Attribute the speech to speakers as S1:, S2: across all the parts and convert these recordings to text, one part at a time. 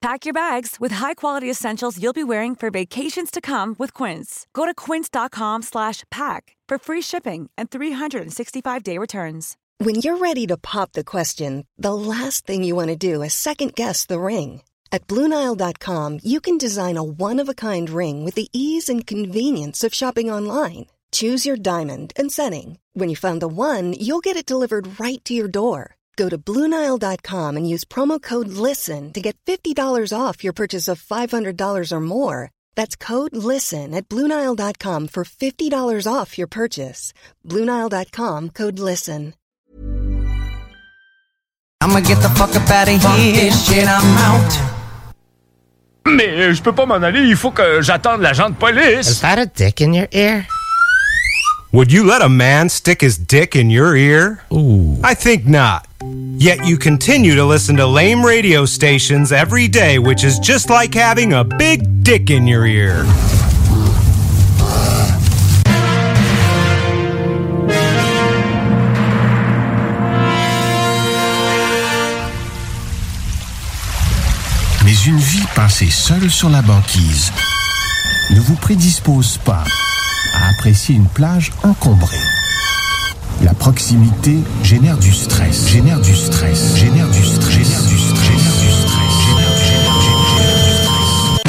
S1: Pack your bags with high-quality essentials you'll be wearing for vacations to come with Quince. Go to quince.com/pack for free shipping and 365-day returns.
S2: When you're ready to pop the question, the last thing you want to do is second guess the ring. At BlueNile.com, you can design a one-of-a-kind ring with the ease and convenience of shopping online. Choose your diamond and setting. When you find the one, you'll get it delivered right to your door. Go to Bluenile.com and use promo code LISTEN to get $50 off your purchase of $500 or more. That's code LISTEN at Bluenile.com for $50 off your purchase. Bluenile.com code LISTEN.
S3: I'ma get the fuck up out of here. Shit, I'm out.
S4: Mais je peux pas m'en aller, il faut que j'attende l'agent de police.
S5: that a dick in your ear?
S6: Would you let a man stick his dick in your ear? Ooh. I think not. Yet you continue to listen to lame radio stations every day, which is just like having a big dick in your ear.
S7: Mais une vie passée seule sur la banquise ne vous prédispose pas à apprécier une plage encombrée. La proximité génère du stress, génère du stress, génère du stress, génère du stress, génère du stress, génère du génère- génère- génère du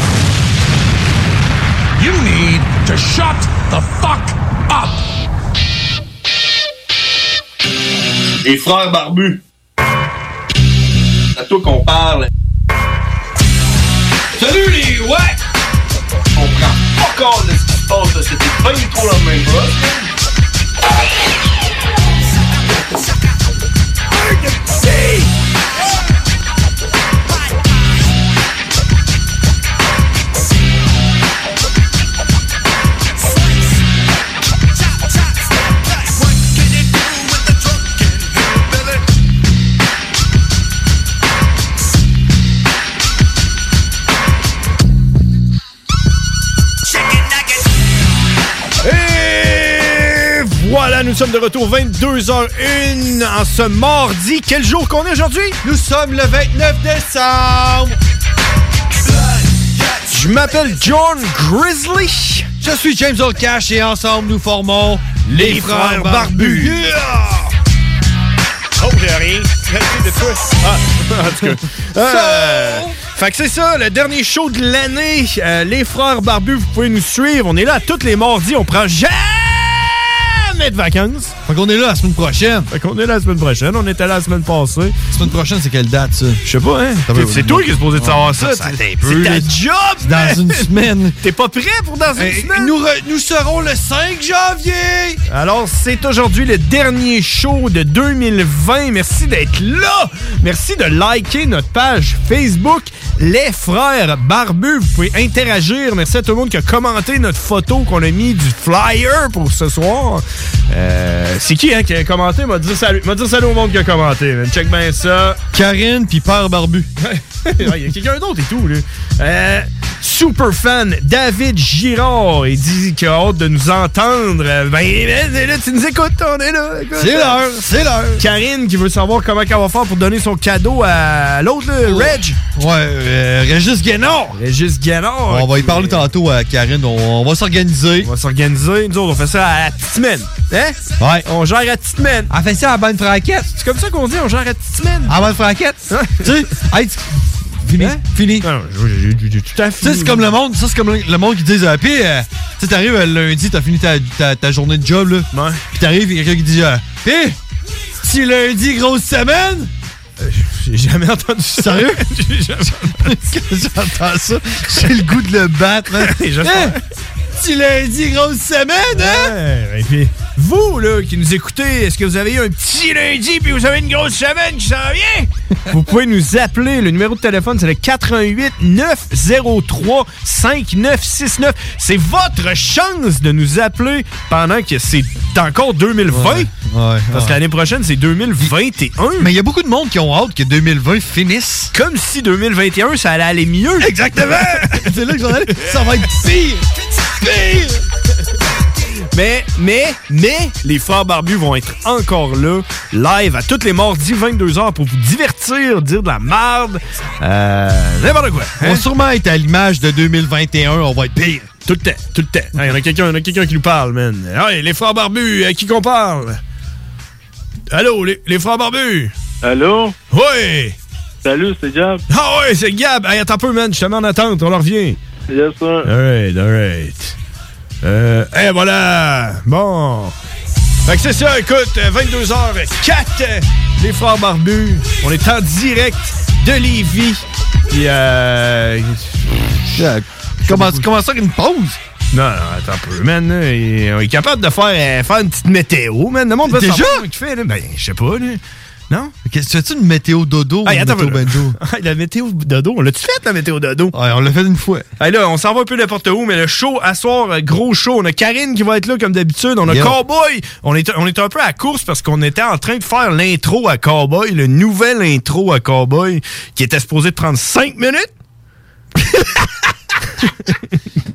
S7: stress.
S4: You need to shut the fuck up.
S8: Les frères barbus. C'est à toi qu'on parle. Salut les ouais! On prend pas compte de ce qui se passe, là. c'était pas du tout la même chose.
S9: Et voilà, nous sommes de retour 22h01 en ce mardi. Quel jour qu'on est aujourd'hui? Nous sommes le 29 décembre. Je m'appelle John Grizzly.
S10: Je suis James Oldcash et ensemble nous formons les, frères, barbus.
S9: Oh, j'ai rien. Merci de toi. Ah, en tout cas. Euh, fait que c'est ça, le dernier show de l'année. Euh, les frères barbus, vous pouvez nous suivre. On est là tous les mardis. On prend jamais de vacances. Fait qu'on est là la semaine prochaine. Fait qu'on est là la semaine prochaine. On était là la semaine passée. La semaine prochaine, c'est quelle date, ça? Je sais pas, hein?
S10: Attends,
S9: C'est- C'est
S10: mais-
S9: toi qui es supposé de savoir Ah, ça.
S10: Ah, Ça, ça
S9: C'est
S10: t'est peu,
S9: ta
S10: là.
S9: job!
S10: C'est dans une semaine.
S9: T'es pas prêt pour dans une
S10: Euh,
S9: semaine?
S10: nous re- nous serons
S9: le 5 janvier! Alors, c'est aujourd'hui le dernier show de 2020. Merci d'être là! Merci de liker notre page Facebook Les Frères Barbus. Vous pouvez interagir. Merci à tout le monde qui a commenté notre photo qu'on a mis du flyer pour ce soir. Euh, c'est qui hein, qui a commenté? M'a dit salut. M'a dit salut au monde qui a commenté. man. Check bien ça. Karine puis Père Barbu. Il y a quelqu'un d'autre et tout. Là. Euh, super fan David Girard. Il dit qu'il a hâte de nous entendre. Euh, Ben, ben, là, tu nous écoutes, on est là. écoute.
S10: C'est l'heure, c'est l'heure.
S9: Karine qui veut savoir comment elle va faire pour donner son cadeau à l'autre, là, Reg.
S10: Ouais, euh, Régis Guénard.
S9: Régis Guénard.
S10: On va y parler tantôt à Karine. On, on va s'organiser.
S9: On va s'organiser. Nous autres, on fait ça à la petite semaine. Hein?
S10: Ouais.
S9: On gère à la petite semaine.
S10: On fait ça à la bonne franquette.
S9: C'est comme ça qu'on dit, on gère à la petite semaine. Hein?
S10: À la bonne franquette. tu sais, hey, tu- fini. Fini.
S9: tout à fait.
S10: Ça, c'est comme le monde, ça, c'est comme le le monde qui dit, euh, pis, euh, tu sais, t'arrives euh, lundi, t'as fini ta, ta, ta journée de job, là.
S9: Ouais.
S10: Pis t'arrives, il y a quelqu'un qui dit, euh, pis, si lundi, grosse semaine.
S9: Euh, J'ai jamais entendu ça.
S10: Sérieux?
S9: J'ai jamais entendu ça.
S10: Quand J'entends Ah, ça, j'ai le goût de le battre. hein.
S9: J'espère.
S10: Hein? Si lundi, grosse semaine, hein?
S9: Ouais, et puis, Vous, là, qui nous écoutez, est-ce que vous avez eu un petit lundi puis vous avez une grosse semaine qui s'en vient? vous pouvez nous appeler. Le numéro de téléphone, c'est le 88 903 5969. C'est votre chance de nous appeler pendant que c'est encore 2020. Parce que l'année prochaine, c'est 2021. Mais il y a beaucoup de monde qui ont hâte que 2020 finisse. Comme si 2021, ça allait aller mieux. Exactement! c'est là que j'en allais. Ça va être pire! Mais, mais, mais, les frères barbus vont être encore là, live à toutes les mardis 22h pour vous divertir, dire de la merde, euh, n'importe quoi.
S10: On va sûrement être à l'image de 2021, on va être pire.
S9: Tout le temps, tout le temps. Il y en a quelqu'un y en a quelqu'un qui nous parle, man. Hey, les frères barbus, à qui qu'on parle? Allô, les, les frères barbus?
S11: Allô?
S9: Oui!
S11: Salut, c'est Gab.
S9: Ah ouais, c'est Gab! Hey, attends un peu, man, je te mets en attente, on leur revient.
S11: Yes, sir.
S9: Alright, alright. Euh, eh voilà! Bon! Fait que c'est ça, écoute, euh, 22h04, euh, les frères barbus. On est en direct de Lévis. Puis, euh. Comment, ça qu'une pause? Non, non, attends un peu, man. là, il- on est capable de faire, euh, faire une petite météo, man. Le monde veut
S10: Déjà?
S9: savoir ce qu'il fait, là. Ben, je sais pas, là. Non?
S10: Qu'est-ce que tu as-tu une météo dodo
S9: Hey,
S10: ou
S9: attends
S10: une
S9: un
S10: météo
S9: peu, là.
S10: banjo?
S9: Hey, Ah, la météo dodo, on l'a-tu faite, la météo dodo? Ouais, on l'a fait une fois. là, on s'en va un peu n'importe où, mais le show, à soir, euh, gros show. On a Karine qui va être là, comme d'habitude. On a
S10: Yo.
S9: Cowboy. On est, on est un peu à course parce qu'on était en train de faire l'intro à Cowboy, le nouvel intro à Cowboy, qui était supposé de prendre 5 minutes.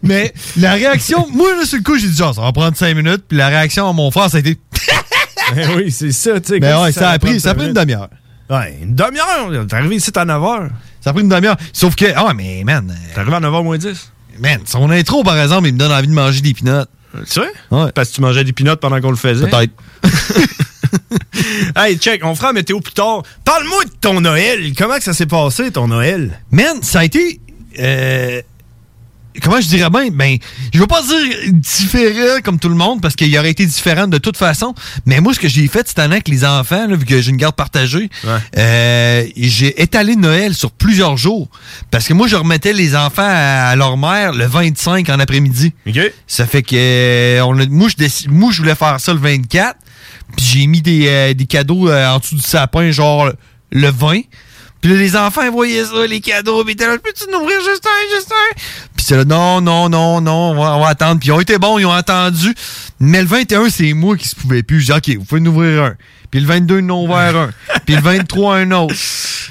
S10: Mais la réaction, moi, là, sur le coup, j'ai dit genre, ça va prendre 5 minutes, puis la réaction à mon frère, ça a été.
S9: Ben oui, c'est ça, tu sais.
S10: Ben
S9: comme
S10: ouais,
S9: si
S10: ça a
S9: allait
S10: pris-
S9: prendre
S10: ça a
S9: cinq
S10: pris une
S9: minutes.
S10: demi-heure.
S9: Ouais, une demi-heure. T'es arrivé ici, t'es à 9h.
S10: Ça a pris une demi-heure. Sauf que, ah, mais man. T'es
S9: arrivé à 9h moins 10.
S10: Man, son intro, par exemple, il me donne envie de manger des pinottes.
S9: Tu sais? Parce que tu mangeais des pinottes pendant qu'on le faisait.
S10: Peut-être.
S9: Hey, check, on fera la météo plus tard. Parle-moi de ton Noël. Comment que ça s'est passé, ton Noël?
S10: Man, ça a été. euh, comment je dirais bien? Ben, je veux pas dire différent comme tout le monde, parce qu'il aurait été différent de toute façon. Mais moi, ce que j'ai fait cette année avec les enfants, là, vu que j'ai une garde partagée, euh, j'ai étalé Noël sur plusieurs jours. Parce que moi, je remettais les enfants à, à leur mère le 25 en après-midi. Ça fait que euh, on a- moi, je décide- moi, je voulais faire ça le 24. Puis j'ai mis des, euh, des cadeaux euh, en dessous du sapin, genre le 20. Puis là, les enfants ils voyaient ça, les cadeaux, puis ils étaient là, peux-tu nous ouvrir juste un, juste un? Puis c'est là, non, non, non, non, on va, on va attendre. Puis ils ont été bons, ils ont attendu. Mais le 21, c'est moi qui se pouvais plus. J'ai dit, OK, vous pouvez nous ouvrir un. Puis le 22, ils nous ont ouvert un. Puis le 23, un autre.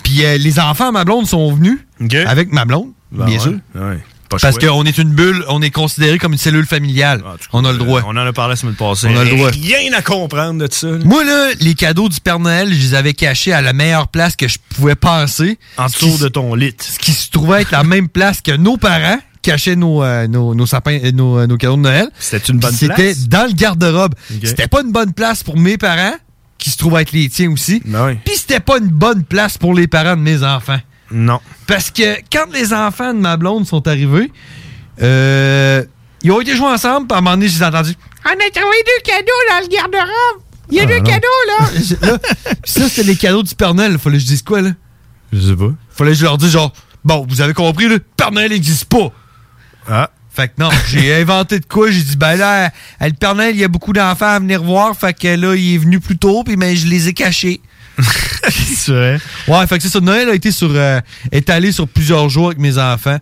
S10: Puis euh, les enfants, à ma blonde, sont venus. Avec ma blonde,
S9: Ben
S10: bien
S9: ouais,
S10: sûr.
S9: ouais. Pas
S10: Parce
S9: chouette. Ah,
S10: qu'on est une bulle, on est considéré comme une cellule familiale. on a le droit.
S9: On en a parlé la semaine passée.
S10: On a le droit.
S9: Rien à comprendre de ça. là.
S10: Moi, là, les cadeaux du Père Noël, je les avais cachés à la meilleure place que je pouvais penser.
S9: En dessous de ton lit.
S10: Ce qui se trouvait être la même place que nos parents cachaient nos, euh, nos, nos sapins, euh, nos, euh, nos cadeaux de Noël.
S9: C'était une bonne
S10: C'était
S9: place?
S10: dans le garde-robe.
S9: Ok.
S10: C'était pas une bonne place pour mes parents, qui se trouvaient être les tiens aussi.
S9: Ben
S10: Puis c'était pas une bonne place pour les parents de mes enfants.
S9: Non.
S10: Parce que quand les enfants de ma blonde sont arrivés, euh, ils ont été joués ensemble, puis à un moment donné, j'ai entendu.
S12: On a trouvé deux cadeaux dans le garde-robe. Il y a
S10: Ah,
S12: deux
S10: non.
S12: cadeaux, là.
S10: J'ai- là, pis ça, c'était les cadeaux du Père Noël. Fallait que je dise quoi, là?
S9: Je sais pas.
S10: Fallait que je leur dise, genre, bon, vous avez compris, le Père Noël n'existe pas.
S9: Ah.
S10: Fait que non, j'ai inventé de quoi. J'ai dit, ben là, à le Père Noël, il y a beaucoup d'enfants à venir voir. Fait que là, il est venu plus tôt, puis ben, je les ai cachés.
S9: c'est vrai.
S10: Ouais, fait que c'est ça. Noël a été sur, euh, étalé sur plusieurs jours avec mes enfants.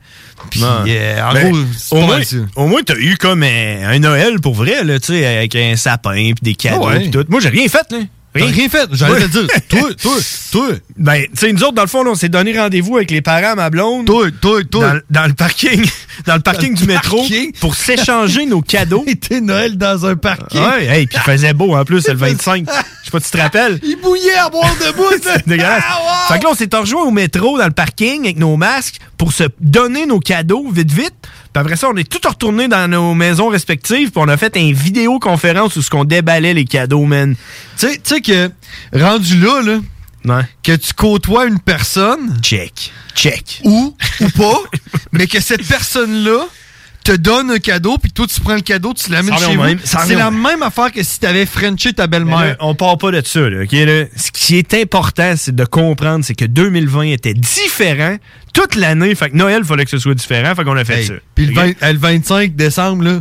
S10: Puis, euh, en
S9: Ben,
S10: gros, c'est
S9: au,
S10: pas
S9: moins,
S10: mal ça.
S9: au moins, t'as eu comme euh, un Noël pour vrai, là, tu sais, avec un sapin puis des cadeaux
S10: Ah ouais.
S9: pis tout. Moi, j'ai rien fait, là.
S10: T'as rien fait, j'allais te le dire. Toi, toi, toi.
S9: Ben, tu sais, nous autres, dans le fond, là, on s'est donné rendez-vous avec les parents, ma blonde.
S10: Toi, toi, toi.
S9: Dans, dans le parking, dans le parking
S10: Dans
S9: du
S10: le
S9: métro,
S10: parking.
S9: pour s'échanger nos cadeaux.
S10: C'était Noël dans un parking.
S9: Ouais, hey, puis il faisait beau en plus, c'est le 25. Je sais pas, tu te rappelles?
S10: Il bouillait à boire de bout. Ah,
S9: C'est dégueulasse. Fait que là, on s'est rejoint au métro, dans le parking, avec nos masques, pour se donner nos cadeaux, vite, vite. Puis après ça, on est tout retourné dans nos maisons respectives, puis on a fait une vidéoconférence où ce qu'on déballait les cadeaux, man.
S10: Tu sais- tu sais que, rendu là, là, que tu côtoies une personne.
S9: Check. Check.
S10: Ou, ou pas, mais que cette personne-là te donne un cadeau, puis toi, tu prends le cadeau, tu l'amènes
S9: Ça revient
S10: chez
S9: au
S10: vous.
S9: même, ça
S10: C'est
S9: revient
S10: la
S9: au
S10: même affaire que si t'avais Frenché ta
S9: Mais là,
S10: belle-mère.
S9: on part pas de ça, là, OK? là? Ce qui est important, c'est de comprendre, c'est que 2020 était différent toute l'année. Fait que Noël, fallait que ce soit différent. Fait qu'on a fait ça.
S10: Puis le, 20 euh, le 25 décembre, là,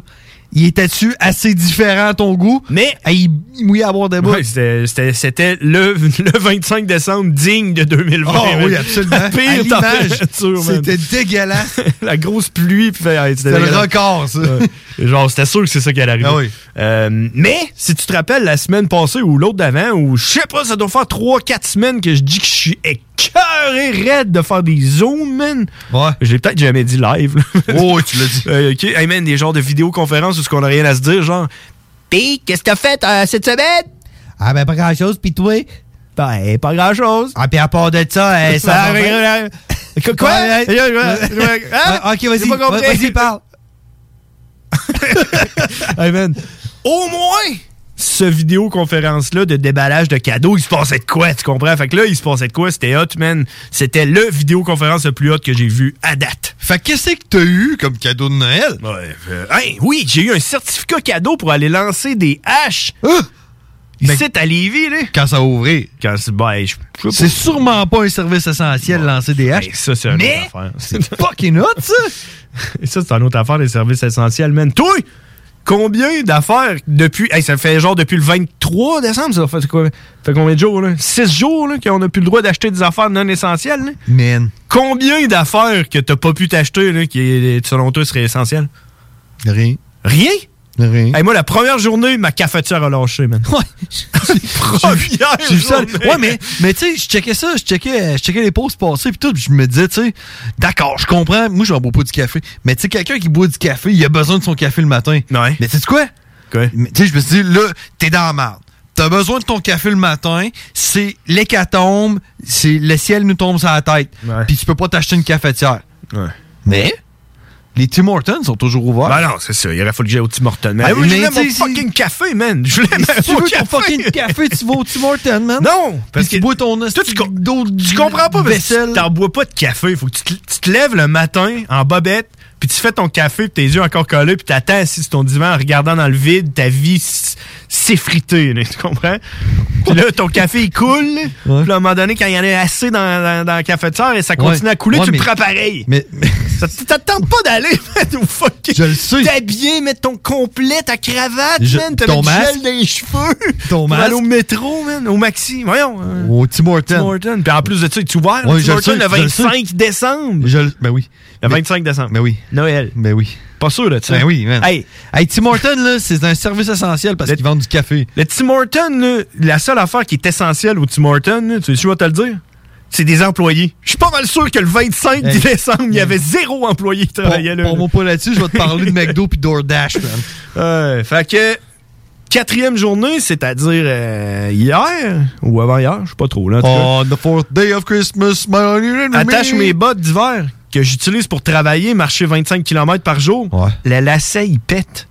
S10: Il était-tu assez différent à ton goût? Ah,
S9: Mais.
S10: il il mouillait à boire des bouts.
S9: Ouais, c'était- c'était c'était le, le 25 décembre digne de 2020.
S10: Oh
S9: man.
S10: oui, absolument.
S9: La
S10: À
S9: pire
S10: l'image,
S9: température, man.
S10: C'était dégueulasse.
S9: la grosse pluie. puis fait, hey,
S10: C'était le
S9: dégueulasse.
S10: record, ça. Ah
S9: Ouais. Genre, c'était sûr que c'est ça qui allait arriver. Euh, mais, si tu te rappelles la semaine passée ou l'autre d'avant, ou je sais pas, ça doit faire 3-4 semaines que je dis que je suis écœuré raide de faire des zooms, man.
S10: Ouais.
S9: Je l'ai peut-être jamais dit live. là.
S10: Oh, tu l'as dit.
S9: Euh, ok. Hey, man, des genres de vidéoconférences où ce qu'on a rien à se dire, genre, pis, qu'est-ce que t'as fait euh, cette semaine?
S1: Ah, ben, pas grand-chose, pis toi?
S9: Ben, pas grand-chose. Ben,
S1: Ah, pis à part de ça, euh, ça va bien?
S9: Quoi?
S1: Ouais, ouais.
S9: Ouais. Hein?
S1: Ah, Ok, vas-y.
S9: J'ai pas compris.
S1: Vas-y, parle.
S9: Hey, man, Au moins, ce vidéoconférence-là de déballage de cadeaux, il se passait de quoi, tu comprends? Fait que là, il se passait de quoi? C'était hot, man. C'était le vidéoconférence le plus hot que j'ai vu à date.
S10: Fait qu'est-ce que t'as eu comme cadeau de Noël?
S9: Ouais, euh, hey, oui, j'ai eu un certificat cadeau pour aller lancer des haches. Ici, à Lévis, là.
S10: Hein? Ben, Quand ça a ouvert.
S9: Quand c'est. Ben, je- je sais
S10: C'est sûrement pas un service essentiel, lancer des haches.
S9: ben, ça, c'est une
S10: Mais-
S9: autre affaire. C'est fucking hot, ça! Et ça, c'est une autre affaire des services essentiels, man. Toi, combien d'affaires depuis. Hey, ça fait genre depuis le 23 décembre, ça fait, quoi? fait combien de jours, là? Six jours, là, qu'on a plus le droit d'acheter des affaires non essentielles, là?
S10: Man.
S9: Combien d'affaires que t'as pas pu t'acheter, là, qui, euh, selon toi, seraient essentielles?
S10: Rien.
S9: Rien?
S10: Rien.
S9: Hey, moi, la première journée, ma cafetière a lâché, man. Ouais. première
S10: J'ai vu ça.
S9: journée.
S10: Ouais, mais, mais tu sais, je checkais ça, je checkais, je checkais les posts passer puis tout, puis je me disais, tu sais, d'accord, je comprends, moi je bois pas du café, mais tu sais, quelqu'un qui boit du café, il a besoin de son café le matin. Mais tu sais quoi? Mais Tu sais, je me suis dit, là, t'es dans la merde. T'as besoin de ton café le matin, c'est l'hécatombe, c'est le ciel nous tombe sur la tête, puis tu peux pas t'acheter une cafetière. Mais les Tim Hortons sont toujours ouverts.
S9: Ben non, c'est ça. Il aurait fallu que j'aille au Tim Hortons. Mais,
S10: Ah
S9: hey,
S10: oui,
S9: moi, je voulais
S10: mais
S9: mon
S10: tu sais,
S9: fucking café, man. Je voulais
S10: Et si tu
S9: mon
S10: veux ton
S9: café.
S10: fucking café, tu vas au Tim Hortons, man.
S9: Non! Parce que tu
S10: bois ton
S9: toi, tu, co- tu comprends pas, parce que tu t'en bois pas de café. Faut que tu te, tu te lèves le matin en bobette, puis tu fais ton café, puis tes yeux encore collés, puis t'attends assis sur ton divan en regardant dans le vide ta vie s- s'effriter, là, tu comprends? Puis là, ton café, il coule. Puis là, à un moment donné, quand il y en a assez dans, dans, dans la cafetière et ça continue
S10: Ouais.
S9: à couler,
S10: Ouais,
S9: tu
S10: mais-
S9: le prends pareil.
S10: Mais,
S9: Ça t- ça te tente pas d'aller, man, au fucking.
S10: Je le sais.
S9: T'habiller, mettre ton complet, ta cravate,
S10: Je-
S9: man, te mettre
S10: ton
S9: du
S10: masque.
S9: gel dans les cheveux.
S10: Ton
S9: pour aller
S10: masque.
S9: au métro, man, au maxi. Voyons. euh,
S10: Au Tim Hortons.
S9: Tim Hortons. Puis en plus de ça, tu ouvert
S10: Ouais,
S9: le
S10: je
S9: Ah, Tim Hortons
S10: le sais,
S9: le
S10: je le sais.
S9: 25 décembre.
S10: Je le- ben oui.
S9: Le 25 décembre.
S10: Ben oui.
S9: Noël.
S10: Ben oui.
S9: Pas sûr de ça.
S10: Ben oui, man.
S9: Hey.
S10: Hey, Tim Hortons, là, c'est un service essentiel parce qu'ils vendent du café.
S9: Le Tim Hortons, là, la seule affaire qui est essentielle au Tim Hortons, là, tu sais, je vais te le dire, c'est des employés. Je suis pas mal sûr que le 25
S10: Hey.
S9: décembre, il y avait zéro employé qui
S10: Pour,
S9: travaillait là.
S10: pour moi pas là-dessus, je vais te parler de McDo puis DoorDash, man.
S9: Ouais, fait que quatrième journée, c'est-à-dire euh, hier ou avant-hier, je sais pas trop. Là, en tout cas.
S10: On the fourth day of Christmas, my only enemy.
S9: Attache mes bottes d'hiver que j'utilise pour travailler, marcher 25 km par jour. Le lacet, il pète.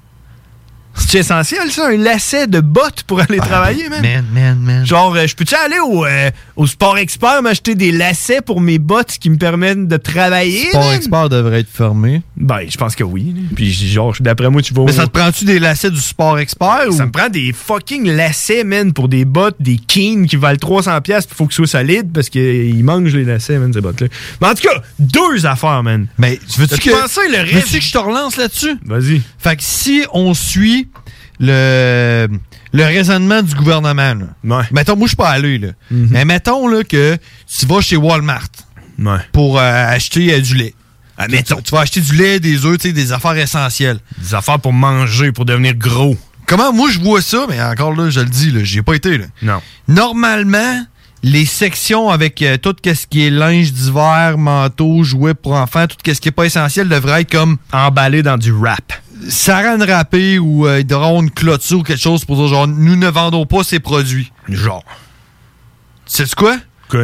S9: C'est essentiel, ça, un lacet de bottes pour aller travailler, Ah, man.
S10: Man, man, man.
S9: Genre, euh, je peux-tu aller au, euh, au Sport Expert m'acheter des lacets pour mes bottes qui me permettent de travailler?
S10: Sport
S9: man?
S10: Export devrait être fermé.
S9: Ben, je pense que oui. là. Puis, genre, d'après moi, tu vas.
S10: Mais ça te prend-tu des lacets du Sport Expert ou.
S9: Ça me prend des fucking lacets, man, pour des bottes, des Keen qui valent 300$, puis faut que ce soit solide parce qu'ils mangent les lacets, man, ces bottes-là. Mais en tout cas, deux affaires, man.
S10: Mais veux-tu
S9: T'as-tu
S10: que.
S9: pensé le reste?
S10: Veux-tu que je te relance là-dessus?
S9: Vas-y.
S10: Fait que si on suit le, le raisonnement du gouvernement, là. mettons, moi, je suis pas allé, là.
S9: Mhm.
S10: mais mettons là, que tu vas chez Walmart pour euh, acheter euh, du lait. Tu, tu vas acheter du lait, des œufs, tu sais, des affaires essentielles.
S9: Des affaires pour manger, pour devenir gros.
S10: Comment moi je vois ça, mais encore là, je le dis, là, j'y ai pas été. Là.
S9: Non.
S10: Normalement, les sections avec euh, tout ce qui est linge d'hiver, manteau, jouets pour enfants, tout ce qui est pas essentiel devrait être comme
S9: emballé dans du rap.
S10: Saran râpé ou euh, il devrait avoir une clôture ou quelque chose pour dire genre nous ne vendons pas ces produits.
S9: Genre.
S10: Tu sais quoi?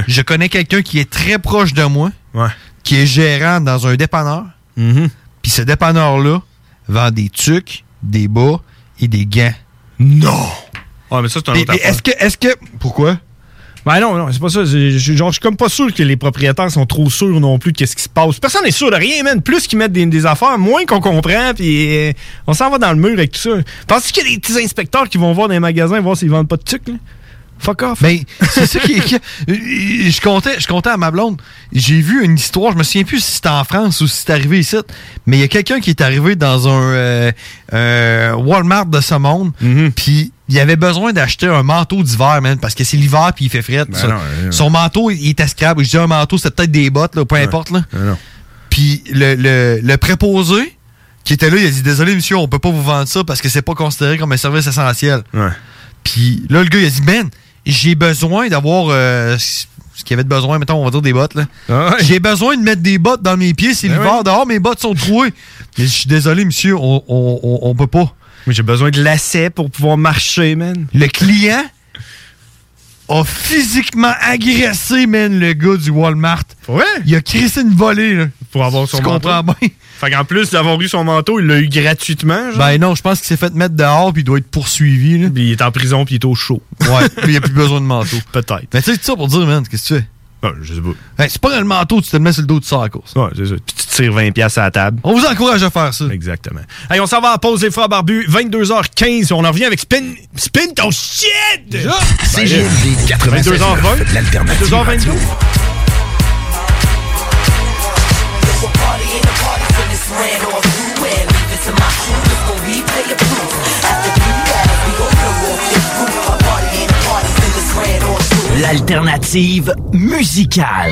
S10: Je connais quelqu'un qui est très proche de moi, qui est gérant dans un dépanneur.
S9: Mm-hmm.
S10: Puis ce dépanneur-là vend des tucs, des bas et des gants.
S9: Non! Ah, mais ça, c'est un
S10: Mais-
S9: autre
S10: mais
S9: affaire.
S10: est-ce que, est-ce que. Pourquoi?
S9: Ben non, non, c'est pas ça. Je, je- genre, je suis comme pas sûr que les propriétaires sont trop sûrs non plus de qu'est-ce qui se passe. Personne n'est sûr de rien, man. Plus qu'ils mettent des, des affaires, moins qu'on comprend, puis euh, on s'en va dans le mur avec tout ça. Penses-tu qu'il y a des petits inspecteurs qui vont voir dans les magasins voir s'ils vendent pas de trucs, là? Fuck off.
S10: Mais Ben, c'est ça qui est. qui- Je comptais, je comptais à ma blonde. J'ai vu une histoire, je me souviens plus si c'était en France ou si c'est arrivé ici, mais il y a quelqu'un qui est arrivé dans un euh, euh, Walmart de ce monde,
S13: Mm-hmm.
S10: puis il avait besoin d'acheter un manteau d'hiver, man, parce que c'est l'hiver puis il fait fret.
S13: Ben
S10: ça.
S13: non, ouais, ouais.
S10: Son manteau, il est escrable. Je dis un manteau, c'est peut-être des bottes, là, peu importe. Là. Puis le, le- le préposé qui était là, il a dit Désolé, monsieur, on peut pas vous vendre ça parce que c'est pas considéré comme un service essentiel. Puis là, le gars, il a dit Ben, j'ai besoin d'avoir euh, ce ce qu'il y avait de besoin, mettons, on va dire des bottes. là.
S9: Ah
S10: J'ai besoin de mettre des bottes dans mes pieds,
S9: Ben
S10: c'est l'hiver dehors, mes bottes sont trouées. Mais je suis désolé, monsieur, on, on, on- on peut pas.
S9: Mais j'ai besoin de lacets pour pouvoir marcher, man.
S10: Le client a physiquement agressé, man, le gars du Walmart.
S9: Ouais.
S10: Il a crissé une volée, là.
S9: Pour avoir son
S10: Tu
S9: manteau.
S10: comprends bien.
S9: Fait qu'en plus d'avoir eu son manteau, il l'a eu gratuitement. Genre.
S10: Ben non, je pense qu'il s'est fait mettre dehors puis il doit être poursuivi. Là.
S9: il est en prison puis il est au chaud.
S10: Ouais, puis il a plus besoin de manteau.
S9: Peut-être.
S10: Mais tu sais, c'est ça pour dire, man, qu'est-ce que tu
S9: fais? je sais pas.
S10: c'est pas dans le manteau, tu te le mets sur le dos, tu sors à la course.
S9: Ouais, c'est ça. Puis tu tires 20 pièces à la table.
S10: On vous encourage à faire ça.
S9: Exactement. Hey, on s'en va à la pause les frères barbus, 22h15, on en revient avec Spin, spin ton shit!
S8: C'est GMD 96,
S9: 22h20,
S8: l'alternative
S9: 22h22.
S14: L'alternative musicale.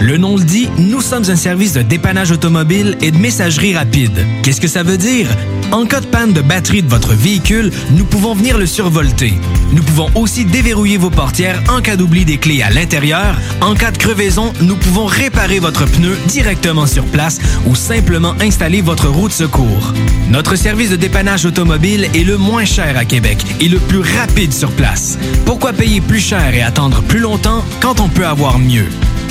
S14: Le nom le dit, nous sommes un service de dépannage automobile et de messagerie rapide. Qu'est-ce que ça veut dire? En cas de panne de batterie de votre véhicule, nous pouvons venir le survolter. Nous pouvons aussi déverrouiller vos portières en cas d'oubli des clés à l'intérieur. En cas de crevaison, nous pouvons réparer votre pneu directement sur place ou simplement installer votre roue de secours. Notre service de dépannage automobile est le moins cher à Québec et le plus rapide sur place. Pourquoi payer plus cher et attendre plus longtemps quand on peut avoir mieux?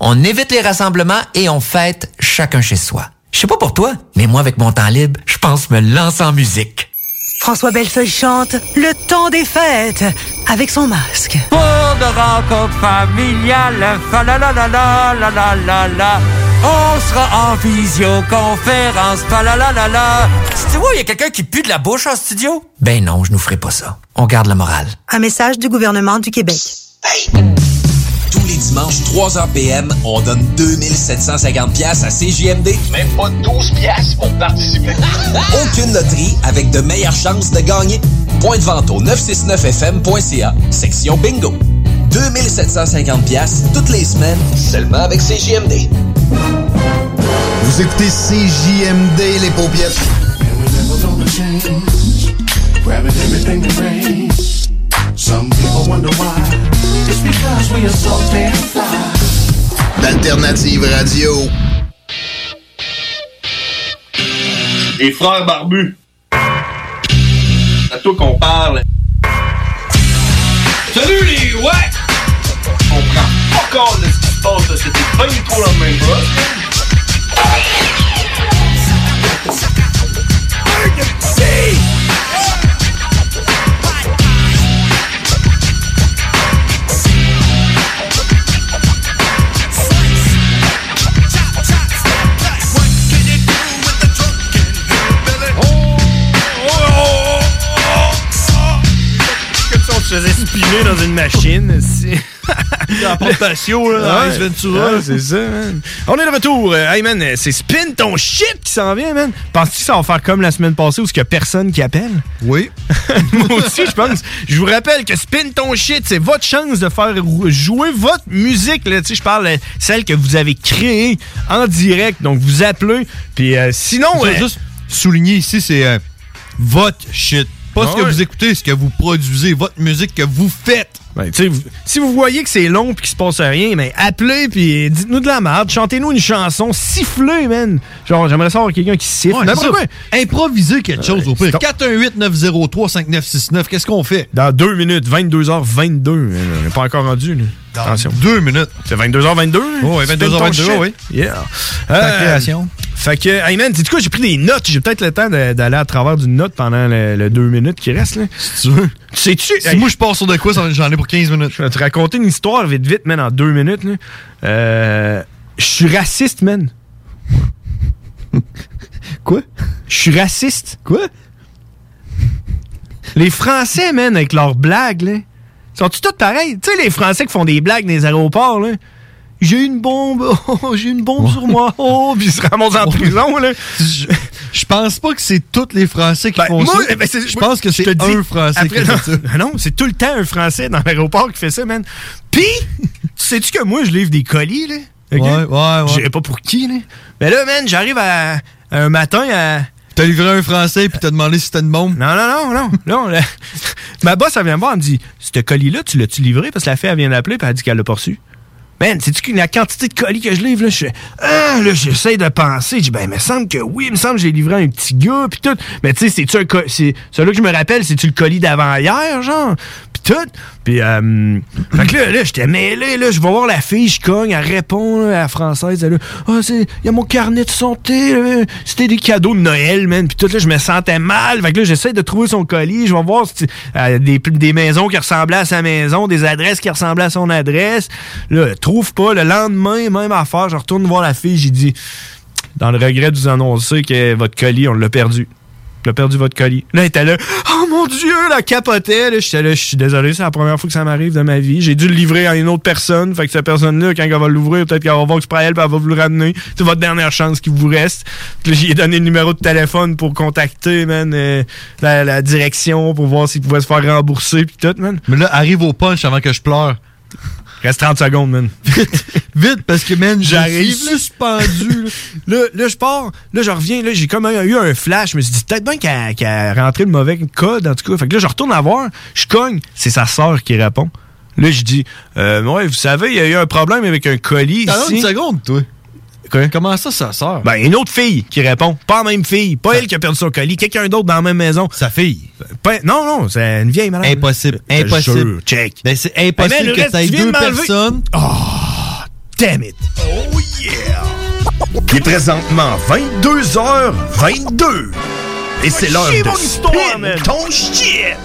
S15: On évite les rassemblements et on fête chacun chez soi. Je sais pas pour toi, mais moi, avec mon temps libre, je pense me lancer en musique.
S16: François Bellefeuille chante Le temps des fêtes avec son masque.
S4: Pour de rencontres familiales, fa la la la la la la la la. On sera en visioconférence, fa la la la la.
S15: Tu vois, il y a quelqu'un qui pue de la bouche en studio? Ben non, je nous ferai pas ça. On garde la morale.
S16: Un message du gouvernement du Québec.
S17: Tous les dimanches, 3h PM, on donne 2750 pièces à CJMD. Même pas 12 pièces pour participer. Aucune loterie avec de meilleures chances de gagner. Point de vente au 969fm.ca, section bingo. 2750 pièces toutes les semaines, seulement avec CJMD.
S18: Vous écoutez CJMD, les paupiètes.
S19: Grabbing everything that rains. Some people wonder why. It's because we are so damn fly.
S18: D'Alternative Radio.
S8: Les frères barbus. À toi qu'on parle. Salut les ouais! On prend pas compte de ce qui se passe, là. c'était pas du tout la même chose.
S9: Oh, faisait spinner dans une machine. c'est-
S10: Dans la porte patio, là, dans Ace Ventura.
S9: ouais, c'est ça, man. On est de retour. Euh, Hey, man, euh, c'est spin ton shit qui s'en vient, man. Penses-tu que ça va faire comme la semaine passée où il n'y a personne qui appelle? Oui. Moi aussi, je pense. Je vous rappelle que spin ton shit, c'est votre chance de faire rou- jouer votre musique. là. Tu sais, je parle euh, celle que vous avez créée en direct. Donc, vous appelez. Puis euh, sinon...
S10: Je veux juste souligner ici, c'est euh, votre shit. Pas
S9: Ah
S10: ce que
S9: ouais.
S10: vous écoutez, ce que vous produisez, votre musique que vous faites.
S9: Ben, tu sais, vous- si vous voyez que c'est long et qu'il se passe rien, mais appelez puis dites-nous de la merde, chantez-nous une chanson, sifflez, man. Genre, j'aimerais savoir quelqu'un qui siffle.
S10: Ouais,
S9: N'importe
S10: c'est ça.
S9: quoi.
S10: Improviser quelque chose au pire. 418-903-5969, qu'est-ce qu'on fait?
S9: Dans 2 minutes, 22h22. On n'est pas encore rendu, là. Attention. 2 minutes. C'est 22h22?
S10: Oh, ouais, 22h22, oui.
S9: Yeah.
S10: Ta création.
S9: Euh, Fait que, hey man, dis-tu quoi, j'ai pris des notes. J'ai peut-être le temps de- d'aller à travers d'une note pendant le, 2 minutes qui reste, là. Si tu veux. Sais-tu?
S10: Si moi, je pars sur de quoi, ça- j'en ai pour 15 minutes.
S9: Je vais te raconter une histoire vite, vite, man, en 2 minutes, là. Euh, je suis raciste, man. Quoi? Je suis raciste. Quoi? Les Français, man, avec leurs blagues, là, sont-ils tous pareils? Tu sais, les Français qui font des blagues dans les aéroports, là. J'ai une bombe, oh, j'ai une bombe sur moi, oh, puis ils se ramassent en prison, là. Ben, Je, pense pas que c'est tous les Français qui
S10: font ça. Je pense que c'est un Français qui fait ça.
S9: Ah Non, c'est tout le temps un Français dans l'aéroport qui fait ça, man. Puis, tu sais-tu que moi, je livre des colis, là? Ok?
S10: Ouais, ouais, ouais.
S9: Je dirais pas pour qui, là. Mais là, man, j'arrive à, un matin à.
S10: T'as livré un Français puis t'as demandé si c'était une bombe.
S9: Non, non, non, non. non là. Ma boss, elle vient me voir, elle me dit Ce colis-là, tu l'as-tu livré Parce que la fille, elle vient d'appeler, puis elle dit qu'elle l'a pas reçu. Man, sais-tu que la quantité de colis que je livre, là, je fais Ah, là, j'essaie de penser. Je dis Ben, il me semble que oui, il me semble que j'ai livré à un petit gars, puis tout. Mais tu sais, c'est-tu un colis. Celui-là que je me rappelle, c'est-tu le colis d'avant-hier, genre Puis tout. Puis, euh. fait que là, là j'étais mêlé, là, je vais voir la fille, je cogne, elle répond, là, à la française, elle, là, Ah, c'est. Il y a mon carnet de santé, là. c'était des cadeaux de Noël, man. Puis tout, là, je me sentais mal. Fait que là, j'essaie de trouver son colis, je vais voir si- euh, des, des maisons qui ressemblaient à sa maison, des adresses qui ressemblaient à son adresse. Là, trouve pas. Le lendemain, même affaire, je retourne voir la fille, j'ai dit, dans le regret de vous annoncer que votre colis, on l'a perdu. On a perdu votre colis. Là, elle était là. Oh mon Dieu, la capotait. Là, j'étais là, je suis désolé, c'est la première fois que ça m'arrive de ma vie. J'ai dû le livrer à une autre personne. Fait que cette personne-là, quand elle va l'ouvrir, peut-être qu'elle va voir que c'est pas elle, puis elle va vous le ramener. C'est votre dernière chance qui vous reste. Puis là, j'ai donné le numéro de téléphone pour contacter, man, euh, la, la direction pour voir s'ils pouvaient se faire rembourser, puis tout, man.
S10: Mais là, arrive au punch avant que je pleure.
S9: Reste 30 secondes, man.
S10: Vite, parce que, man,
S9: J'arrive,
S10: j'arrive.
S9: là, suspendu. là. Là, là, je pars. Là, je reviens. Là, j'ai comme eu un flash. Je me suis dit, peut-être bien qu'elle qu'elle a rentré le mauvais code, en tout cas. Fait que là, je retourne à voir. Je cogne. C'est sa sœur qui répond. Là, je dis, euh, ouais, vous savez, il y a eu un problème avec un colis.
S10: T'as
S9: ici.
S10: une seconde, toi.
S9: Comment ça, sa sœur? Ben, une autre fille qui répond. Pas la même fille. Pas elle qui a perdu son colis. Quelqu'un d'autre dans la même maison. Sa fille. non, non, c'est une vieille madame.
S10: Impossible.
S9: Je te
S10: Impossible.
S9: jure, check.
S10: Ben, c'est
S9: Hey, man,
S10: impossible
S9: Eh, le
S10: que
S9: reste,
S10: t'aies
S9: tu viens
S10: deux
S9: de m'enlever.
S10: personnes.
S9: Damn it!
S20: Oh yeah!
S17: Il est présentement 22h22. Et c'est l'heure
S20: Chier
S17: de
S20: mon histoire,
S17: spin
S20: man.
S17: ton shit.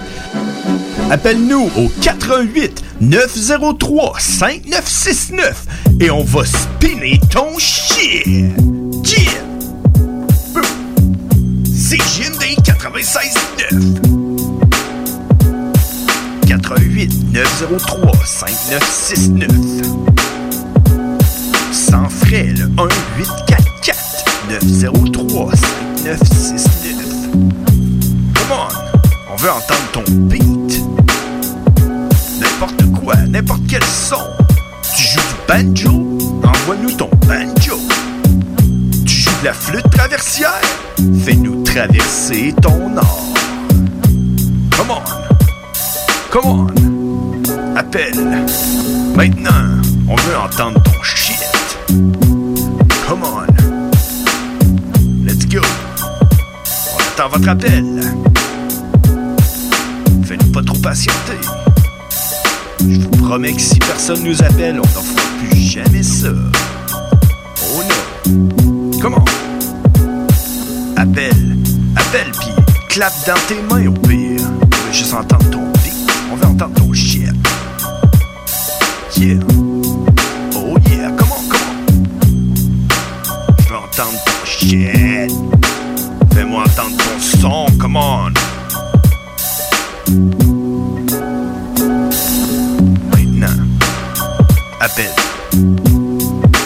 S17: Appelle-nous au 88 903 5969 et on va spinner ton shit. Yeah. C'est JMD 96.9. 88 903 5969 sans frais le 1 8 4 4 903 5969. Come on, on veut entendre ton beat. N'importe quoi, n'importe quel son. Tu joues du banjo, envoie-nous ton banjo. Tu joues de la flûte traversière, fais-nous traverser ton or. Come on, come on, appelle. Maintenant, on veut entendre ton shit. Come on. Let's go. On attend votre appel. Faites-nous pas trop patienter. Je vous promets que si personne nous appelle, on n'en fera plus jamais ça. Oh non. Come on. Appelle. Appelle, puis clap dans tes mains au pire. On veut juste entendre ton beat. On veut entendre ton shit. Yeah. Oh yeah, come on, come on. Je veux entendre ton shit. Fais-moi entendre ton son, come on.
S21: Appel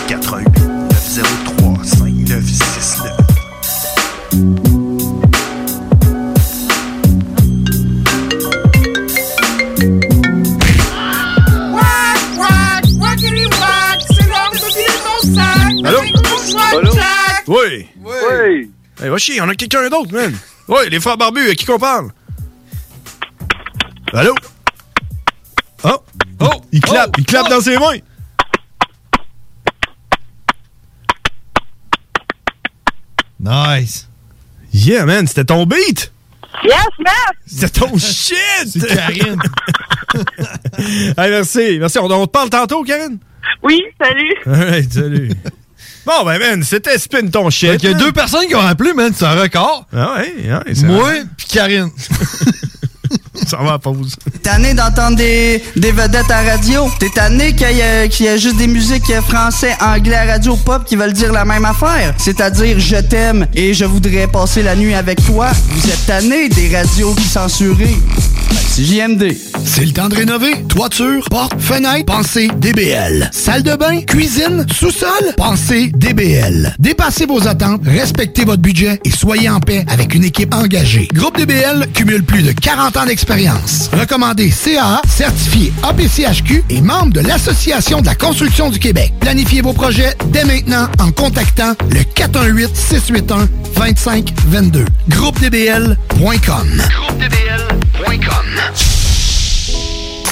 S21: 88 903 5969.
S22: Wack, wack, wackity wack, c'est l'heure de mon sac.
S9: Allô?
S22: Avec mon swag
S9: Allô?
S22: sac.
S9: Oui. Oui. Eh, va chier, on a quelqu'un d'autre, man. Oui, les frères barbus, à qui qu'on parle? Allô? Oh! Oh! Il clappe! il clappe dans ses mains!
S23: Nice.
S9: Yeah, man, c'était ton beat!
S22: Yes, man!
S9: C'est ton shit!
S22: C'est Karine.
S9: Hey, merci, merci. On, on te parle tantôt, Karine?
S22: Oui, salut.
S9: Alright, salut. bon, ben, man, c'était Spin ton shit.
S23: Fait qu'il y a
S9: man.
S23: deux personnes qui ont appelé, man. C'est un record.
S9: Ah ouais, ouais, c'est
S23: Moi,
S9: vrai.
S23: puis Karine.
S9: Ça va à pause.
S24: tanné d'entendre des, des vedettes à radio. T'es tanné qu'il y, a- qu'il y a juste des musiques français, anglais, radio, pop qui veulent dire la même affaire. C'est-à-dire je t'aime et je voudrais passer la nuit avec toi. Vous êtes tanné des radios qui censurées. C'est JMD.
S25: C'est le temps de rénover. Toiture, porte, fenêtre, pensez DBL. Salle de bain, cuisine, sous-sol, pensez DBL. Dépassez vos attentes, respectez votre budget et soyez en paix avec une équipe engagée. Groupe DBL cumule plus de 40 ans d'expérience. Recommandé CAA, certifié APCHQ et membre de l'Association de la construction du Québec. Planifiez vos projets dès maintenant en contactant le 418-681-2522. GroupeDBL.com.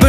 S14: Peu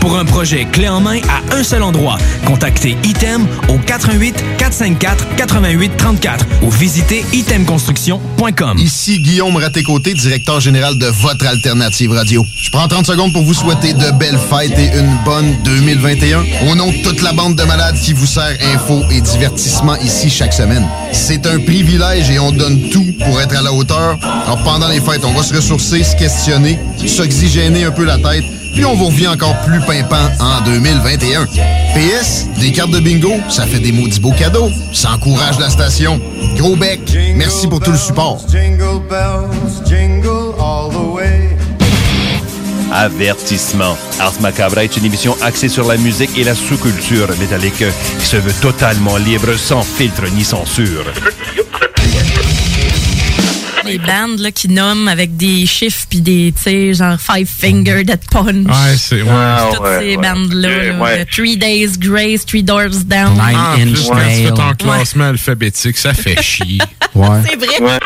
S14: Pour un projet clé en main à un seul endroit, contactez Item au 88 454 88 34 ou visitez itemconstruction.com.
S19: Ici Guillaume Raté-Côté, directeur général de votre alternative radio. Je prends 30 secondes pour vous souhaiter de belles fêtes et une bonne 2021. Au nom de toute la bande de malades qui vous sert info et divertissement ici chaque semaine. C'est un privilège et on donne tout pour être à la hauteur. Alors pendant les fêtes, on va se ressourcer, se questionner, s'oxygéner un peu la tête, puis on vous revient encore plus pimpant en 2021. PS, des cartes de bingo, ça fait des maudits beaux cadeaux. Ça encourage la station. Gros bec, merci pour tout le support.
S26: Jingle bells, jingle all the way.
S27: Avertissement. Art Macabre est une émission axée sur la musique et la sous-culture métallique qui se veut totalement libre, sans filtre ni censure.
S28: Des bandes là, qui nomment avec des chiffres puis des, tu sais, genre Five Finger Death Punch.
S7: Ouais, c'est- ouais. Ah,
S28: Toutes
S7: ouais,
S28: ces
S7: ouais.
S28: bandes-là.
S7: Ok,
S28: là,
S7: ouais.
S28: de Three Days Grace, Three Doors Down.
S7: en plus, quand tu fais ton
S28: Ouais.
S7: classement alphabétique, ça fait chier.
S28: C'est vrai.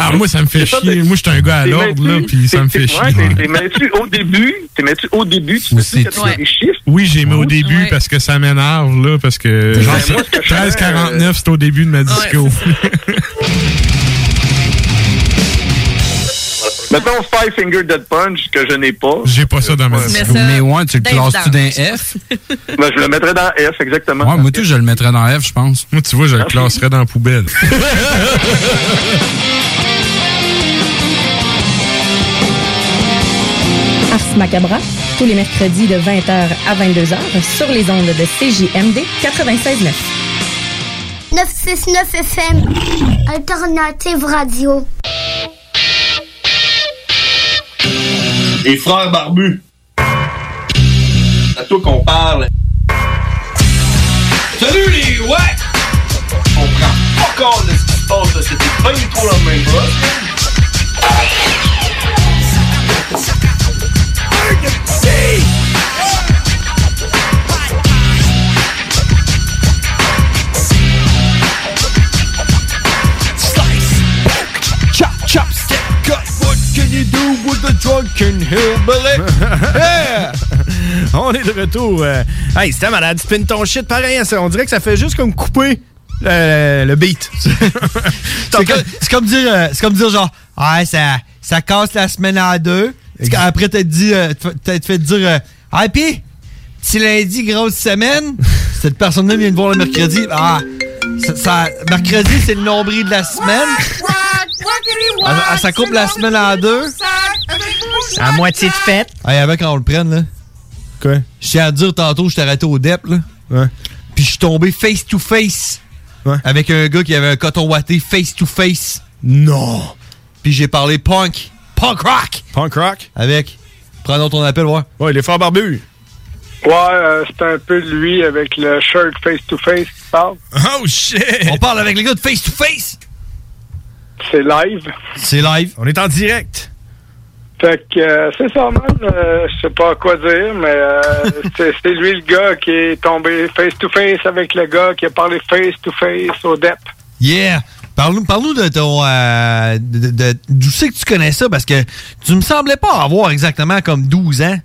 S7: Ah, moi, ça me fait
S29: C'est ça,
S7: chier. Moi, je suis un gars à
S29: t'es
S7: l'ordre, là,
S29: maintenu-
S7: puis ça me
S29: t'es-
S7: fait
S29: ouais,
S7: chier.
S29: t'es- T'es maintenu au début, t'es maintenu au début, tu sais que t'as des chiffres.
S7: Oui, j'ai mis au début parce que ça m'énerve, là, parce que. Genre,
S29: Ben, moi, ce que je fais,
S7: 13,49, c'est au début de ma disco.
S29: Mettons Five Finger Dead Punch que je n'ai pas.
S7: J'ai pas ça dans ma
S29: Mais
S7: disco.
S29: ça, Mais
S30: ouais, tu le Dave classes-tu dans Dance.
S29: F? ben, je le mettrais dans F, exactement.
S30: Ouais, moi, tu, je le mettrais dans F, je pense.
S7: Moi, tu vois, je le classerais dans la poubelle.
S16: Ars Macabra, tous les mercredis de 20h à 22h sur les ondes de CJMD 96.9.
S31: 969 FM, Alternative Radio.
S8: Les frères barbus. C'est à toi qu'on parle. Salut les ouais! On prend pas compte de ce qui se passe, là. c'était pas du tout la même chose.
S9: drunken hillbilly. Yeah! On est de retour. euh. Hey, c'était malade. Spin ton shit pareil. hein, ça- On dirait que ça fait juste comme couper euh, le beat.
S10: C'est comme, c'est comme dire, euh, c'est comme dire genre, ouais, ça, ça casse la semaine en deux. C'est quand Après, t'as dit, euh, t'as- t'as te fait dire, euh, ah, pis, petit lundi, grosse semaine. Cette personne-là vient de voir le mercredi. Ah, ça, ça- mercredi, c'est le nombril de la semaine. Ah, ah, ça coupe la semaine en deux.
S9: À moitié de fête.
S10: Hey, avec, on le prenne, là.
S9: Quoi?
S10: Je tiens à te dire tantôt, je t'ai arrêté au DEP, là.
S9: Ouais.
S10: Puis je suis tombé face to face. Avec un gars qui avait un coton ouaté face to face.
S9: Non.
S10: Puis j'ai parlé punk. Punk rock.
S9: Punk rock.
S10: Avec. Prenons ton appel, voir.
S9: Ouais, les frères barbus.
S23: Ouais, euh, c'est un peu lui avec le shirt face-to-face qui parle.
S9: Oh shit!
S10: On parle avec les gars de face to face.
S23: C'est live.
S10: C'est live.
S9: On est en direct.
S23: Fait que euh, c'est ça, man. Euh, je sais pas quoi dire, mais euh, c'est c'est lui le gars qui est tombé face-to-face avec le gars qui a parlé face-to-face au E DEP.
S10: Yeah! Parle-nous parle de ton. euh, de- de- de- D'où c'est que tu connais ça? Parce que tu me semblais pas avoir exactement comme 12 ans.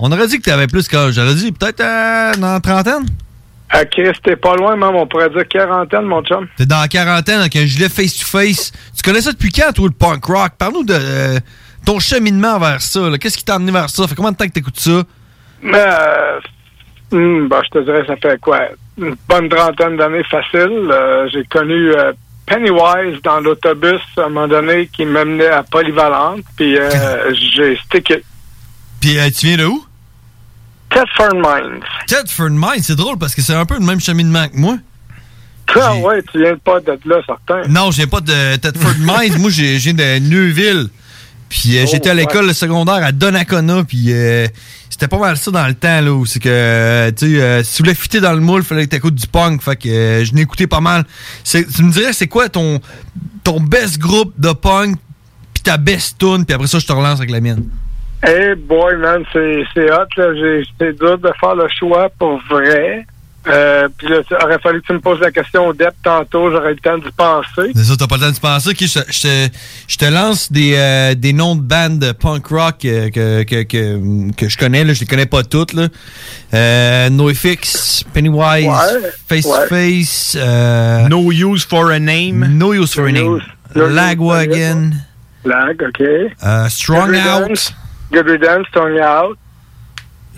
S10: On aurait dit que tu avais plus que. J'aurais dit peut-être euh, dans la trentaine?
S23: À Euh, Chris, t'es pas loin, même. On pourrait dire quarantaine, mon chum.
S10: T'es dans la quarantaine avec un gilet face-to-face. Tu connais ça depuis quand, toi, le punk rock? Parle-nous de euh, ton cheminement vers ça. là. Qu'est-ce qui t'a amené vers ça? Fait combien de temps que t'écoutes ça?
S23: Mais, euh, hmm, bah, je te dirais, ça fait quoi? Une bonne trentaine d'années facile. Euh, J'ai connu euh, Pennywise dans l'autobus à un moment donné qui m'amenait à Polyvalente. Puis euh, j'ai stické.
S10: Puis euh, tu viens de où?
S23: Thetford Mines.
S10: Thetford Mines, c'est drôle parce que c'est un peu le même cheminement que moi.
S23: Ah ouais, tu viens pas de là, certain.
S10: Non, je viens pas de Thetford Mines. Moi, j'ai j'ai de Neuville. Puis euh,
S23: Oh,
S10: j'étais à l'école
S23: ouais.
S10: secondaire à Donnacona. Puis euh, c'était pas mal ça dans le temps, là. où C'est que, euh, tu sais, euh, si tu voulais fitter dans le moule, fallait que t'écoutes du punk. Fait que euh, je n'écoutais pas mal. C'est- Tu me dirais, c'est quoi ton, ton best groupe de punk? Puis ta best tune? Puis après ça, je te relance avec la mienne.
S23: Hey boy, man, c'est c'est hot, là. J'ai- C'est dur de faire le choix pour vrai. Euh, puis là, ça aurait fallu que tu me poses la question au DEP tantôt, j'aurais eu le temps d'y penser.
S10: C'est ça, t'as pas le temps de penser. Ok, je, je te- je te lance des, euh, des noms de bandes de punk rock euh, que, que, que, que je connais. Là. Je les connais pas toutes. Là. Euh, NoFX, Pennywise,
S23: Ouais,
S10: Face
S23: ouais.
S10: to Face. euh,
S9: No Use for a Name.
S10: No Use for a Name. Lagwagon.
S23: Lag, OK.
S10: euh, Strong
S23: Good
S10: Out.
S23: Riddance. Good Riddance, Strong Out.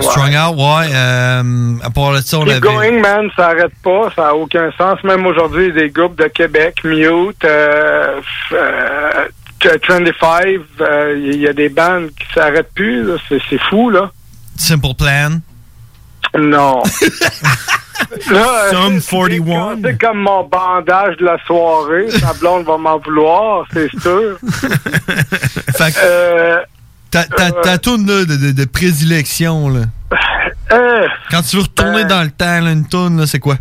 S10: Strong Out, ouais. euh, à part de ça, on
S23: Keep
S10: avait...
S23: going, man, ça arrête pas, ça a aucun sens. Même aujourd'hui, il y a des groupes de Québec, Mute, euh, f- euh, T- 25, euh, il y a des bandes qui s'arrêtent plus, là. C'est- c'est fou, là.
S10: Simple Plan.
S23: Non. Là, Somme 41. C'est comme mon bandage de la soirée. Ta blonde va m'en vouloir, c'est sûr.
S10: Fait que
S23: Euh,
S10: ta, ta, ta toune là, de, de, de prédilection, là.
S23: euh,
S10: quand tu veux retourner dans le temps, là, une toune, là, c'est quoi?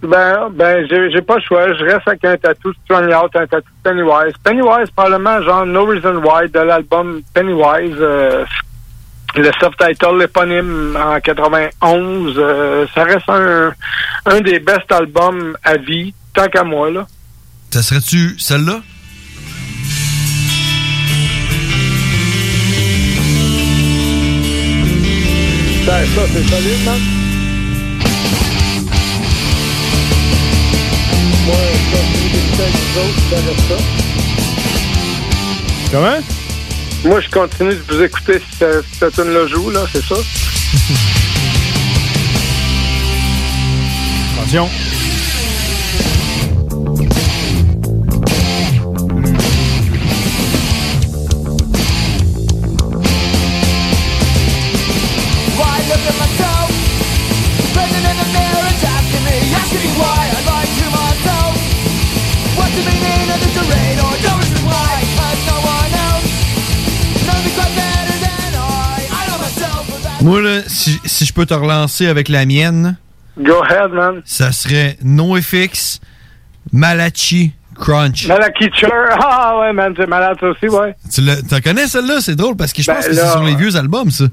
S23: ben, ben j'ai j'ai pas le choix. Je reste avec un tatou de Strong Out, un tatou de Pennywise. Pennywise, probablement, genre No Reason Why de l'album Pennywise. euh, le subtitle éponyme en 91. euh, ça reste un, un des best albums à vie, tant qu'à moi, là.
S10: Ça serait-tu celle-là?
S23: Ben, ça, c'est solide, hein? man. Ouais, ça, c'est des petits des autres, ça reste ça.
S9: Comment?
S23: Moi, je continue de vous écouter si cette si tune le joue, là, c'est ça.
S9: Attention.
S12: Why look at myself? Bending in the mirror and asking me, asking me why I lied to myself. What's the meaning of this Oh, charade or no reason why? Cause no one else knows me quite better than I. I know myself for that.
S10: Moi, là, si, si je peux te relancer avec la mienne.
S23: Go ahead, man.
S10: Ça serait NoFX, Malachi, Crunch.
S23: Malachi Chur. Ah, ouais, man, c'est malade, ça aussi, ouais.
S10: Tu le, t'en connais celle-là? C'est drôle parce que je
S23: Ben
S10: pense que c'est
S23: là,
S10: sur les vieux albums, ça.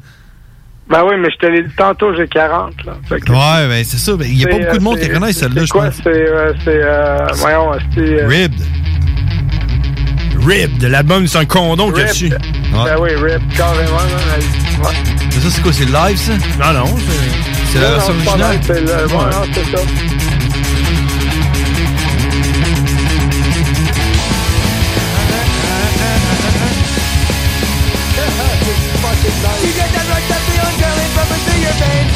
S23: Ben oui, mais je te l'ai dit tantôt, j'ai 40, là. Fait que-
S10: Ouais, ben c'est ça. Il n'y a pas
S23: C'est,
S10: beaucoup de monde
S23: euh,
S10: qui
S23: c'est-
S10: connaît celle-là,
S23: C'est
S10: je
S23: quoi?
S10: pense.
S23: C'est, euh, c'est, euh, voyons, c'est... euh,
S10: Ribbed.
S9: Rib de l'album, c'est un condom qu'il y a dessus.
S23: Ben oui, rip, carrément. là, ouais.
S10: Mais ça, c'est quoi? C'est live, ça?
S9: Non, non.
S10: C'est la
S23: Non,
S29: Ah,
S23: non,
S10: version
S23: pas mal,
S10: originale?
S23: C'est le... ouais,
S10: Ouais.
S23: non, c'est ça.
S12: You get that right that feeling curling from into your veins.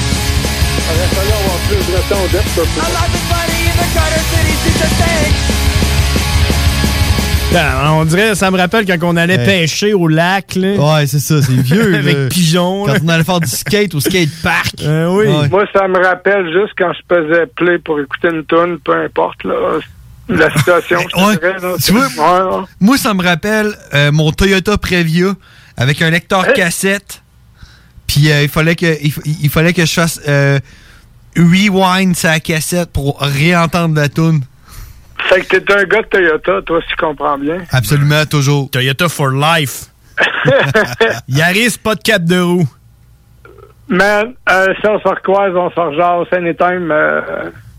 S23: Aurait fallu avoir plus de temps d'être ça, pour-
S12: A life is funny in the Carter City, she's a thing.
S9: Ah, on dirait, ça me rappelle quand on allait
S10: Ouais.
S9: pêcher au lac. Là.
S10: Ouais, c'est ça, c'est vieux.
S9: Avec
S10: là.
S9: pigeons,
S10: Quand
S9: là.
S10: on allait faire du skate au skate park.
S9: Euh, oui.
S23: Moi, ça me rappelle juste quand je faisais play pour écouter une tune, peu importe, là. La situation, je te dirais, là.
S10: Tu vois, moi, ça me rappelle euh, mon Toyota Previa avec un lecteur
S23: Hein?
S10: cassette. Puis euh, il, fallait que, il, fa- il fallait que je fasse euh, rewind sa cassette pour réentendre la tune.
S23: Fait que t'es un gars de Toyota, toi, si tu comprends bien.
S10: Absolument, toujours.
S9: Toyota for life. Yaris, pas de cap de roue.
S23: Man, euh, si on se recroise, on se rejase, anytime. Euh,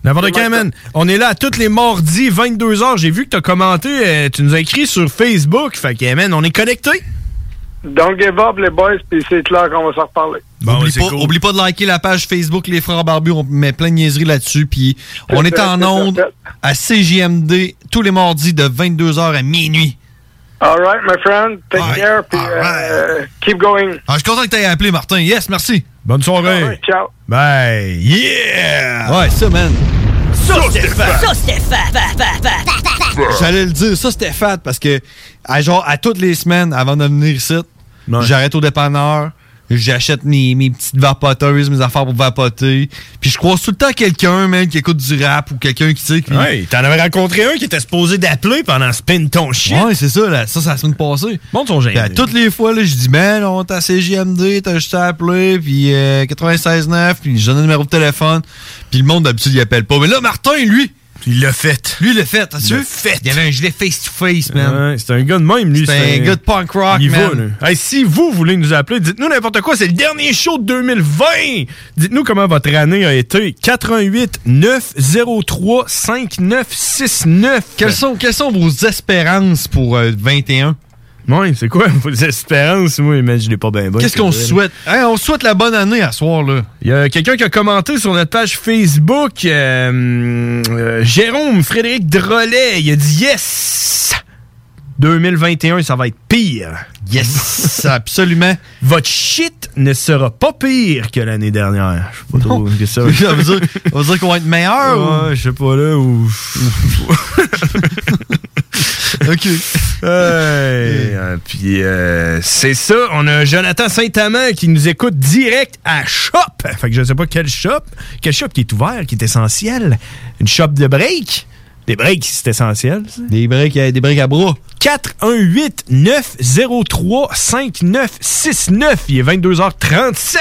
S9: N'importe quand, man. On est là à tous les mardis, 22h. J'ai vu que t'as commenté, euh, tu nous as écrit sur Facebook. Fait que, man, on est connectés.
S23: don't give up, les boys, puis c'est clair qu'on va se reparler.
S10: oublie, pas, oublie pas de liker la page Facebook Les Frères Barbus. On met plein de niaiseries là-dessus. Puis on est en onde à CJMD tous les mardis de 22h à minuit.
S23: All right, my friend, take care, puis euh, euh, keep going.
S10: Ah, je suis content que t'aies appelé, Martin. Yes, merci.
S9: Bonne soirée.
S23: ciao.
S9: Bye. Yeah!
S10: Ouais, ça, man.
S12: So
S10: Stéphane.
S12: So Stéphane. Fa, fa, fa, fa, fa, fa.
S10: J'allais le dire, ça c'était fat parce que à genre à toutes les semaines avant de venir ici, j'arrête au dépanneur, j'achète mes, mes petites vapoteuses, mes affaires pour vapoter, puis je croise tout le temps quelqu'un man qui écoute du rap ou quelqu'un qui sait qui
S9: Ouais, t'en avais rencontré un qui était supposé d'appeler pendant Spin ton shit.
S10: Ouais, c'est ça, là. ça, c'est la semaine passée.
S9: Monte son
S10: Puis à ben, toutes les fois, là, je dis, man, on t'a CGMD, t'as juste à appeler, puis euh, 96.9, puis je donne le numéro de téléphone, puis le monde, d'habitude, il appelle pas. Mais là, Martin, lui,
S9: il l'a fait.
S10: Lui, il l'a fait, t'as
S9: Il
S10: su?
S9: l'a fait.
S10: Il y avait un gilet face-to-face, man.
S9: Ouais, c'est un gars de même, lui.
S10: C'est un gars de punk rock,
S9: Il
S10: man.
S9: va, là. Hey, si vous voulez nous appeler, dites-nous n'importe quoi. C'est le dernier show de 2020. Dites-nous comment votre année a été. 88 903 5969.
S10: Quelles sont, quelles sont vos espérances pour euh, 21?
S9: Ouais, c'est quoi vos espérances? Moi, imaginez pas bien.
S10: Qu'est-ce qu'on se souhaite? Hein, on se souhaite la bonne année à ce soir, là.
S9: Il y a quelqu'un qui a commenté sur notre page Facebook, euh, euh, Jérôme Frédéric Drolet, il a dit yes! 2021, ça va être pire.
S10: Yes, absolument.
S9: Votre shit ne sera pas pire que l'année dernière. Je sais pas trop que ça.
S10: Ça veut dire, ça veut dire qu'on va être meilleur ou-
S9: Ouais, je sais pas là ou.
S10: ok.
S9: Ah, puis euh, c'est ça. On a Jonathan Saint-Amand qui nous écoute direct à Shop. Fait que je sais pas quel shop, quel shop qui est ouvert, qui est essentiel. Une shop de break. Des breaks, c'est essentiel.
S10: Des breaks, euh, des breaks à bras.
S9: 418 903 5969. Il est 22h37.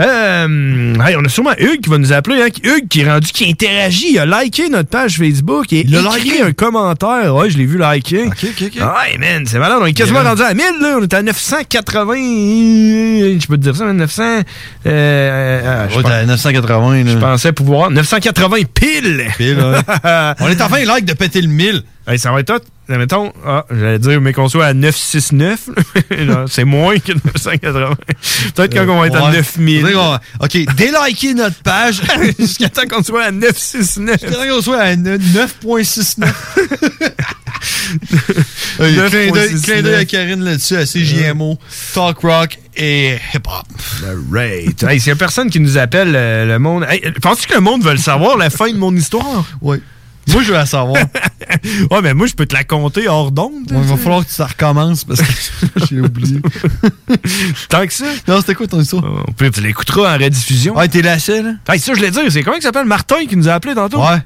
S9: Euh, hey, on a sûrement Hugues qui va nous appeler. Hein? Hugues qui est rendu, qui interagit. Il a liké notre page Facebook et il a écrit un commentaire. Ouais, je l'ai vu liker. Ouais, man, c'est malade. On est quasiment
S10: Yeah.
S9: rendu à 1000, là. On est à 980. Je peux te dire ça, man, 900. euh, euh, je
S10: Ouais,
S9: pense-
S10: t'as 980, là.
S9: je pensais pouvoir. 980 pile!
S10: Pile, ouais. On est enfin like de péter le 1000.
S9: Hey, ça va être hot. Admettons, ah, j'allais dire, mais qu'on soit à 969, là, c'est moins que 980. Peut-être quand on va être à
S10: Ouais.
S9: 9000.
S10: Faudrait qu'on- OK, délikez notre page
S9: jusqu'à temps qu'on soit à 969.
S10: Jusqu'à temps qu'on soit à 9.69. Euh, clin d'œil- clin d'œil à Karine là-dessus, à CJMO, Talk Rock et Hip Hop.
S9: Right. Hey, s'il y a personne qui nous appelle, euh, le monde. Hey, euh, penses-tu que le monde veut le savoir, la fin de mon histoire?
S10: Oui. Moi, je veux la savoir.
S9: ouais, mais moi, je peux te la compter hors d'onde.
S10: il va falloir que ça recommence parce que j'ai oublié.
S9: Tant que ça.
S10: Non, c'était quoi ton histoire?
S9: Au pire, tu l'écouteras en rediffusion.
S10: Ouais, t'es lâché, là.
S9: Hey, ça, je l'ai dit, c'est comment il s'appelle Martin qui nous a appelé tantôt?
S10: Ouais.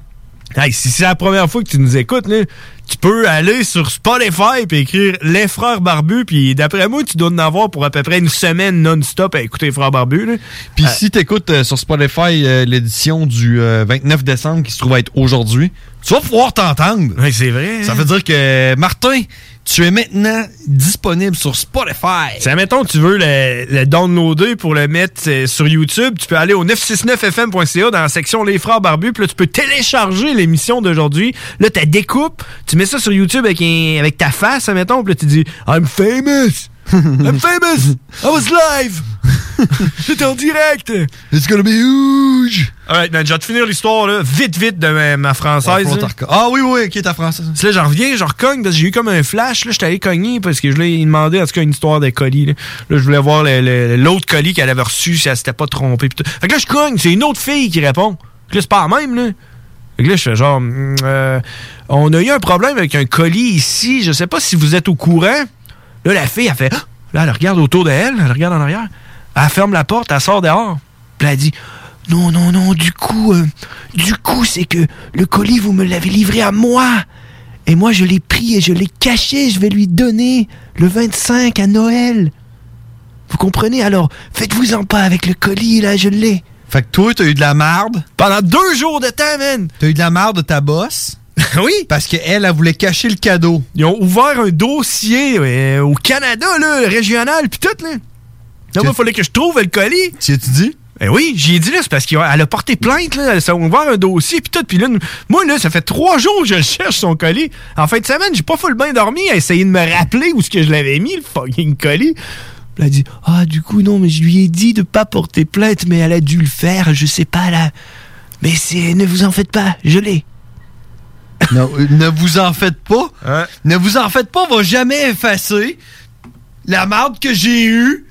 S9: Hey, si c'est la première fois que tu nous écoutes, là, tu peux aller sur Spotify et écrire Les Frères Barbus. Puis d'après moi, tu dois en avoir pour à peu près une semaine non-stop à écouter Les Frères Barbus. là.
S10: Puis si t'écoutes euh, sur Spotify euh, l'édition du euh, 29 décembre qui se trouve à être aujourd'hui, tu vas pouvoir t'entendre.
S9: c'est vrai. hein.
S10: Ça veut dire que Martin tu es maintenant disponible sur Spotify.
S9: Si, admettons, tu veux le, le downloader pour le mettre euh, sur YouTube, tu peux aller au 969fm.ca dans la section Les Frères Barbus, puis là, tu peux télécharger l'émission d'aujourd'hui. Là, tu la découpes, tu mets ça sur YouTube avec, un- avec ta face, admettons, puis là, tu dis I'm famous! I'm famous! I was live! J'étais en direct!
S10: It's gonna be huge!
S9: Alright, ben, je vais te finir l'histoire, là, vite, vite, de ma, ma française.
S10: Ouais, faut
S9: là.
S10: t'en reco- Ah oui, oui, ok, ta française.
S9: Puis là, j'en reviens, je recogne, parce que j'ai eu comme un flash. Là, j'étais allé cogner parce que je lui ai demandé, en tout cas, une histoire de colis. Là, Là, je voulais voir le- le- l'autre colis qu'elle avait reçu, si elle s'était pas trompée. pis tout. Fait que là, je cogne, c'est une autre fille qui répond. Fait que là, c'est pas la même, là. Fait que là, je fais genre, Hum, euh, on a eu un problème avec un colis ici, je sais pas si vous êtes au courant. Là, la fille, elle fait, Ah! là, elle regarde autour d'elle, elle regarde en arrière. Elle ferme la porte, elle sort dehors. Puis là, elle dit, non, non, non, du coup, euh, du coup, c'est que le colis, vous me l'avez livré à moi. Et moi, je l'ai pris et je l'ai caché. Je vais lui donner le 25 à Noël. Vous comprenez? Alors, faites-vous en pas avec le colis, là, je l'ai.
S10: Fait que toi, t'as eu de la marde.
S9: Pendant deux jours de temps, man!
S10: T'as eu de la marde de ta boss.
S9: oui!
S10: Parce qu'elle, elle voulait cacher le cadeau.
S9: Ils ont ouvert un dossier euh, au Canada, là, régional, puis tout, là. Là, moi, il fallait que je trouve le colis.
S10: Tu as-tu dit?
S9: Eh oui, j'ai dit, là, c'est parce qu'elle a porté plainte, là. Ça a ouvert un dossier, puis tout. Puis là, moi, là, ça fait trois jours que je le cherche, son colis. En fin de semaine, j'ai pas full bien dormi à essayer de me rappeler où ce que je l'avais mis, le fucking colis. Puis Elle a dit, ah, du coup, non, mais je lui ai dit de pas porter plainte, mais elle a dû le faire, je sais pas, là. Mais c'est, ne vous en faites pas, je l'ai.
S10: Non, euh, ne vous en faites pas.
S9: Hein?
S10: Ne vous en faites pas, on va jamais effacer la marde que j'ai eue,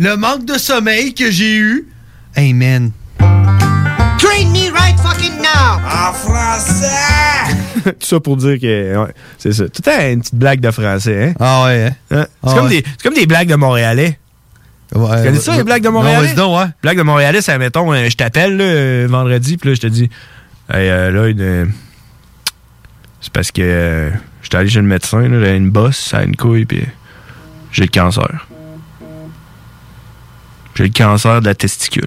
S10: le manque de sommeil que j'ai eu. Amen.
S12: Train me right fucking now! En français!
S9: Tout ça pour dire que. ouais, c'est ça. Tout le temps une petite blague de français, hein?
S10: Ah ouais,
S9: C'est
S10: Ah
S9: comme,
S10: ouais.
S9: des- c'est comme des blagues de Montréalais. tu connais ça,
S10: ouais,
S9: les blagues de
S10: non,
S9: Montréalais?
S10: vas-y donc, ouais.
S9: Blagues de Montréalais, c'est, mettons, je t'appelle là, euh, vendredi, puis là, je te dis, hey, euh, là, une, euh, c'est parce que euh, j'étais allé chez le médecin, là, j'avais une bosse, ça a une couille, puis j'ai le cancer. J'ai le cancer de la testicule.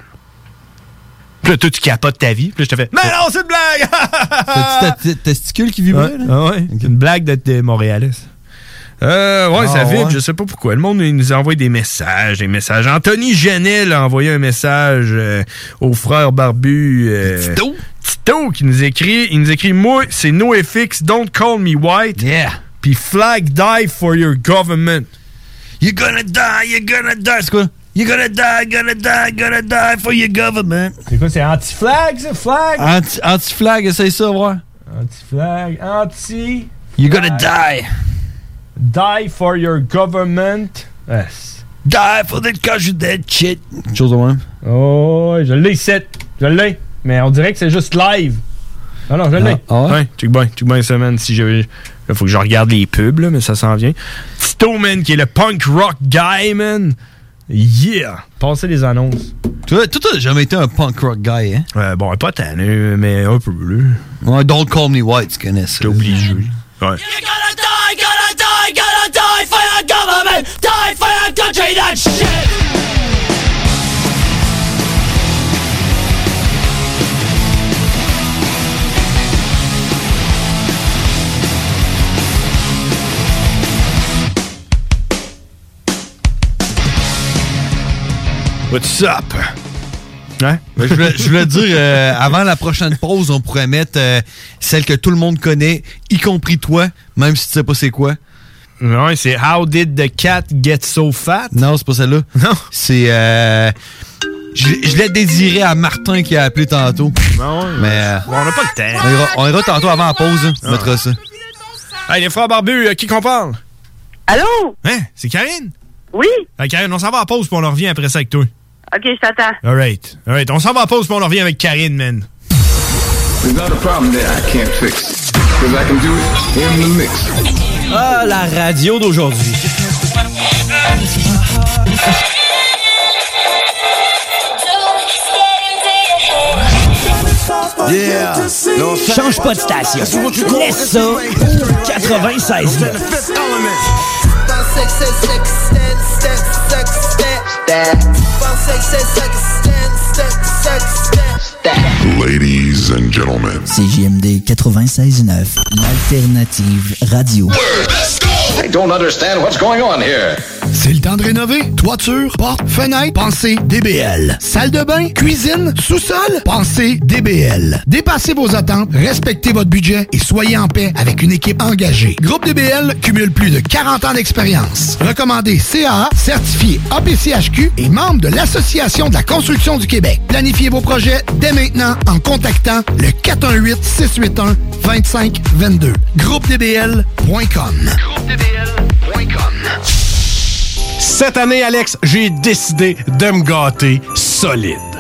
S9: Puis là, toi, tu capotes ta vie, puis là, je te fais, mais non, c'est une blague!
S10: C'est testicule qui vibrait,
S9: Ouais,
S10: là?
S9: ah ouais. Une blague de, de Montréalais. Euh, ouais,
S10: Ah,
S9: ça vibre,
S10: ouais.
S9: je sais pas pourquoi. Le monde il nous envoie des messages, des messages. Anthony Janel a envoyé un message euh, au frère barbu. euh,
S10: Tito.
S9: Tito qui nous écrit, il nous écrit moi, c'est NoFX, don't call me white.
S10: Yeah.
S9: Puis flag die for your government.
S10: You're gonna die, you're gonna die. C'est quoi? You're gonna die, gonna die, gonna die for your government.
S9: C'est quoi, c'est anti-flag, ça? Flag?
S10: Anti- Anti-flag, essaye ça, voir.
S9: Anti-flag, anti.
S10: You're gonna die.
S9: Die for your government.
S10: Die for the country that shit.
S9: Chose de même. Oh, je l'ai ici. Je l'ai. Mais on dirait que c'est juste live. Non, non, je l'ai.
S10: Ah ouais?
S9: ouais? check bien, check bien ça, man. Si je, là, faut que je regarde les pubs, là, mais ça s'en vient. Tito, man, qui est le punk rock guy, man. Yeah! Passez les annonces.
S10: Toi, toi, t'as jamais été un punk rock guy, hein?
S9: Euh, bon, pas tanné, mais un peu bleu.
S10: Ouais, Don't Call Me White, tu connais ça. T'es
S9: obligé. Ouais.
S12: Gonna die, gonna die, gonna die for your government! Die for your country, that shit!
S9: What's up? Hein?
S10: Ben, je, voulais, je voulais dire, euh, avant la prochaine pause, on pourrait mettre euh, celle que tout le monde connaît, y compris toi, même si tu sais pas c'est quoi.
S9: Non, c'est How Did the Cat Get So Fat?
S10: Non, c'est pas celle-là.
S9: Non.
S10: C'est. euh, je je l'ai désiré à Martin qui a appelé tantôt.
S9: Ah
S10: Mais. euh,
S9: on n'a pas le temps. Ah.
S10: On ira, on ira tantôt avant la pause, hein, on mettra ça.
S9: Hey, les frères barbus, à qui qu'on parle?
S22: Allô?
S9: Hein? C'est Karine?
S22: Oui?
S9: Hey, Karine, on s'en va à la pause, puis on en revient après ça avec toi.
S22: OK, je t'attends.
S9: Alright. Alright, on s'en va à la pause, puis on en revient avec Karine, man.
S2: There's not a problem that I can't fix. Because I can do it in the mix.
S3: Ah, la radio d'aujourd'hui.
S12: Yeah!
S3: Change pas de station. Laisse ça. 96.
S6: Ladies and gentlemen.
S7: CJMD 96.9, l'alternative radio.
S17: I don't understand what's going on here.
S25: C'est le temps de rénover. Toiture, porte, fenêtre, pensez DBL. Salle de bain, cuisine, sous-sol, pensez DBL. Dépassez vos attentes, respectez votre budget et soyez en paix avec une équipe engagée. Groupe DBL cumule plus de 40 ans d'expérience. Recommandé CAA, certifié APCHQ et membre de l'Association de la construction du Québec. Planifiez vos projets dès maintenant en contactant le 418-681-2522. GroupeDBL.com.
S29: Cette année, Alex, j'ai décidé de me gâter solide.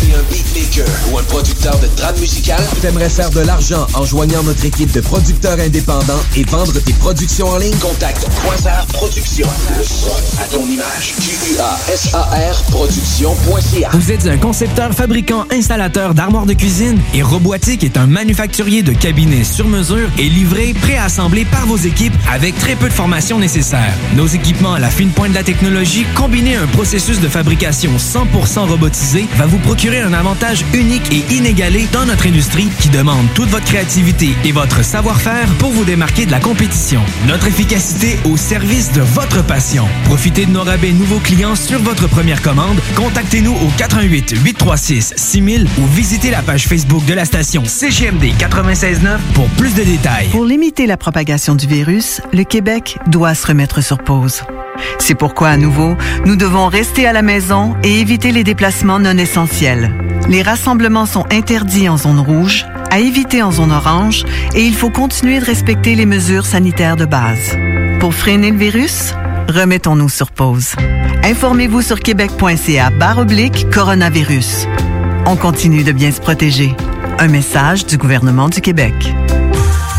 S17: T'es un beatmaker ou un producteur de trame musicale? T'aimerais faire de l'argent en joignant notre équipe de producteurs indépendants et vendre tes productions en ligne? Contacte Quasar Productions. Le son à ton image. Q-U-A-S-A-R Productions.ca.
S14: Vous êtes un concepteur, fabricant, installateur d'armoires de cuisine et Robotique est un manufacturier de cabinets sur mesure et livré, préassemblé par vos équipes avec très peu de formation nécessaire. Nos équipements à la fine pointe de la technologie, combinés à un processus de fabrication 100% robotisé, va vous procurer un avantage unique et inégalé dans notre industrie qui demande toute votre créativité et votre savoir-faire pour vous démarquer de la compétition. Notre efficacité au service de votre passion. Profitez de nos rabais nouveaux clients sur votre première commande. Contactez-nous au 88 836 6000 ou visitez la page Facebook de la station CGMD 969 pour plus de détails.
S3: Pour limiter la propagation du virus, le Québec doit se remettre sur pause. C'est pourquoi, à nouveau, nous devons rester à la maison et éviter les déplacements non essentiels. Les rassemblements sont interdits en zone rouge, à éviter en zone orange, et il faut continuer de respecter les mesures sanitaires de base. Pour freiner le virus, remettons-nous sur pause. Informez-vous sur québec.ca barre oblique coronavirus. On continue de bien se protéger. Un message du gouvernement du Québec.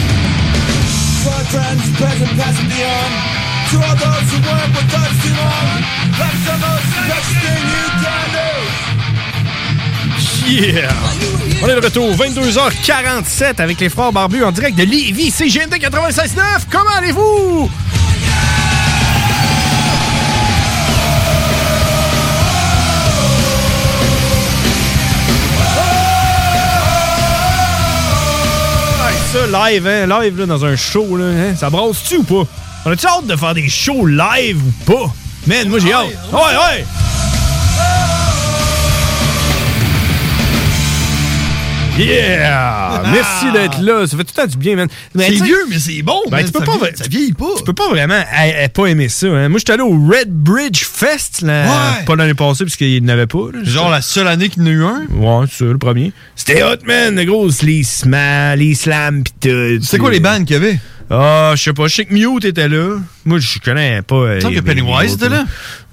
S8: To our friends, present, past, and beyond. To all those who work with us too long. That's the most best thing you can do.
S9: Yeah! On est de retour, 22h47 avec les frères barbus en direct de Lévis, CGND 96.9. Comment allez-vous? Ah! Hey, Ça, live, hein? Live, là, dans un show, là, hein? Ça brasse-tu ou pas? On a-tu hâte de faire des shows live ou pas? Man, moi, j'ai hâte. Ouais, ouais! Yeah! Merci d'être là. Ça fait tout le temps du bien, man.
S10: Ah! C'est
S9: tu sais-
S10: vieux, mais c'est bon,
S9: Ben,
S10: man.
S9: tu peux
S10: Ça
S9: pas,
S10: vieillit-
S9: ça vieillit pas. Tu peux pas vraiment eh, eh, pas aimer ça. hein. Moi, j'étais allé au Red Bridge Fest, là,
S10: Ouais.
S9: pas l'année passée, parce qu'il n'avait pas. là.
S10: Genre la seule année qu'il y en a eu un.
S9: Ouais, c'est ça, le premier. C'était hot, man. Le gros, les sma- les slams, pis tout.
S10: C'est quoi les bandes qu'il y avait?
S9: Ah, je sais pas. Je sais que Mute était là. Moi, je connais pas. euh,
S10: Semble
S9: les-
S10: que Pennywise
S9: les-
S10: était là?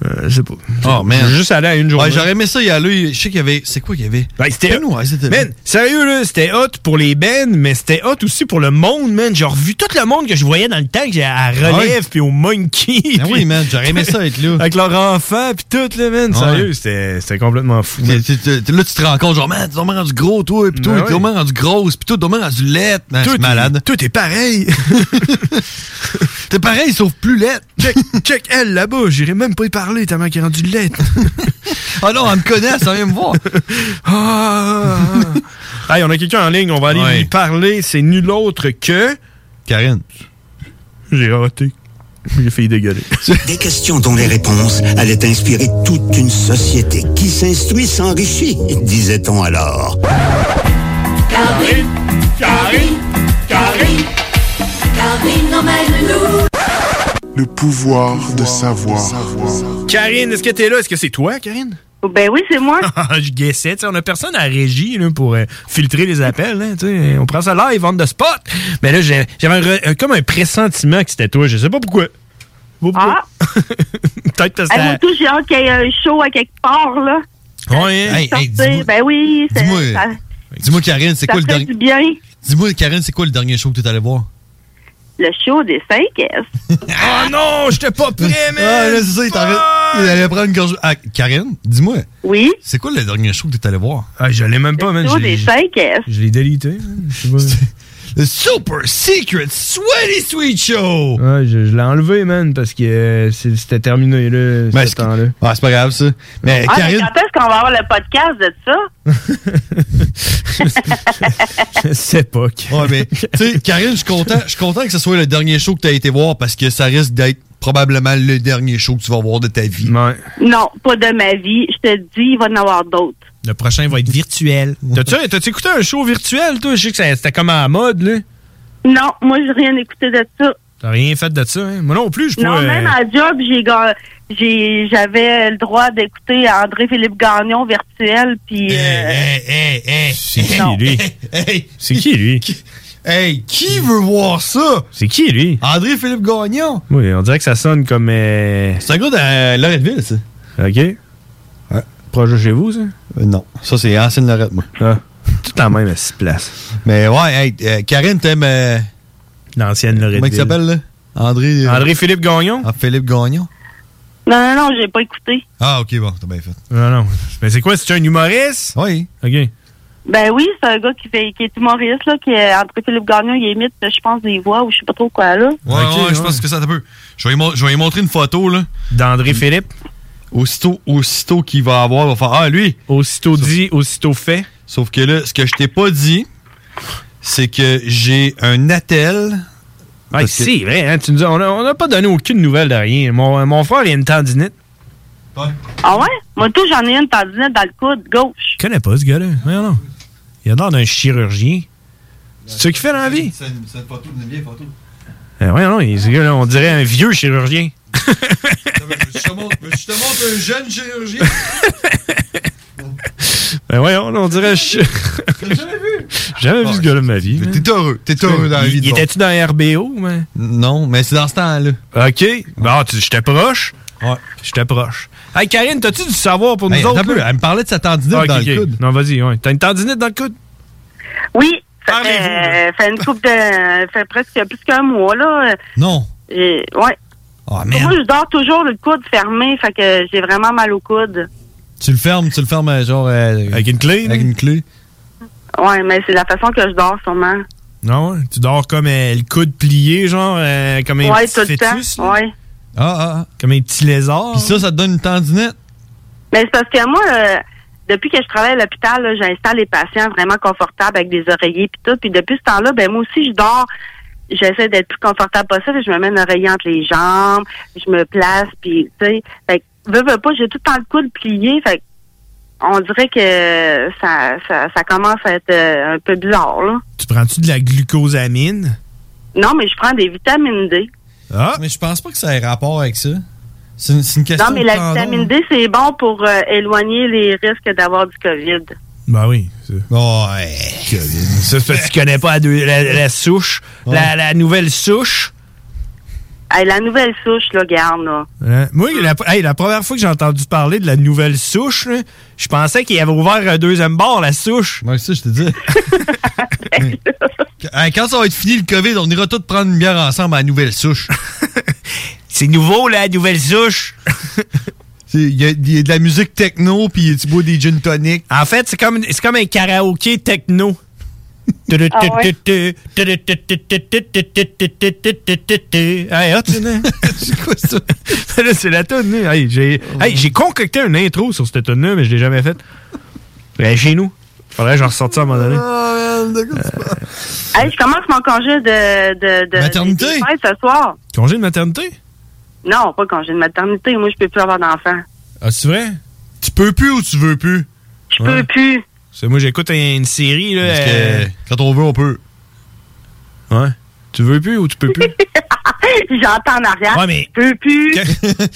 S9: Euh, Je sais pas.
S10: Oh, man.
S9: Je suis juste allé à une journée.
S10: Ouais, j'aurais aimé ça y aller. Je sais qu'il y avait. C'est quoi qu'il y avait?
S9: Ben, c'était
S10: Pennywise était là.
S9: Man, sérieux, là, c'était hot pour les bands, mais c'était hot aussi pour le monde, man. J'ai revu tout le monde que je voyais dans le temps, que j'ai à
S10: Ah Ouais.
S9: relève, puis au monkey.
S10: Ben
S9: puis-
S10: oui, man, j'aurais aimé ça être là.
S9: Avec leurs enfants, puis tout, là, man.
S10: Ouais.
S9: Sérieux, c'était c'était complètement fou. man.
S10: Là, tu te rends compte, genre, man, t'es vraiment rendu gros, toi, pis
S9: Ben
S10: toi,
S9: ouais.
S10: t'es vraiment rendu grosse, pis toi, t'es vraiment rendu laite, man,
S9: Toi,
S10: c'est
S9: t'es-
S10: malade.
S9: Toi, t'es pareil.
S10: t'es pareil, sauf plus laite.
S9: Check, check elle là-bas, Ah j'irai même pas y parler tellement qu'elle est rendue lettre.
S10: Ah non, elle me connaît, ça vient me voir.
S9: Ah. hey, on a quelqu'un en ligne, on va aller lui parler. C'est nul autre que.
S10: Karine.
S9: J'ai raté. J'ai failli dégueuler.
S32: Des questions dont les réponses allaient inspirer toute une société qui s'instruit s'enrichit, disait-on alors.
S12: Carrie, Carrie, Carrie, Carrie emmène-nous.
S24: Le pouvoir, de savoir.
S9: Karine, est-ce que t'es là? Est-ce que c'est toi, Karine?
S22: Ben oui, c'est moi.
S9: Je guessais, tu sais, on a personne à la régie là, pour euh, filtrer les appels. là, tu sais. on prend ça live, on the spot. Mais là, j'ai- j'avais un re- un- comme un pressentiment que c'était toi. Je sais pas pourquoi. Je sais
S22: Ah.
S9: pas pourquoi. Peut-être parce que
S22: À
S9: t'as-
S22: vous tous, j'ai hâte qu'il y ait un show à quelque part, là.
S9: Ouais, hein?
S22: Sortir. ben oui, c'est-
S10: dis-moi.
S22: ça,
S10: Dis-moi, Karine, c'est
S22: ça
S10: quoi le
S22: fait
S10: dernier.
S22: du bien.
S10: Dis-moi, Karine, c'est quoi le dernier show que t'es allé voir?
S22: Le show des 5 S.
S9: oh non, j'étais pas prêt,
S10: man! Ah, là, c'est ça, il t'arrête. Il allait prendre une gorge. Ah, Karine, dis-moi.
S22: Oui?
S10: C'est quoi le dernier show que t'es allé voir?
S9: Ah, je l'ai même pas, man.
S22: Le show des 5 S.
S9: Je l'ai délité. man. Je sais pas.
S10: Le Super Secret Sweaty Sweet Show!
S9: Ouais, je, je l'ai enlevé, man, parce que euh, c'est- c'était terminé, là, ce temps-là.
S10: Ah, c'est pas grave, ça. Mais
S22: Ah, mais quand est-ce qu'on va avoir le podcast de ça?
S9: C'est pas.
S10: Ouais, mais, tu sais, Karine, je suis content, je suis content que ce soit le dernier show que tu as été voir parce que ça risque d'être probablement le dernier show que tu vas voir de ta vie.
S22: Non, pas de ma vie. Je te dis, il va en avoir d'autres.
S9: Le prochain va être virtuel. T'as-tu t'as-tu écouté un show virtuel, toi? Je sais que ça- c'était comme à la mode, là.
S22: Non, moi, j'ai rien écouté de ça.
S9: T'as rien fait de ça, hein? Moi non plus, je pourrais...
S22: Non, même à job, j'ai ga- j'ai- j'avais le droit d'écouter André-Philippe Gagnon virtuel, puis... euh,
S9: C'est qui, lui? C'est qui, lui?
S10: Hey, qui veut voir ça?
S9: C'est qui, lui?
S10: André-Philippe Gagnon.
S9: Oui, on dirait que ça sonne comme... euh,
S10: C'est un gars de Loretteville, ça.
S9: OK. Proche de chez vous, ça?
S10: Euh, non. Ça, c'est ancienne Lorette, moi.
S9: Ah. Tout en même à 6 places.
S10: Mais ouais, hey, euh, Karine, t'aimes. euh,
S9: L'ancienne Loretteville.
S10: Comment il s'appelle, là? André. euh,
S9: André-Philippe Gagnon?
S10: Ah, Philippe Gagnon.
S22: Non, non, non, j'ai pas écouté.
S10: Ah, ok, bon, t'as bien fait.
S9: Non, non. Mais c'est quoi? C'est un humoriste?
S10: Oui.
S9: OK.
S22: Ben oui, c'est un gars qui, fait, qui est humoriste, là, qui est André-Philippe Gagnon, il imite, je pense, des voix ou je sais pas trop quoi, là.
S10: Ouais, ouais, je pense que ça t'as peu. Je vais, lui mon- je vais lui montrer une photo, là.
S9: D'André-Philippe?
S10: Aussitôt, aussitôt qu'il va avoir, il va faire Ah, lui!
S9: Aussitôt dit, aussitôt fait.
S10: Sauf que là, ce que je t'ai pas dit, c'est que j'ai un attel.
S9: Ouais,
S10: Parce que-
S9: c'est vrai, hein, tu nous as- on a- on n'a pas donné aucune nouvelle de rien. Mon, mon frère, il a une tendinite.
S22: Ah ouais? Moi, tout, j'en ai une tendinite dans le coude gauche.
S9: Je connais pas ce gars-là. Voyons donc. Il a l'air d'un chirurgien. C'est ça qu'il fait dans la vie?
S10: C'est une photo, une vieille photo.
S9: Eh, voyons donc, il- ce gars-là, on dirait un vieux chirurgien.
S10: Je te montre, je te montre un jeune chirurgien.
S9: Ben voyons, là, on dirait un chi- J'ai jamais vu ce gars-là de ma vie.
S10: T'es heureux, t'es heureux dans la
S9: Il- il
S10: vie.
S9: était-tu dans RBO, mais.
S10: Non, mais c'est dans ce temps-là.
S9: OK. Bon, tu- je t'approche. Ouais. Je t'approche. Hey, Karine, t'as-tu du savoir pour nous
S10: Hey,
S9: autres? Ah,
S10: Ben, attends un peu, elle me parlait de sa tendinite dans le coude.
S9: Non, vas-y, ouais. T'as une tendinite dans le coude?
S22: Oui, ça fait, euh, fait une coupe de... fait presque plus qu'un mois, là.
S10: Non.
S22: Et, ouais.
S10: Ah,
S22: Moi, je dors toujours le coude fermé, fait que j'ai vraiment mal au coude.
S10: Tu le fermes, tu le fermes euh, genre. avec
S9: une clé?
S10: Avec une clé.
S22: Ouais, mais c'est la façon que je dors, sûrement.
S10: Ah,
S9: Non, ouais. tu dors comme euh, le coude plié, genre, euh, comme un
S22: ouais,
S9: petit
S22: tout le
S9: fœtus.
S22: temps.
S9: là.
S22: Ouais.
S10: Ah, ah,
S9: Comme un petit lézard. Puis
S10: ça, ça te donne une tendinite?
S22: Mais c'est parce que moi, euh, depuis que je travaille à l'hôpital, là, j'installe les patients vraiment confortables avec des oreillers puis tout. Puis depuis ce temps-là, ben moi aussi, je dors. J'essaie d'être plus confortable possible. Je me mets un oreiller entre les jambes, je me place, puis tu sais, fait que, veux, veux pas, j'ai tout le temps le coude plié. Fait que on dirait que ça, ça, ça commence à être euh, un peu bizarre, là.
S9: Tu prends-tu de la glucosamine?
S22: Non, mais je prends des vitamines D.
S9: Ah!
S10: Mais je pense pas que ça ait rapport avec ça. C'est une, c'est une question
S22: Non, mais
S10: de
S22: la
S10: tendon.
S22: vitamine D, c'est bon pour euh, éloigner les risques d'avoir du COVID.
S10: Bah
S9: Ben oui.
S10: Ouais.
S9: Ça, c'est parce que tu connais pas la, deux- la- la souche,
S22: Ouais.
S9: la, la nouvelle souche.
S22: Hey, la nouvelle souche, là, garde, là.
S9: Hein? Moi, la, hey, la première fois que j'ai entendu parler de la nouvelle souche, là, je pensais qu'il avait ouvert un deuxième bar, la souche.
S10: Moi aussi, je te dis. Hey, quand ça va être fini le COVID, on ira tous prendre une bière ensemble à la nouvelle souche.
S9: c'est nouveau, la nouvelle souche.
S10: Il y, a- il y a de la musique techno, puis tu bois des gin tonic.
S9: En fait, c'est comme, c'est comme un karaoké techno.
S10: ouais?
S9: Hey, hot, là. Là, c'est la tonne. Hey, j'ai
S10: Oh.
S9: hey, j'ai concocté une intro sur cette tonne là mais je l'ai jamais faite. Elle est chez nous. Faudrait que j'en ressorte ça à un moment donné.
S10: Ah.
S22: Hey, je commence mon congé de, de, de
S9: Maternité?
S22: des fêtes ce soir.
S9: Congé de maternité?
S22: Non, pas congé de maternité. Moi, je peux plus avoir d'enfant.
S9: Ah, c'est vrai? Tu peux plus ou tu veux plus?
S22: Je peux plus.
S9: C'est moi, j'écoute une série, là.
S10: Parce que
S9: quand on veut, on peut. Ouais. Tu veux plus ou tu peux plus?
S22: J'entends en arrière.
S9: Ouais, mais.
S22: Je peux plus.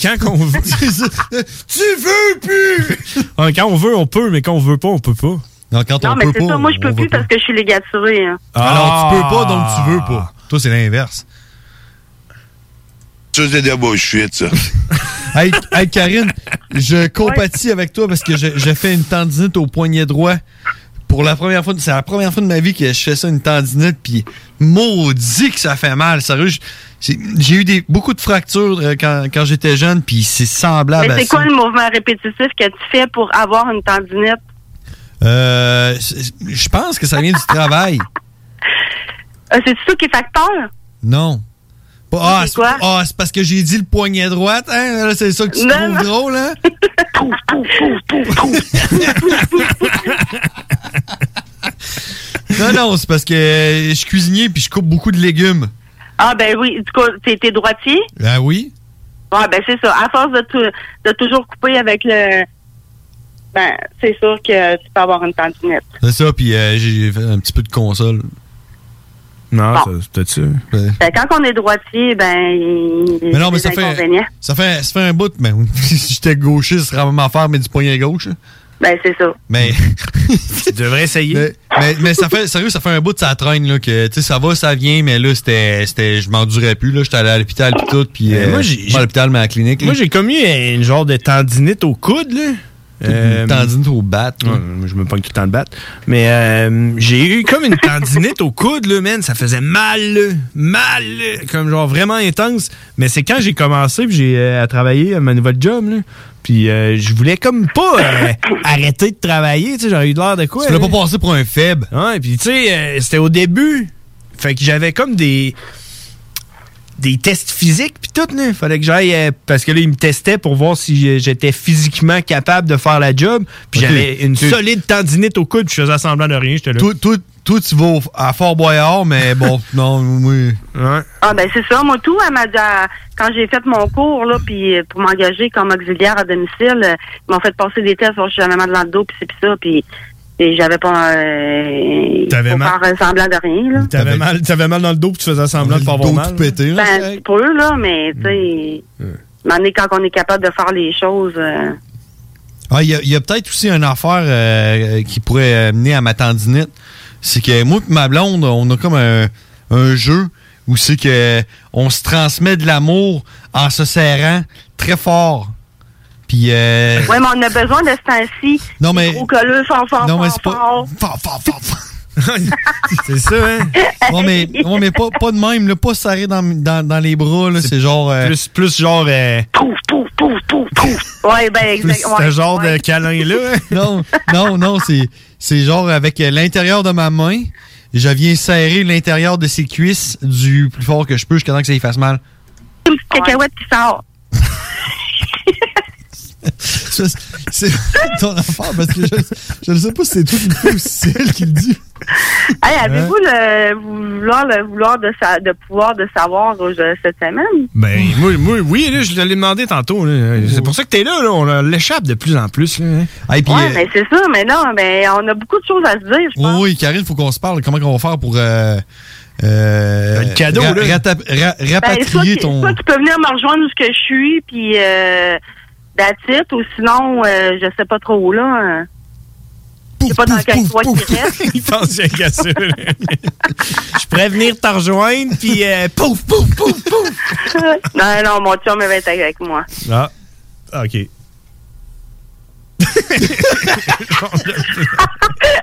S9: Quand, quand on veut.
S22: Tu veux plus!
S9: Ouais, quand on veut, on peut, mais quand on veut pas, on peut pas. Non, quand
S22: Non, mais c'est ça. Moi, je peux plus parce que je suis légaturée. hein.
S10: Alors, tu peux pas, donc tu veux pas.
S9: Ah.
S10: Toi, c'est l'inverse.
S11: Ça, c'est de la bullshit, ça.
S10: Hey, hey, Karine, je compatis avec toi parce que je- j'ai fait une tendinite au poignet droit. Pour la première fois, c'est la première fois de ma vie que je fais ça, une tendinite, puis maudit que ça fait mal. Sérieux, je- c'est- j'ai eu des, beaucoup de fractures euh, quand, quand j'étais jeune, puis c'est semblable
S22: mais
S10: à
S22: c'est
S10: ça.
S22: quoi le mouvement répétitif que tu fais pour avoir une tendinite?
S10: Euh, c'est- je pense que ça vient du travail.
S22: Ah, c'est ça qui est facteur?
S10: Non. Pas- Ah, c'est ah, c'est parce que j'ai dit le poignet droit, hein? Là, c'est ça que tu
S22: Non,
S10: trouves
S22: non.
S10: drôle, hein? non, non, c'est parce que euh, je suis cuisinier puis je coupe beaucoup de légumes.
S22: Ah, ben oui. Du coup, t'es t'es droitier?
S10: Ben oui.
S22: Ouais, ben c'est ça. À force de, tou- de toujours couper avec le. Ben, c'est sûr que tu peux avoir une tendinite.
S10: C'est ça, puis euh, j'ai fait un petit peu de console. Ben,
S9: Non,
S22: Bon.
S9: ça, c'est peut-être ça.
S22: Fait que Ben, quand on est droitier, ben. il-
S10: Mais non,
S22: il y
S10: mais
S22: a
S10: ça
S22: des
S10: fait,
S22: inconvénients.
S10: ça fait. Ça fait un bout, mais si j'étais gaucher, ce serait la même affaire, mais du poignet gauche. hein. là.
S22: Ben, c'est ça.
S10: Mais.
S9: tu devrais essayer.
S10: Mais, mais- mais ça fait, sérieux, ça fait un bout de ça traîne, là, que, tu sais, ça va, ça vient, mais là, c'était, c'était, je m'endurais plus, là, j'étais allé à l'hôpital pis tout, pis,
S9: Mais
S10: euh,
S9: moi, j'ai-
S10: pas à l'hôpital, mais à la clinique.
S9: Moi, j'ai commis une genre de tendinite au coude, là. Euh,
S10: Une tendinite au bat.
S9: je me pogne tout le temps de battre. Mais euh, j'ai eu comme une tendinite au coude, là, man. Ça faisait mal, là. Mal, là. Comme genre vraiment intense. Mais c'est quand j'ai commencé puis j'ai euh, à travailler à ma nouvelle job, là. Puis euh, je voulais comme pas euh, arrêter de travailler, tu sais. J'aurais eu l'air de quoi.
S10: Tu voulais
S9: là.
S10: pas passer pour un faible.
S9: Ouais, puis tu sais, euh, c'était au début. Fait que j'avais comme des des tests physiques puis tout là. fallait que j'aille euh, parce que là ils me testaient pour voir si euh, j'étais physiquement capable de faire la job puis
S10: Ok.
S9: j'avais une
S10: Ok.
S9: solide tendinite au coude puis je faisais semblant de rien j'étais là
S10: Toi, toi, toi, tu vas au- à Fort Boyard, mais bon, non, oui.
S22: Ah, ben, c'est ça. Moi, tout, à ma- à- quand j'ai fait mon cours, là, puis euh, pour m'engager comme auxiliaire à domicile, euh, ils m'ont fait passer des tests, voir si j'avais mal dans le dos, puis c'est pis ça, puis. Et j'avais pas. Euh,
S9: T'avais
S22: faut
S9: mal.
S22: faire semblant de rien, là.
S9: T'avais mal, t'avais mal dans le dos puis tu faisais semblant de pas avoir mal.
S22: Ben, c'est pour eux, là, mais, tu sais.
S10: Hmm.
S22: à un moment donné, quand on est capable de faire les choses. euh,
S10: Ah, il y a, il y a peut-être aussi une affaire euh, qui pourrait euh, mener à ma tendinite. C'est que moi et ma blonde, on a comme un, un jeu où c'est que on se transmet de l'amour en se serrant très fort. Puis euh,
S22: Ouais, mais on a besoin de ce temps-ci.
S10: Non, mais-
S22: Gros colleux, fort, fort,
S10: Non,
S22: fort,
S10: mais c'est pas-
S22: fort.
S10: Fort, fort, fort,
S9: c'est ça, hein?
S10: Ouais, mais, ouais, mais pas, pas de même, là, pas serré dans, dans, dans les bras, là, c'est genre. euh,
S9: plus, plus genre. euh,
S22: Ouais, ben, exact.
S10: C'est
S22: ouais.
S10: un genre de
S9: câlin là.
S10: non, non, non, c'est, c'est genre avec euh, l'intérieur de ma main, je viens serrer l'intérieur de ses cuisses du plus fort que je peux jusqu'à temps que ça lui fasse mal.
S22: Une petite cacahuète qui sort.
S10: Ça, c'est ton affaire parce que je, je ne sais pas si c'est toi qui le fais ou si c'est elle qui le dit.
S22: Hey, avez-vous le vouloir, le vouloir de, sa, de pouvoir de savoir euh, je- cette semaine?
S9: Ben, moi, moi, oui, là, je te l'ai demandé tantôt. là. C'est pour ça que t'es là, là. On l'échappe de plus en plus. Là, hein.
S22: ouais, mais c'est ça, mais non, mais on a beaucoup de choses à se dire. je-
S10: Oui, oui, Karine, faut qu'on se parle. Comment qu'on va faire pour. Euh, euh,
S9: Un cadeau, là.
S10: ratap- ra-
S22: Ben, soit,
S10: rapatrier
S22: tu-
S10: ton.
S22: soit tu peux venir me rejoindre où ce que je suis, puis euh, that's it, ou sinon, euh, je sais pas trop où, là. hein. Je sais pas dans quel coin qui reste.
S9: Il pense bien qu'à ça. Je pourrais venir te rejoindre, puis euh, pouf, pouf, pouf, pouf.
S22: non, non, mon chum il va être avec moi.
S9: Ah, OK.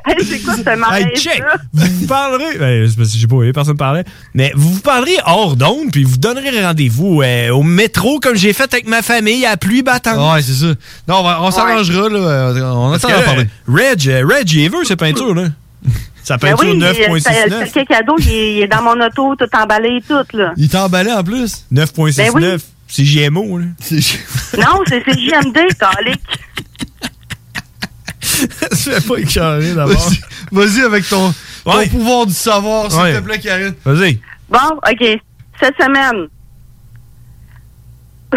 S22: Hey, c'est quoi ce mariage?
S9: check. Vous vous parlerez. Ben, c'est parce que j'ai pas oublié, personne ne parlait. Mais vous vous parlerez hors d'onde, puis vous donnerez rendez-vous euh, au métro, comme j'ai fait avec ma famille, à pluie battante.
S10: Ouais, c'est ça. Non, on, va- on s'arrangera, là. euh, On
S9: Parce
S10: attend
S9: que
S10: d'en
S9: là,
S10: parler.
S9: Reg, euh, Reg, il veut ses peintures, là. Sa
S22: Ben
S9: peinture
S22: oui, le
S9: 9.69.
S22: paquet cadeau, il est, il est dans mon auto, tout emballé et tout, là.
S10: Il t'a emballé en plus?
S9: 9.69.
S22: Ben oui.
S9: C'est GMO, là.
S22: Non, c'est c'est JMD, calique.
S9: Tu fais pas écœurer d'abord.
S10: Vas-y- Vas-y avec ton, ton
S9: Ouais.
S10: pouvoir du savoir, s'il
S9: Ouais.
S10: te plaît, Karine.
S9: Vas-y.
S22: Bon, OK. Cette semaine,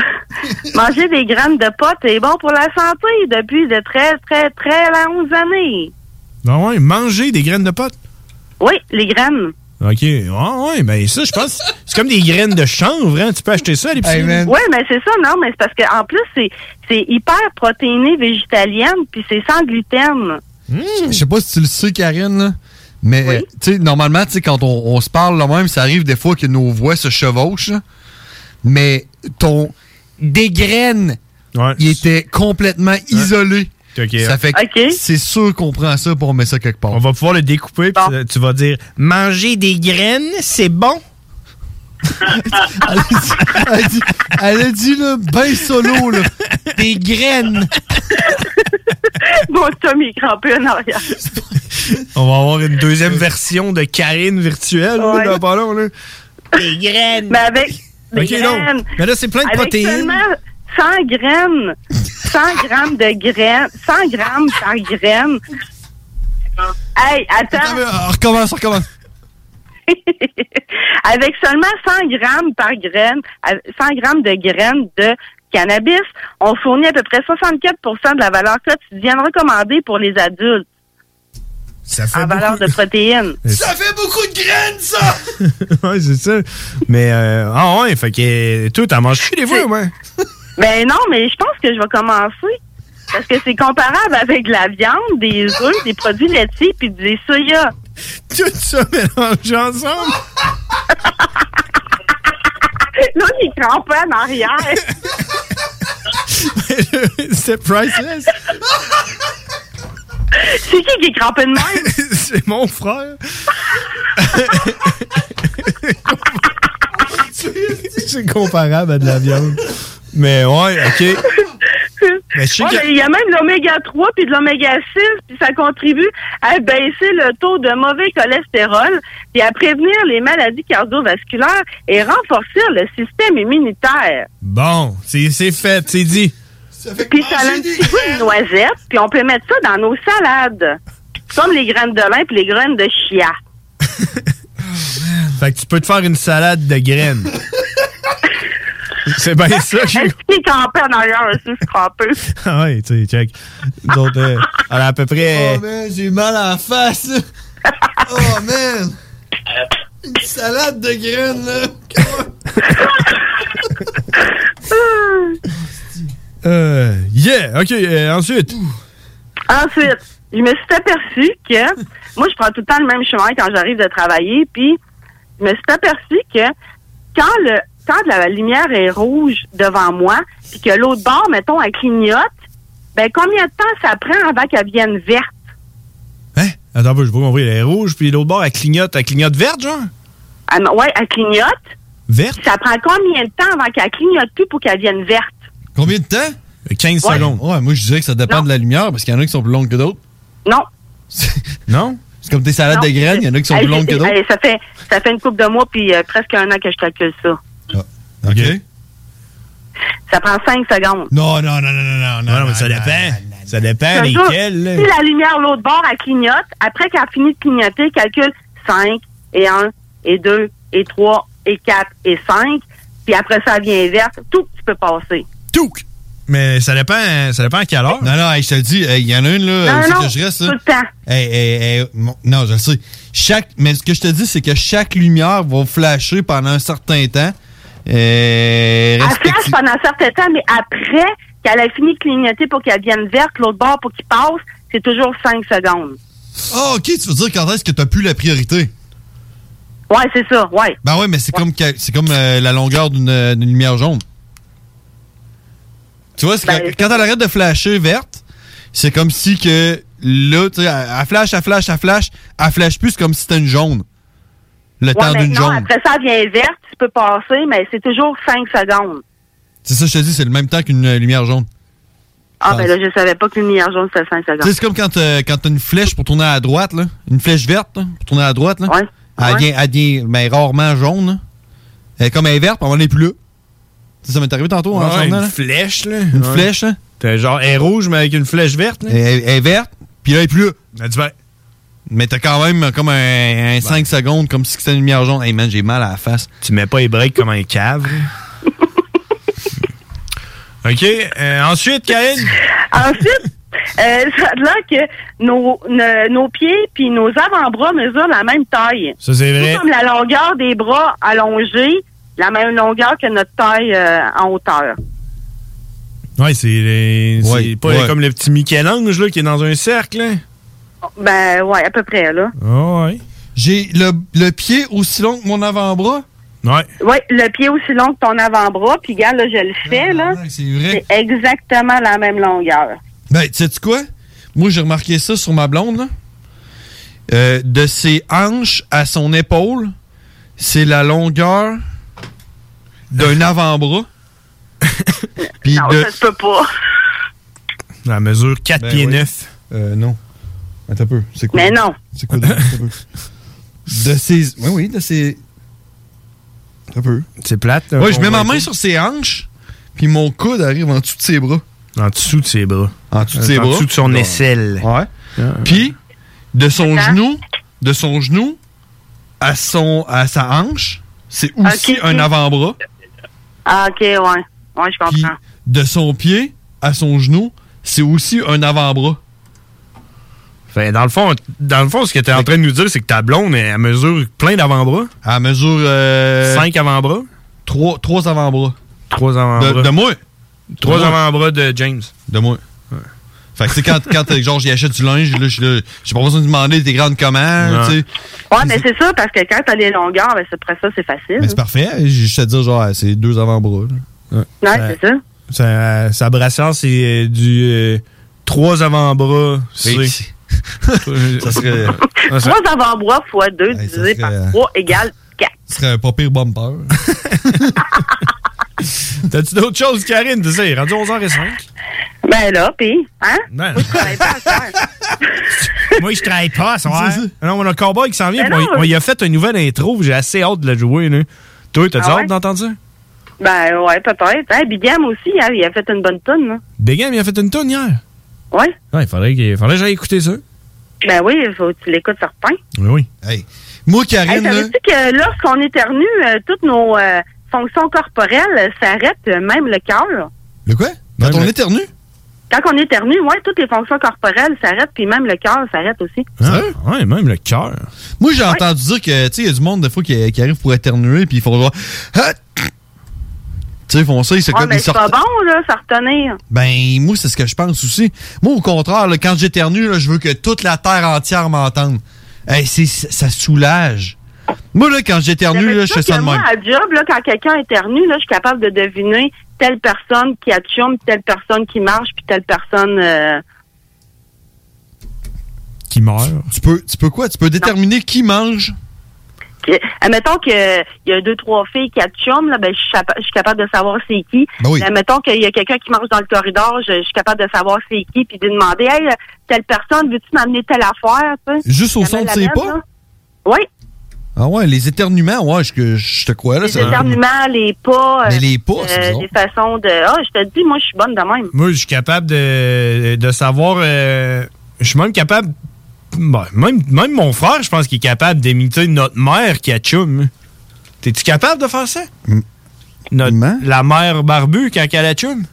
S22: Manger des graines de potes est bon pour la santé depuis de très, très, très longues années.
S9: Ah ouais, manger des graines de potes.
S22: Oui, les graines.
S9: OK. Ah ouais, ben ça, je pense, c'est comme des graines de chanvre, hein? Tu peux acheter ça à l'épicerie.
S22: Oui, mais c'est ça, non, mais c'est parce qu'en plus, c'est, c'est hyper protéiné végétalienne, puis c'est sans gluten.
S9: Hmm.
S10: Je sais pas si tu le sais, Karine, là, mais euh, tu sais, normalement, tu sais, quand on, on se parle là même, ça arrive des fois que nos voix se chevauchent. là. mais ton dégraine, il était complètement isolé.
S9: Ok.
S10: Ça fait que c'est sûr qu'on prend ça pour mettre ça quelque part. On
S9: va pouvoir le découper, puis tu vas dire manger des graines, c'est bon.
S10: elle, a dit, elle a dit- elle a dit, là, ben solo, là, des graines.
S22: Mon Tom est crampé en arrière.
S9: On va avoir une deuxième version de Karine virtuelle, là,
S22: Ouais.
S9: dans pas long, là. Des graines.
S22: Mais avec des
S9: Ok, donc.
S22: graines.
S9: Mais là, c'est plein de
S22: Avec
S9: protéines.
S22: seulement 100 graines. 100 grammes de graines. 100 grammes par graine. Hey,
S9: euh,
S22: attends.
S10: On recommence, on recommence.
S22: Avec seulement 100 grammes par graine, à- 100 grammes de graines de cannabis, on fournit à peu près 64 de la valeur quotidienne recommandée pour les adultes
S9: Ça
S22: en valeur de protéines.
S9: Ça
S22: fait beaucoup de graines, ça!
S9: ouais, c'est ça. Mais, euh, ah ouais, fait que, euh, toi, t'en manges-tu des fois, ouais?
S22: Ben non, mais je pense que je vais commencer. Parce que c'est comparable avec de la viande, des œufs, des produits laitiers puis des soya.
S9: Tout ça mélangé ensemble?
S22: Là, j'ai crampé en arrière.
S9: c'est priceless.
S22: C'est qui qui est crampé de même?
S9: c'est mon frère. c'est comparable à de la viande. Mais ouais, OK. Mais je sais
S22: Ouais,
S9: que-
S22: mais Il y a même l'oméga 3 puis de l'oméga 6, puis ça contribue à baisser le taux de mauvais cholestérol, puis à prévenir les maladies cardiovasculaires et renforcer le système immunitaire.
S9: Bon, c'est c'est fait, c'est dit.
S22: Puis ça a un petit goût de noisette, puis on peut mettre ça dans nos salades. Comme les graines de lin puis les graines de chia.
S9: Fait que tu peux te faire une salade de graines. c'est bien ça.
S22: Est-ce qu'il est en perd d'ailleurs aussi, ce crampeux?
S9: Ah ouais, tu sais, check. Nous autres, euh, on a à peu près...
S10: Oh man, j'ai mal à la face. Oh man. Une salade de graines, là.
S9: Euh, yeah, OK, euh, ensuite.
S22: Ensuite, je me suis aperçue que moi, je prends tout le temps le même chemin quand j'arrive de travailler, puis je me suis aperçue que quand le quand la lumière est rouge devant moi, puis que l'autre bord, mettons, elle clignote, ben combien de temps ça prend avant qu'elle vienne verte?
S9: Attends, un peu, je vais compris, elle est rouge, puis l'autre bord, elle clignote, elle clignote verte, genre?
S22: Ah non, ouais, elle clignote.
S9: Verte?
S22: Ça prend combien de temps avant qu'elle clignote plus pour qu'elle vienne verte?
S10: Combien de temps?
S9: 15
S22: Ouais. secondes.
S10: Ouais, moi, je dirais que ça dépend de la lumière parce qu'il y en a qui sont plus longues que d'autres.
S22: Non.
S9: non?
S10: C'est comme tes salades
S22: Non.
S10: de graines, il y en a qui sont
S22: Hey,
S10: plus longues que
S22: c'est-
S10: d'autres.
S22: hey, ça, fait, ça fait une couple de mois, puis euh, presque un an que je calcule ça.
S10: OK.
S22: Ça prend cinq secondes.
S10: Non, non, non, non, non, non.
S9: Non, mais ça dépend. Ça dépend
S22: Je te jure,
S9: lesquels, là.
S22: Si la lumière de l'autre bord, elle clignote, après qu'elle a fini de clignoter, calcule 5 et 1 et 2 et 3 et 4 et 5. Puis après ça, elle vient verte. Tout, tu peux passer.
S9: Mais ça dépend, ça dépend à quelle heure.
S10: Non, non, hey, je te le dis, hey, il y en a une, là,
S22: Non,
S10: où c'est
S22: non,
S10: que je reste, là.
S22: tout le temps.
S10: Hey, hey, hey, mon- non, je le sais. Chaque, mais ce que je te dis, c'est que chaque lumière va flasher pendant un certain temps. Euh,
S22: Elle flash
S10: respecti-
S22: pendant un certain temps, mais après qu'elle a fini de clignoter pour qu'elle vienne verte, l'autre bord pour qu'il passe, c'est toujours 5 secondes.
S10: Ah, ok, tu veux dire quand est-ce que t'as plus la priorité?
S22: Ouais, c'est ça, ouais.
S10: Ben ouais, mais c'est comme, que- c'est comme euh, la longueur d'une euh, d'une lumière jaune. Tu vois, c'est
S22: Ben,
S10: quand, quand elle arrête de flasher verte, c'est comme si que là, tu sais, elle, elle flash, elle flash, elle flash, elle flash plus c'est comme si c'était une jaune. Le
S22: Ouais,
S10: temps
S22: mais
S10: d'une
S22: non,
S10: jaune.
S22: Après ça, elle vient verte, tu peux passer, mais c'est toujours 5 secondes.
S10: C'est ça, je te dis, c'est le même temps qu'une euh, lumière jaune.
S22: Ah,
S10: Ah.
S22: ben là, je savais pas que une lumière jaune, c'était 5
S10: Tu sais,
S22: secondes.
S10: c'est comme quand, euh, quand t'as une flèche pour tourner à la droite, là. Une flèche verte, là, pour tourner à la droite, là. Elle vient, elle vient, mais rarement jaune, là. Elle est comme elle est verte, puis on n'est plus là. Ça, ça m'est arrivé tantôt, en
S9: Ouais,
S10: journal,
S9: une
S10: là.
S9: flèche, là.
S10: Une flèche, hein?
S9: T'as genre, elle est rouge, mais avec une flèche verte, là.
S10: Elle, elle est verte, puis là, elle est plus là. Mais t'as quand même comme un, 5 secondes, comme si c'était une lumière jaune. Hey man, j'ai mal à la face.
S9: Tu mets pas les breaks comme un cave. OK. euh, ensuite, Karine?
S22: Ensuite, euh, ça a l'air que nos, ne- nos pieds puis nos avant-bras mesurent la même taille.
S9: Ça, c'est vrai.
S22: Tout comme la longueur des bras allongés, la même longueur que notre taille euh, en hauteur.
S9: Ouais, c'est les- c'est
S10: Ouais,
S9: pas
S10: ouais.
S9: comme le petit Michel-Ange là, qui est dans un cercle. hein?
S22: Ben, ouais, à peu près, là.
S10: Ah,
S9: ouais.
S10: J'ai le, le pied aussi long que mon avant-bras?
S9: Ouais.
S22: Oui, le pied aussi long que ton avant-bras, puis regarde, là, je le fais, là.
S10: Ah, C'est vrai.
S22: exactement la même longueur.
S10: Ben, tu sais quoi? Moi, j'ai remarqué ça sur ma blonde. là. Euh, de ses hanches à son épaule, c'est la longueur d'un avant-bras. Puis
S22: non,
S10: de-
S22: ça se peut pas.
S9: La mesure 4 pieds 9.
S10: Ben Euh, non. Attends un peu. C'est quoi?
S22: Mais non.
S10: C'est quoi? Attends un peu. De ses. Oui, oui, de ses. Attends Un peu.
S9: C'est plate.
S10: Ouais, je mets ma main sur ses hanches, puis mon coude arrive en dessous de ses bras.
S9: En dessous de ses bras. Euh,
S10: En dessous de ses
S9: En
S10: bras.
S9: dessous de son aisselle. Ah,
S10: Ouais. Puis, de son genou, de son genou à, son, à sa hanche, c'est aussi
S22: Ok, ok.
S10: un avant-bras.
S22: Ah, OK, ouais. Ouais, je comprends.
S10: De son pied à son genou, c'est aussi un avant-bras.
S9: Fait, dans, le fond, dans le fond, ce que t'es en train de nous dire, c'est que ta blonde, elle mesure plein d'avant-bras.
S10: À mesure.
S9: 5 avant-bras.
S10: Euh, Trois, trois avant-bras.
S9: Trois avant-bras.
S10: De, de moi.
S9: Trois
S10: De moi.
S9: avant-bras de James.
S10: De moi. Fait que, tu sais, quand, quand euh, genre, j'y achète du linge, là, je suis là, j'ai pas besoin de demander tes grandes commandes, tu sais.
S22: Ouais, mais c'est ça, parce que quand t'as les longueurs, ben, c'est- après ça, c'est facile.
S10: Mais c'est parfait. Je je te dire, genre, c'est deux avant-bras. là.
S22: Ouais, c'est ça.
S9: Sa, sa brassière, c'est euh, du euh, trois avant-bras. C.
S10: ça serait.
S9: Ouais, ça-
S22: Trois avant-bras fois deux divisé par
S9: serait, euh,
S22: trois égale quatre.
S10: Ce serait un pas pire bumper.
S9: T'as-tu d'autres choses, Karine? Tu sais, rendu 11h05.
S22: Ben là, pis, hein?
S9: Ben,
S22: Moi,
S9: je travaille pas, hein? Non, on a un cowboy qui s'en vient.
S22: Ben
S9: puis on,
S22: non.
S9: on y a fait une nouvelle intro. puis J'ai assez hâte de la jouer. Là. Toi, t'as-tu
S22: Ah
S9: hâte
S22: ouais?
S9: d'entendre ça?
S22: Ben ouais, peut-être. Hein, Bigam aussi, hein, il a fait une bonne tonne. Hein.
S9: Begam, il a fait une tonne hier.
S22: Ouais.
S9: Ouais, il faudrait, qu'il- faudrait que j'aille écouter ça.
S22: Ben oui, faut que tu l'écoutes certain.
S9: Oui, oui.
S10: Hey. Moi,
S22: Hey,
S10: Karine, là,
S22: Savais-tu que lorsqu'on éternue, euh, toutes nos euh, fonctions corporelles euh, s'arrêtent, euh, même le cœur?
S10: Le quoi? Quand on éternue?
S22: Quand on éternue, ouais, toutes les fonctions corporelles s'arrêtent, puis même le cœur s'arrête aussi.
S9: ouais, même le cœur.
S10: Moi, j'ai entendu dire que, tu sais, il y a du monde, des fois, qui, qui arrive pour éternuer, puis ils font genre. Ah! Tu sais, ils font ça, ils se
S22: Ouais,
S10: comme
S22: Ah, mais
S10: ils
S22: c'est
S10: sortent-
S22: pas bon, là, ça retenir.
S10: Ben, moi, c'est ce que je pense aussi. Moi, au contraire, là, quand j'éternue, là, je veux que toute la terre entière m'entende. Hey, c'est- ça soulage. Moi, là, quand j'éternue, là, je fais
S22: Parce
S10: ça
S22: que
S10: de
S22: moi,
S10: même.
S22: à job, là, quand quelqu'un éternue, là, je suis capable de deviner telle personne qui atchoume, telle personne qui marche, puis telle personne... euh,
S9: Qui meurt.
S10: Tu peux, tu peux quoi? Tu peux déterminer qui mange?
S22: Que- Admettons qu'il y a deux, trois filles qui atchument, là, ben, je suis capa- je suis capable de savoir c'est qui.
S10: Ben oui.
S22: Mais Admettons qu'il y a quelqu'un qui marche dans le corridor, je, je suis capable de savoir c'est qui, puis de demander, hey, euh, telle personne, veux-tu m'amener telle affaire, tu sais?
S10: Juste au
S22: Ça
S10: son
S22: me
S10: de ses
S22: l'amène,
S10: pas?
S22: là. Oui,
S10: Ah ouais, les éternuements, ouais, je, que- je te crois, là.
S22: les
S10: ça-
S22: éternuements, les pas.
S10: Mais les pas, c'est
S22: euh,
S10: bizarre.
S22: Des façons de. Ah, je te dis, moi, je suis bonne de même.
S9: Moi, je suis capable de, de savoir. euh, je suis même capable. ben, même, même mon frère, je pense qu'il est capable d'imiter notre mère qui a tchoum. T'es-tu capable de faire ça? Notre- la mère barbue quand elle a tchoum?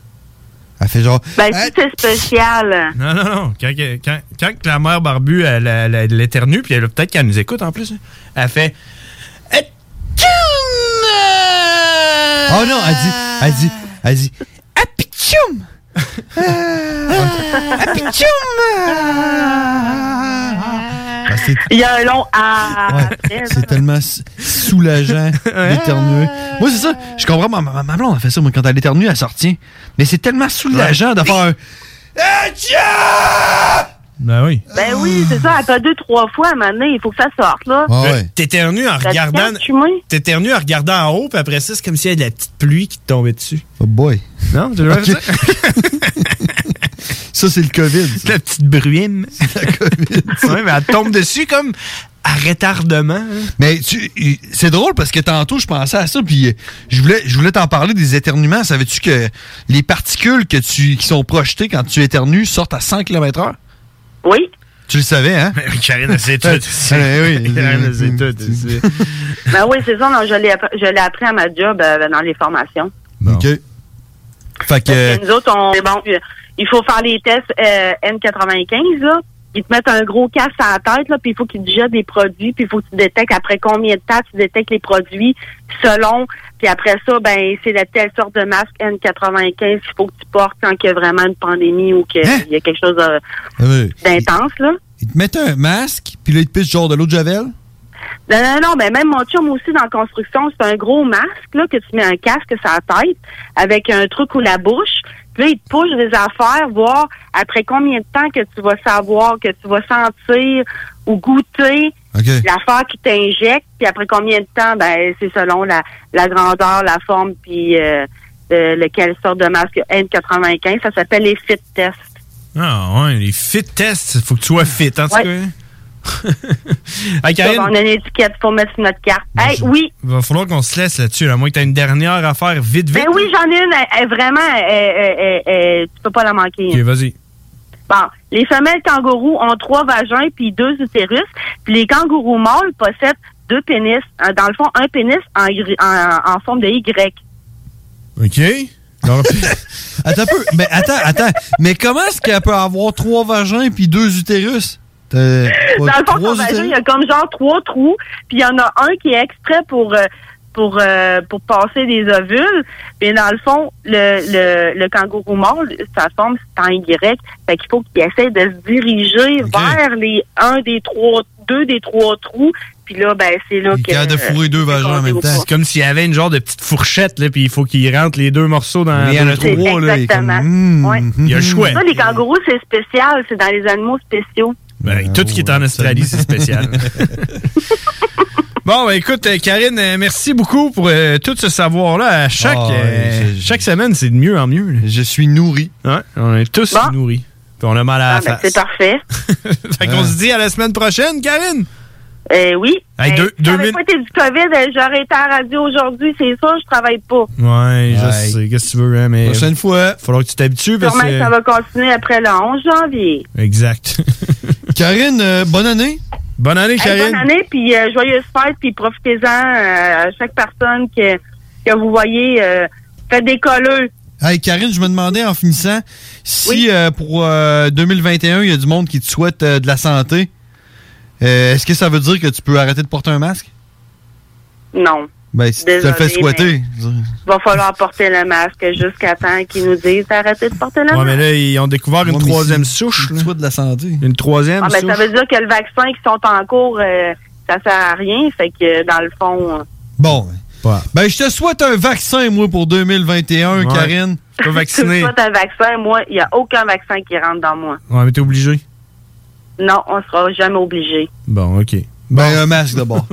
S10: Elle fait genre.
S22: Ben, si c'est spécial.
S9: Non, non, non. Quand, que- quand, quand que la mère barbue, elle, elle- elle éternue, puis elle- peut-être qu'elle nous écoute en plus, hein, elle fait.
S10: Oh non, elle dit, elle dit, elle dit. Apitchoum! Ah, c'est-
S22: Il y a un long ah.
S10: Ouais,
S22: après, là.
S10: c'est tellement s- soulageant d'éternuer. Moi, c'est ça. Je comprends. Ma, ma, ma blonde a fait ça, moi, quand elle éternue, elle sortit. Mais c'est tellement soulageant de faire un.
S9: Ben oui.
S22: Ben oui, c'est ça, après deux, trois fois, à un moment donné, il faut que ça sorte, là.
S9: Ah T'éternues en
S22: Ça
S9: regardant.
S22: tient, tu mouilles?
S9: T'éternues en regardant en haut, puis après ça, c'est comme s'il y avait de la petite pluie qui te tombait dessus.
S10: Oh boy.
S9: Non, tu vois
S10: Ok.
S9: ça?
S10: Ça, c'est le COVID.
S9: La petite bruine. la COVID. ouais, mais elle tombe dessus comme à retardement. hein.
S10: Mais tu- y- c'est drôle parce que tantôt, je pensais à ça, puis euh, je voulais, je voulais t'en parler des éternuements. Savais-tu que les particules que tu, qui sont projetées quand tu éternues sortent à 100 km/h?
S22: Oui.
S10: Tu le savais, hein?
S9: Karine, c'est tout.
S10: Eh oui.
S9: Karine, c'est tout. c'est-
S22: Ben oui, c'est ça. Non, je l'ai app- je l'ai appris à ma job euh, dans les formations.
S10: OK. Fait que.
S22: Parce que nous autres, on, mais bon, euh, il faut faire les tests euh, N95, là. Ils te mettent un gros casque à la tête, là, puis il faut qu'ils te jettent des produits, puis il faut que tu détectes après combien de temps tu détectes les produits selon. Puis après ça, ben c'est la telle sorte de masque N95 qu'il faut que tu portes quand il y a vraiment une pandémie ou qu'il y a quelque chose de-
S10: euh,
S22: d'intense, là.
S10: ils te mettent un masque, puis là, ils te pissent genre de l'eau de Javel.
S22: Non, non, non, mais même mon chum aussi dans la construction, c'est un gros masque là, que tu mets un casque sur la tête avec un truc ou la bouche. Puis là, il te pousse des affaires, voir après combien de temps que tu vas savoir, que tu vas sentir ou goûter l'affaire qui t'injecte, puis après combien de temps, ben c'est selon la, la grandeur, la forme, puis euh, euh, lequel sorte de masque N95, ça s'appelle les fit tests.
S9: Ah ouais, les fit tests, faut que tu sois fit, en tout
S22: Ouais.
S9: cas.
S22: Ça,
S9: hey, Karine,
S22: On a une étiquette pour mettre sur notre carte. Hey, oui,
S9: il va falloir qu'on se laisse là-dessus, à moins que tu aies une dernière affaire vite, vite.
S22: Ben oui, j'en ai une. elle- elle vraiment, elle- elle- elle- elle- tu peux pas la manquer. hein.
S9: Ok, vas-y.
S22: Bon, les femelles kangourous ont trois vagins puis deux utérus. Puis les kangourous mâles possèdent deux pénis. Euh, Dans le fond, un pénis en, gri- en, en forme de Y.
S10: OK. attends un peu. Mais attends, attends. Mais comment est-ce qu'elle peut avoir trois vagins puis deux utérus? T'as-
S22: Dans le fond, son vagin, il y a comme genre trois trous. Puis il y en a un qui est extrait pour euh, pour euh, pour passer des ovules. Mais dans le fond, le, le, le kangourou mâle, sa forme, c'est en Y. Fait qu'il faut qu'il essaie de se diriger vers les un des trois, deux des trois trous. Puis là, ben c'est là que...
S9: deux vagins en même temps. C'est comme s'il y avait une genre de petite fourchette, là, puis il faut qu'il rentre les deux morceaux dans
S10: Il y en a
S9: dans le trou.
S10: trois, là. il est comme,
S22: Exactement.
S10: hmm,
S22: Ouais.
S10: hmm,
S9: Il y a le
S10: hmm.
S9: choix.
S22: Ça, les kangourous, c'est spécial. C'est dans les animaux spéciaux.
S9: Ben, tout ce qui est en Australie, c'est spécial. Bon, ben, écoute, euh, Karine, euh, merci beaucoup pour euh, tout ce savoir-là. À chaque,
S10: Ah, ouais,
S9: euh, chaque semaine, c'est de mieux en mieux. Je suis nourri. on est tous nourris. Puis on a mal à la
S22: Ah, ben,
S9: face.
S22: c'est parfait.
S9: Fait qu'on se dit à la semaine prochaine, Karine.
S22: Eh oui.
S9: Hey, deux-
S22: si
S9: deux
S22: j'avais
S9: minutes.
S22: pas été du COVID, euh, j'aurais été à la radio aujourd'hui, c'est sûr, je travaille pas.
S9: Ouais, je
S10: Ouais.
S9: sais, qu'est-ce que tu veux, hein, mais.
S10: Prochaine
S9: fois. Faudra que tu t'habitues parce
S22: Sûrement que ça
S9: que.
S22: va continuer après le 11 janvier.
S9: Exact.
S10: Karine, euh, bonne année.
S9: Bonne année,
S22: Hey, bonne année, puis euh, joyeuse fête, puis profitez-en euh, à chaque personne que, que vous voyez. euh, faites des colleux.
S10: Hey, Karine, je me demandais en finissant si euh, pour euh, 2021, il y a du monde qui te souhaite euh, de la santé. euh, Est-ce que ça veut dire que tu peux arrêter de porter un masque?
S22: Non.
S10: Ben, si tu te le fais
S22: Désolée,
S10: souhaiter.
S22: Il va falloir porter le masque jusqu'à temps qu'ils nous disent arrêtez de porter le
S9: Ouais,
S22: masque.
S9: mais là, ils ont découvert une troisième souche. Tu
S10: de la santé.
S9: Une troisième
S22: Ah, ben,
S9: souche.
S22: ça veut dire que le vaccin qui sont en cours, euh, ça sert à rien. Fait que, dans le fond, euh,
S10: Bon. Ben, je te souhaite un vaccin, moi, pour 2021,
S9: Ouais.
S10: Karine.
S9: Pas
S22: tu me souhaites un vaccin, moi, il n'y a aucun vaccin qui rentre dans moi.
S9: Ouais, mais t'es obligé.
S22: Non, on sera jamais obligé.
S9: Bon, OK. Ben, un masque d'abord.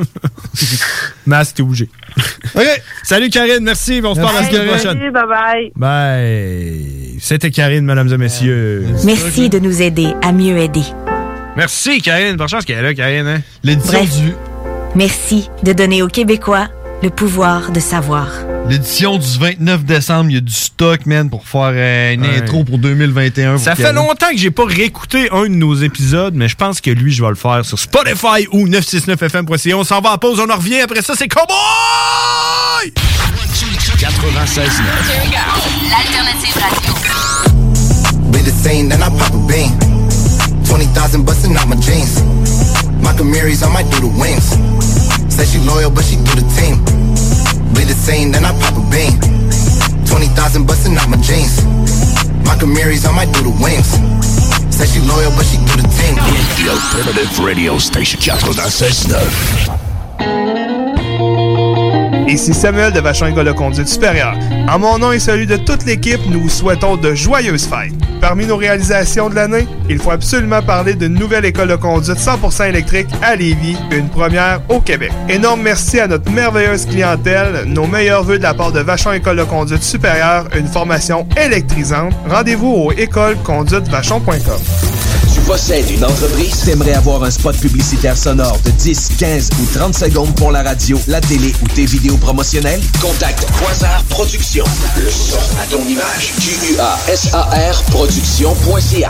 S9: masque, t'es obligé. OK. Salut, Karine. Merci. On se parle la semaine prochaine.
S22: Salut, bye bye.
S9: Bye. C'était Karine, mesdames et messieurs.
S11: Merci de nous aider à mieux aider.
S9: Merci, Karine. Par chance qu'elle est là, Karine. Hein? L'édition
S11: Bref. Merci de donner aux Québécois le pouvoir de savoir.
S10: L'édition du 29 décembre, il y a du stock, man, pour faire euh, une
S9: Ouais.
S10: intro pour 2021. pour
S9: Ça fait
S10: Karine.
S9: longtemps que j'ai pas réécouté un de nos épisodes, mais je pense que lui, je vais le faire sur Spotify ou 969fm.ca. On s'en va à pause, on en revient. Après ça, c'est Cowboy!
S4: Here
S33: 96.9.
S4: we go. L'alternative radio.
S33: Be the scene, then I pop a bean. 20,000 busting out my jeans. My Camaries, I might do the wings. Say she loyal, but she do the team. Be the scene, then I pop a bean. 20,000 busting out my jeans. My Camaries, I might do the wings. Say she loyal, but she do the team.
S34: The alternative radio station 96.9.
S20: Ici Samuel de Vachon École de Conduite Supérieure. En mon nom et celui de toute l'équipe, nous vous souhaitons de joyeuses fêtes. Parmi nos réalisations de l'année, il faut absolument parler d'une nouvelle école de conduite 100% électrique à Lévis, une première au Québec. Énorme merci à notre merveilleuse clientèle, nos meilleurs vœux de la part de Vachon École de Conduite Supérieure, une formation électrisante. Rendez-vous au écoleconduitevachon.com.
S17: Tu possèdes une entreprise, t'aimerais avoir un spot publicitaire sonore de 10, 15 ou 30 secondes pour la radio, la télé ou tes vidéos promotionnelles? Contacte Quasar Productions. Le son à ton image. Q-U-A-S-A-R Productions.ca.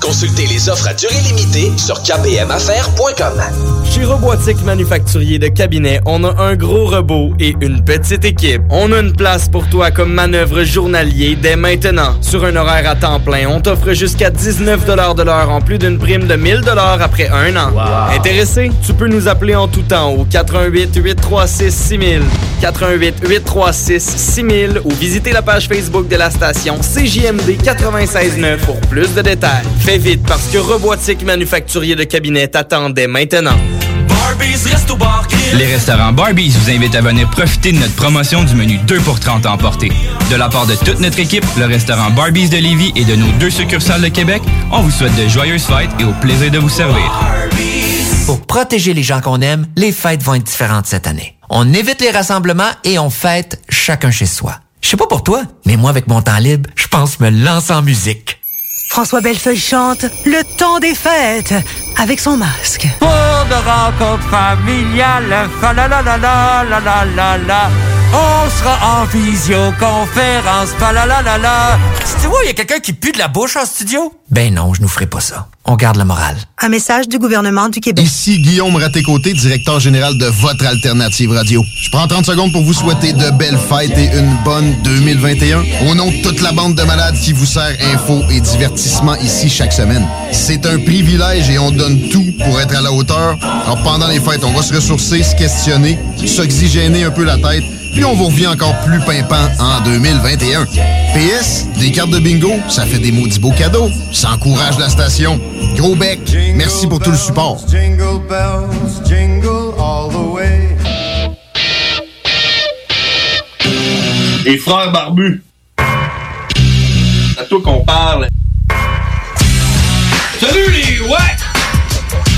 S17: Consultez les offres à durée limitée sur kbmaffaires.com.
S8: Chez Robotique Manufacturier de Cabinet, on a un gros robot et une petite équipe. On a une place pour toi comme manœuvre journalier dès maintenant. Sur un horaire à temps plein, on t'offre jusqu'à 19 de l'heure en plus d'une prime de 1000 après un an. Intéressé? Tu peux nous appeler en tout temps au 88 836 6000, 88 836 6000 ou visiter la page Facebook de la station CJMD 96.9 pour plus de détails. Fais vite parce que Robotique Manufacturier de Cabinet t'attend dès maintenant.
S35: Les restaurants Barbies vous invitent à venir profiter de notre promotion du menu 2 pour 30 à emporter. De la part de toute notre équipe, le restaurant Barbies de Lévis et de nos deux succursales de Québec, on vous souhaite de joyeuses fêtes et au plaisir de vous servir.
S15: Pour protéger les gens qu'on aime, les fêtes vont être différentes cette année. On évite les rassemblements et on fête chacun chez soi. Je sais pas pour toi, mais moi avec mon temps libre, je pense me lancer en musique.
S28: François Bellefeuille chante Le temps des fêtes avec son masque.
S16: Pour de rencontres familiales, fa la la la la la la la la. On sera en visioconférence, fa la la la la.
S15: Tu vois, il y a quelqu'un qui pue de la bouche en studio? Ben non, je nous ferai pas ça. On garde la morale.
S28: Un message du gouvernement du Québec.
S19: Ici Guillaume Raté-Côté, directeur général de votre alternative radio. Je prends 30 secondes pour vous souhaiter de belles fêtes et une bonne 2021. Au nom de toute la bande de malades qui vous sert info et divertissement ici chaque semaine. C'est un privilège et on donne tout pour être à la hauteur. Alors pendant les fêtes, on va se ressourcer, se questionner, s'oxygéner un peu la tête. Puis on vous revient encore plus pimpant en 2021. PS, des cartes de bingo, ça fait des maudits beaux cadeaux. Ça encourage la station. Gros bec, merci pour tout le support.
S26: Jingle bells, jingle all the way.
S29: Les frères barbus. C'est à toi qu'on parle. Salut les ouais!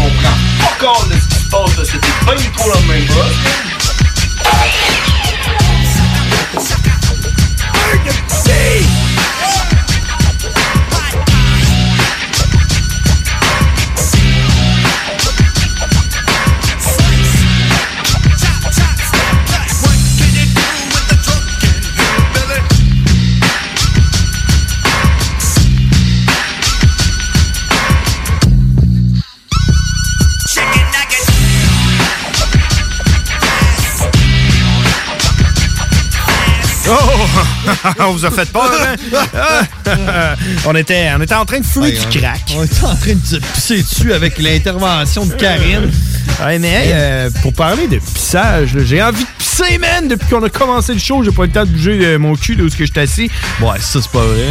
S29: On prend pas compte de ce qui se passe, là. c'était pas du tout la même
S9: Oh! on vous a fait peur, hein? Ah! on, était, on était en train de fumer
S10: Ben,
S9: du crack.
S10: On est en train de se pisser dessus avec l'intervention de Karine.
S9: Ouais, mais hey, euh, pour parler de pissage, là, j'ai envie de pisser, man! Depuis qu'on a commencé le show, j'ai pas eu le temps de bouger euh, mon cul de où est-ce que je suis assis. Ouais, ça, c'est pas vrai.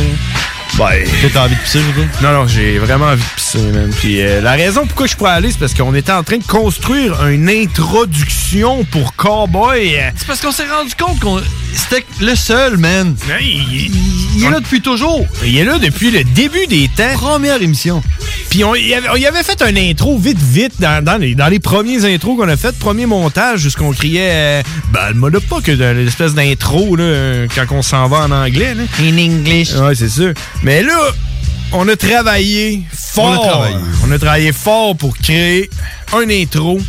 S9: Ben. T'as envie de pisser, Non, non, j'ai vraiment envie de pisser, man. Puis euh, la raison pourquoi je pourrais aller, c'est parce qu'on était en train de construire une introduction pour Cowboy. Euh,
S10: C'est parce qu'on s'est rendu compte qu'on c'était le seul, man.
S9: il,
S10: est là depuis toujours.
S9: Il est là depuis le début des temps.
S10: Première émission.
S9: Puis on y avait, on y avait fait un intro vite, vite, dans, dans les, dans les premiers intros qu'on a fait, premier montage, jusqu'on criait euh, Ben, le mot de pas que de- l'espèce d'intro, là, euh, quand on s'en va en anglais. Là. In English. Ouais, c'est sûr. Mais là, on a travaillé fort.
S10: On a travaillé.
S9: On a travaillé fort pour créer un intro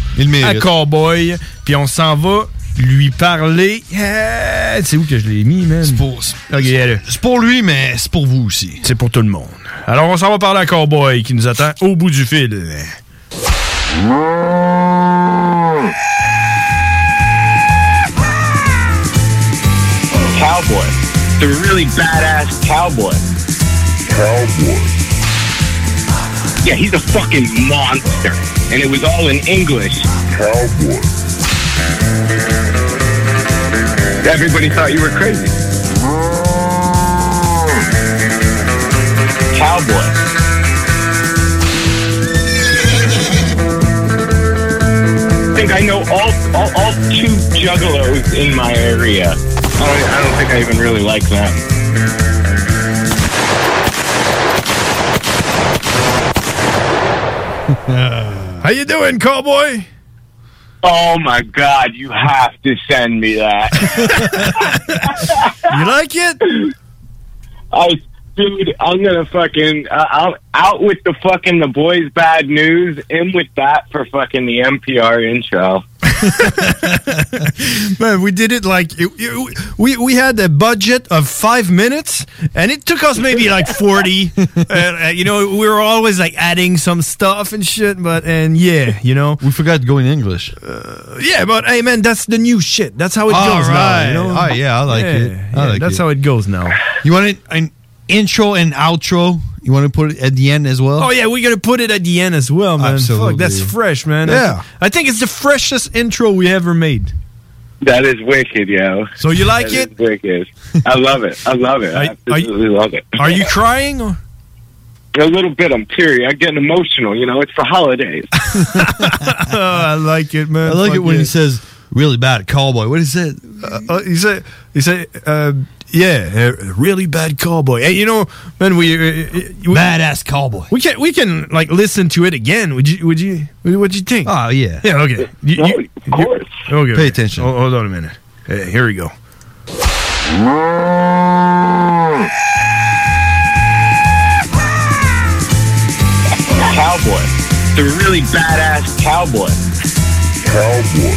S9: à Cowboy. Puis on s'en va lui parler. Euh, c'est où que je l'ai mis, man? C'est pour, lui, mais c'est pour vous aussi. C'est pour tout le monde. Alors on s'en va parler à Cowboy qui nous attend au bout du fil.
S34: Cowboy. The really badass cowboy. Cowboy. Yeah, he's a fucking monster. And it was all in English. Cowboy. Everybody thought you were crazy. Cowboy. I think I know all, all, all two juggalos in my area. I don't, I don't think I even really like them.
S9: How you doing, Cowboy?
S34: Oh my God, you have to send me that.
S9: you like it?
S34: I, dude, I'm gonna fucking uh, out out with the fucking the boys' bad news. In with that for fucking the NPR intro.
S9: Man, we did it like it- it- we we had a budget of five minutes, and it took us maybe like forty. uh, you know, we were always like adding some stuff and shit. But and yeah, you know, Uh,
S10: we forgot to go in English.
S9: yeah, but hey, man, that's the new shit. That's how it
S10: All
S9: goes now.
S10: right.
S9: You know?
S10: Oh, yeah, I like it. I
S9: yeah,
S10: like
S9: that's
S10: it.
S9: how it goes now.
S10: You want it, an intro and outro? You want to put it at the end as well?
S9: Oh yeah, we're gonna put it at the end as well, man. Fuck,
S10: Absolutely.
S9: that's fresh, man.
S10: Yeah.
S9: I think it's the freshest intro we ever made.
S34: That is wicked, yo.
S9: So you like
S34: That is wicked. I love it. I love it. I absolutely love it.
S9: Are you crying? Or?
S34: A little bit. I'm teary. I'm getting emotional. You know, it's for holidays.
S9: I like it, man.
S10: I like
S9: Fuck
S10: it when
S9: yeah.
S10: he says really bad cowboy. What is it?
S9: Uh, uh, he said, he said, uh, yeah, a really bad cowboy. Hey, you know, man, we, uh, uh, we
S10: badass cowboy.
S9: We can we can like listen to it again. Would you? Would you? Would you think?
S10: Oh yeah.
S9: Yeah. Okay. You,
S10: Oh,
S9: you-
S10: of course.
S9: you- okay.
S10: Pay
S9: okay.
S10: attention.
S9: Hold, hold on a minute. Hey, here we go.
S34: Cowboy. The really badass cowboy. Cowboy.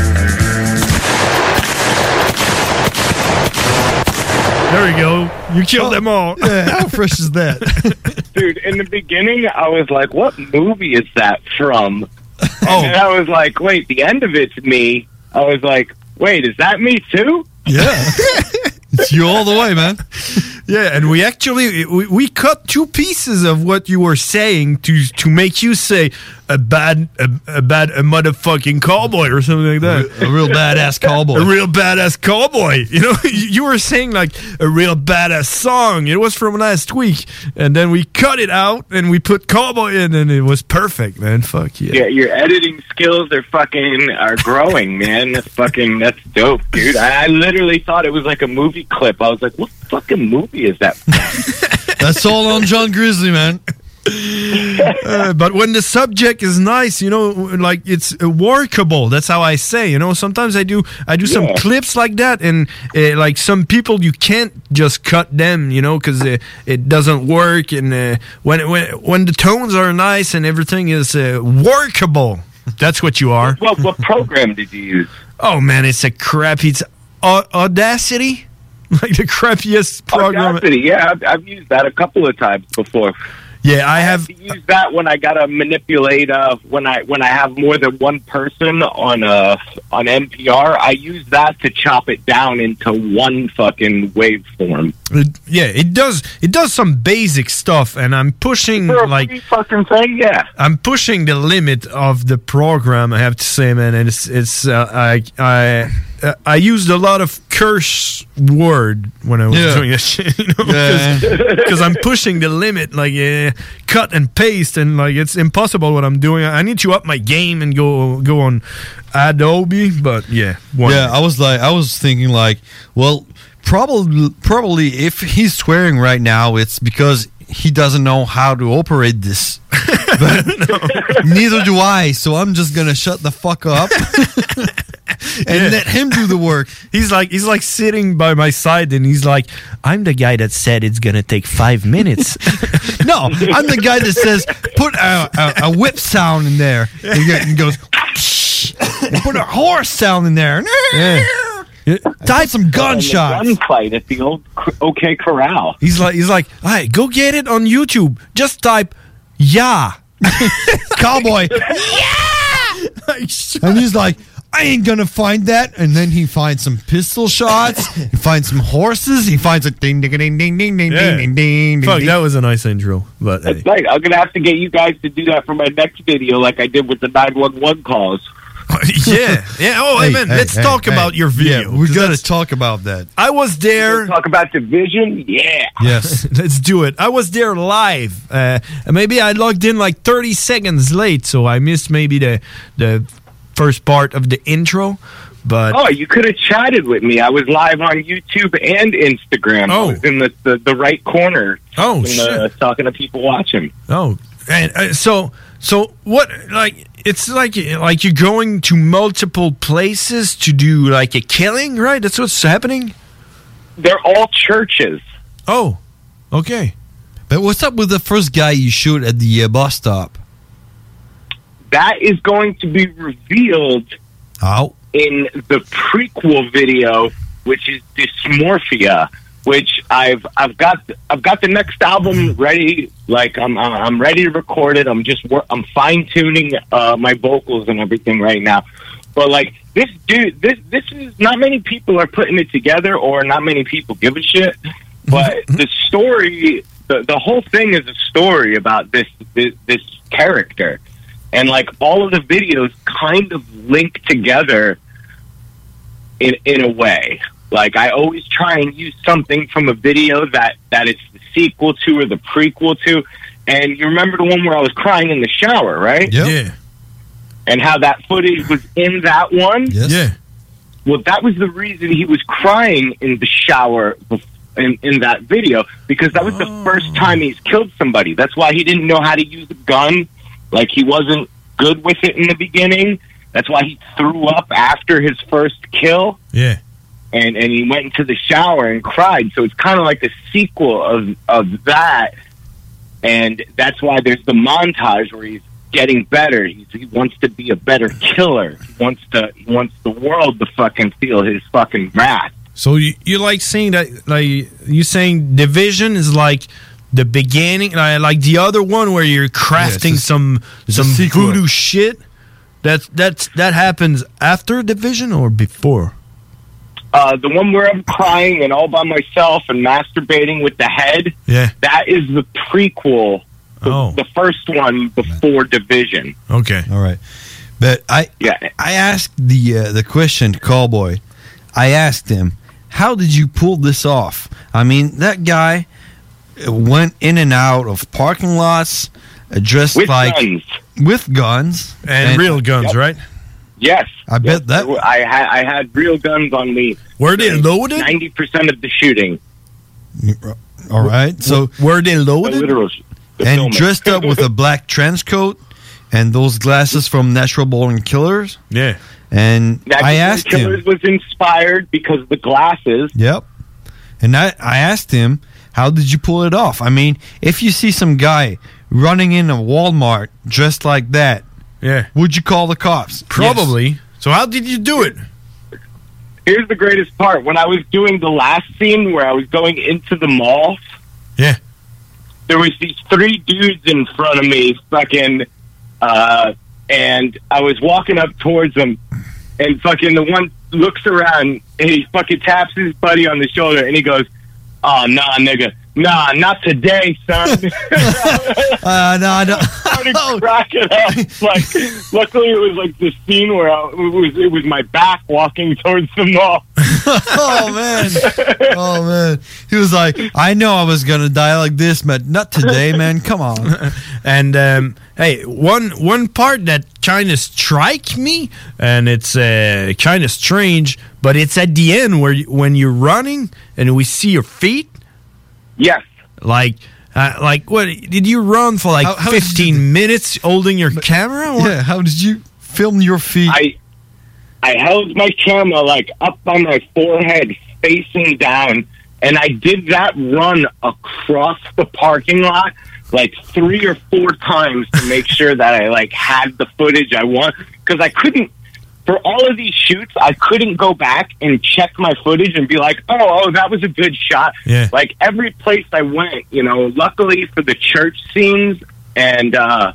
S9: There we go. You killed them all.
S10: Oh. how fresh is that?
S34: Dude, in the beginning, I was like, what movie is that from? Oh. And I was like, wait, the end of it's me. I was like, wait, is that me too?
S10: Yeah. it's you all the way, man.
S9: Yeah, and we actually we, we cut two pieces of what you were saying to to make you say a bad a, a bad a motherfucking cowboy or something like that.
S10: A real badass cowboy.
S9: A real badass cowboy. You know, you, you were saying like a real badass song. It was from last week, and then we cut it out and we put cowboy in, and it was perfect, man. Fuck yeah.
S34: Yeah, your editing skills are fucking are growing, man. That's fucking that's dope, dude. I, I literally thought it was like a movie clip. I was like, what fucking movie is that?
S10: That's all on John Grizzly, man.
S9: Uh, but when the subject is nice, you know, w- like it's uh, workable. That's how I say. You know, sometimes I do I do some
S20: Yeah.
S9: clips like that, and uh, like some people you can't just cut them, you know, because uh, it doesn't work. And uh, when when when the tones are nice and everything is uh, workable, that's what you are.
S34: Well, what program did you use?
S9: Oh man, it's a crappy. It's Au- Audacity, like the crappiest program.
S34: Audacity. Yeah, I've, I've used that a couple of times before.
S9: Yeah, I have.
S34: Use that when I gotta manipulate. Uh, when I when I have more than one person on uh on NPR, I use that to chop it down into one fucking waveform.
S9: It- yeah, it does. It does some basic stuff, and I'm pushing like
S34: fucking thing. Yeah,
S9: I'm pushing the limit of the program. I have to say, man, and it's it's uh, I I uh, I used a lot of curse word when I was
S10: Yeah.
S9: doing that shit, you know,
S10: Yeah.
S9: because I'm pushing the limit, like uh, cut and paste, and like it's impossible what I'm doing. I need to up my game and go go on Adobe, but yeah, one.
S10: Yeah, I was like, I was thinking like, well, probably, probably if he's swearing right now, it's because he doesn't know how to operate this. But neither do I, so I'm just gonna shut the fuck up and
S9: Yeah.
S10: let him do the work.
S9: He's like he's like sitting by my side and he's like, I'm the guy that said it's gonna take five minutes.
S10: No, I'm the guy that says put uh, a, a, a whip sound in there. And he- and goes, and put a horse sound in there. Type some gunshots.
S34: gunfight at the old C- OK Corral.
S9: he's like he's like, all right, go get it on YouTube. Just type yeah.
S10: Cowboy. And he's like, I ain't gonna find that. And then he finds some pistol shots, he finds some horses, he finds a ding ding ding ding ding ding
S9: Yeah.
S10: ding ding ding.
S9: Fuck,
S10: ding.
S9: that was a nice intro. But hey.
S34: Right, I'm gonna have to get you guys to do that for my next video, like I did with the nine one one calls.
S9: yeah. Yeah. Oh, hey, man. Let's talk about your video.
S10: we got to talk about that.
S9: I was there. Talk about the vision? Yeah.
S10: Yes.
S9: Let's do it. I was there live. Uh, maybe I logged in like 30 seconds late, so I missed maybe the the first part of the intro. But
S34: Oh, you could have chatted with me. I was live on YouTube and Instagram. I was in the, the, the right corner.
S9: Oh,
S34: talking, uh, talking to people watching.
S9: Oh, and uh, so so what? Like it's like like you're going to multiple places to do like a killing, right? That's what's happening.
S34: They're all churches.
S9: Oh, okay.
S10: But what's up with the first guy you shoot at the uh, bus stop?
S34: That is going to be revealed
S10: Oh.
S34: in the prequel video, which is Dysmorphia, which I've I've got I've got the next album ready. Like I'm I'm- I'm ready to record it. I'm just wor- I'm fine tuning uh, my vocals and everything right now. But like this dude, this this is not many people are putting it together, or not many people give a shit. But the story, the the whole thing is a story about this this, this character and like all of the videos kind of link together in in a way. Like I always try and use something from a video that that it's the sequel to or the prequel to. And you remember the one where I was crying in the shower, right?
S9: Yeah.
S34: And how that footage was in that one.
S9: Yeah.
S34: Well, that was the reason he was crying in the shower bef- in, in that video because that was the first time he's killed somebody. That's why he didn't know how to use a gun. Like he wasn't good with it in the beginning. That's why he threw up after his first kill
S9: Yeah.
S34: and and he went into the shower and cried. So it's kind of like the sequel of of that, and that's why there's the montage where he's getting better. He's, he wants to be a better killer. He wants to he wants the world to fucking feel his fucking wrath.
S9: So you you like saying that like you saying division is like the beginning like, like the other one where you're crafting some some voodoo shit. That's that's that happens after division or before?
S34: Uh, the one where I'm crying and all by myself and masturbating with the head.
S9: Yeah.
S34: That is the prequel. The, the first one before Division.
S9: Okay.
S10: All right. But I I asked the uh, the question to Callboy. I asked him, "How did you pull this off?" I mean, that guy uh, went in and out of parking lots uh, dressed
S34: With
S10: like
S34: guns.
S10: with guns
S9: And real guns, right?
S34: Yes.
S10: I bet that
S34: I had I had real guns on me.
S9: Were they loaded?
S34: Ninety percent of the shooting.
S10: All right. So
S9: were they loaded?
S34: literal,
S10: and dressed up with a black trench coat and those glasses from Natural Born Killers.
S9: Yeah.
S10: And I asked him.
S34: Killers was inspired because the glasses.
S10: Yep. And I, I asked him, how did you pull it off? I mean, if you see some guy running in a Walmart dressed like that,
S9: yeah,
S10: would you call the cops?
S9: Probably. So how did you do it?
S34: Here's the greatest part. When I was doing the last scene where I was going into the mall.
S9: Yeah.
S34: There was these three dudes in front of me, fucking, uh, and I was walking up towards them, and fucking the one looks around and he fucking taps his buddy on the shoulder and he goes, "Oh nah, nigga, nah, not today, son."
S10: Uh, no, I don't. Oh.
S34: started cracking up. Like, luckily, it was like the scene where I, it was it was my back walking towards the mall.
S10: oh man! Oh man! He was like, "I know I was gonna die like this, but not today, man. Come on."
S9: and um, hey, one one part that kind of strike me, and it's uh, kind of strange, but it's at the end where you, when you're running and we see your feet.
S34: Yes.
S9: Like. Uh, like what did you run for like 15 minutes holding your camera
S10: yeah how did you film your feet
S34: I I held my camera like up on my forehead, facing down, and I did that run across the parking lot like three or four times to make sure that I like had the footage I want because I couldn't. For all of these shoots, I couldn't go back and check my footage and be like, "Oh, oh, that was a good shot."
S9: Yeah.
S34: Like every place I went, you know. Luckily for the church scenes and uh,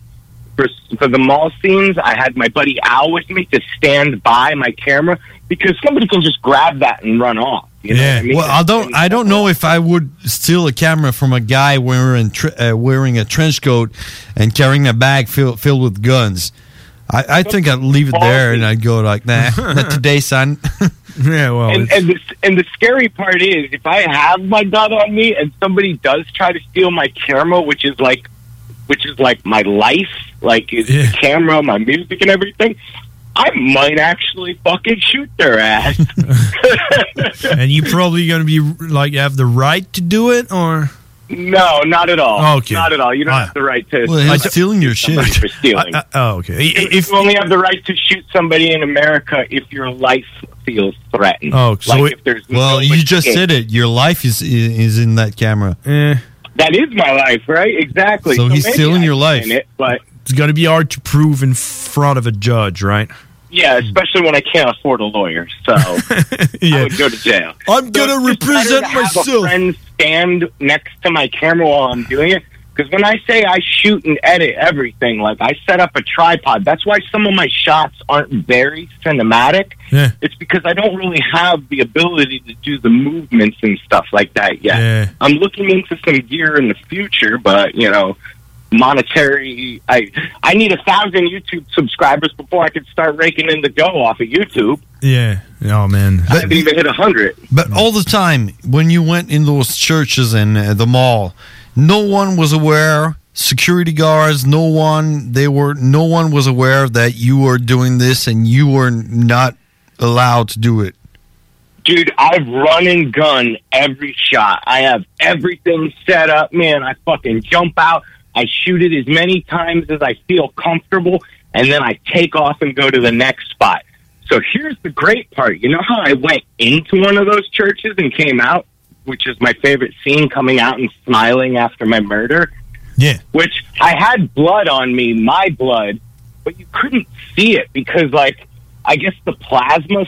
S34: for, for the mall scenes, I had my buddy Al with me to stand by my camera because somebody can just grab that and run off. You know what I mean?
S10: Well, I don't. I don't know if I would steal a camera from a guy wearing tre- uh, wearing a trench coat and carrying a bag fill, filled with guns. I, I think I'd leave it there and I'd go like, nah, not today, son. yeah, well,
S34: and, and the and the scary part is if I have my gun on me and somebody does try to steal my camera, which is like, which is like my life, like is the camera, my music, and everything. I might actually fucking shoot their ass.
S9: and you probably going to be like have the right to do it, or
S34: no, not at all.
S9: Okay.
S34: Not at all. You don't have the right to. to-
S9: your
S34: somebody For stealing.
S9: oh, okay.
S34: You- you only have the right to shoot somebody in America if your life feels threatened.
S10: Oh, so
S34: like
S10: it-
S34: if there's no
S10: well, you just
S34: escape.
S10: said it. Your life is is in that camera.
S34: That is my life, right? Exactly.
S9: So he's
S34: maybe
S9: stealing
S34: I
S9: your
S34: can
S9: life.
S34: win it, but
S9: It's going to be hard to prove in front of a judge, right?
S34: yeah, especially when I can't afford a lawyer, so I would go to jail.
S9: I'm
S34: gonna represent myself. Have a friend stand next to my camera while I'm doing it. Because when I say I shoot and edit everything, like I set up a tripod. That's why some of my shots aren't very cinematic.
S9: Yeah.
S34: It's because I don't really have the ability to do the movements and stuff like that yet.
S9: Yeah.
S34: I'm looking into some gear in the future, but you know, monetary. I I need a thousand YouTube subscribers before I can start raking in the dough off of YouTube.
S9: Yeah. Oh man.
S34: I haven't even hit a hundred.
S10: But all the time, when you went in those churches and uh, the mall, no one was aware. Security guards, no one. They were. No one was aware that you were doing this and you were not allowed to do it.
S34: Dude, I've run and gun every shot. I have everything set up, man. I fucking jump out. I shoot it as many times as I feel comfortable, and then I take off and go to the next spot. So here's the great part. You know how I went into one of those churches and came out, which is my favorite scene, coming out and smiling after my murder?
S9: Yeah.
S34: Which I had blood on me, my blood, but you couldn't see it because, like, I guess the plasma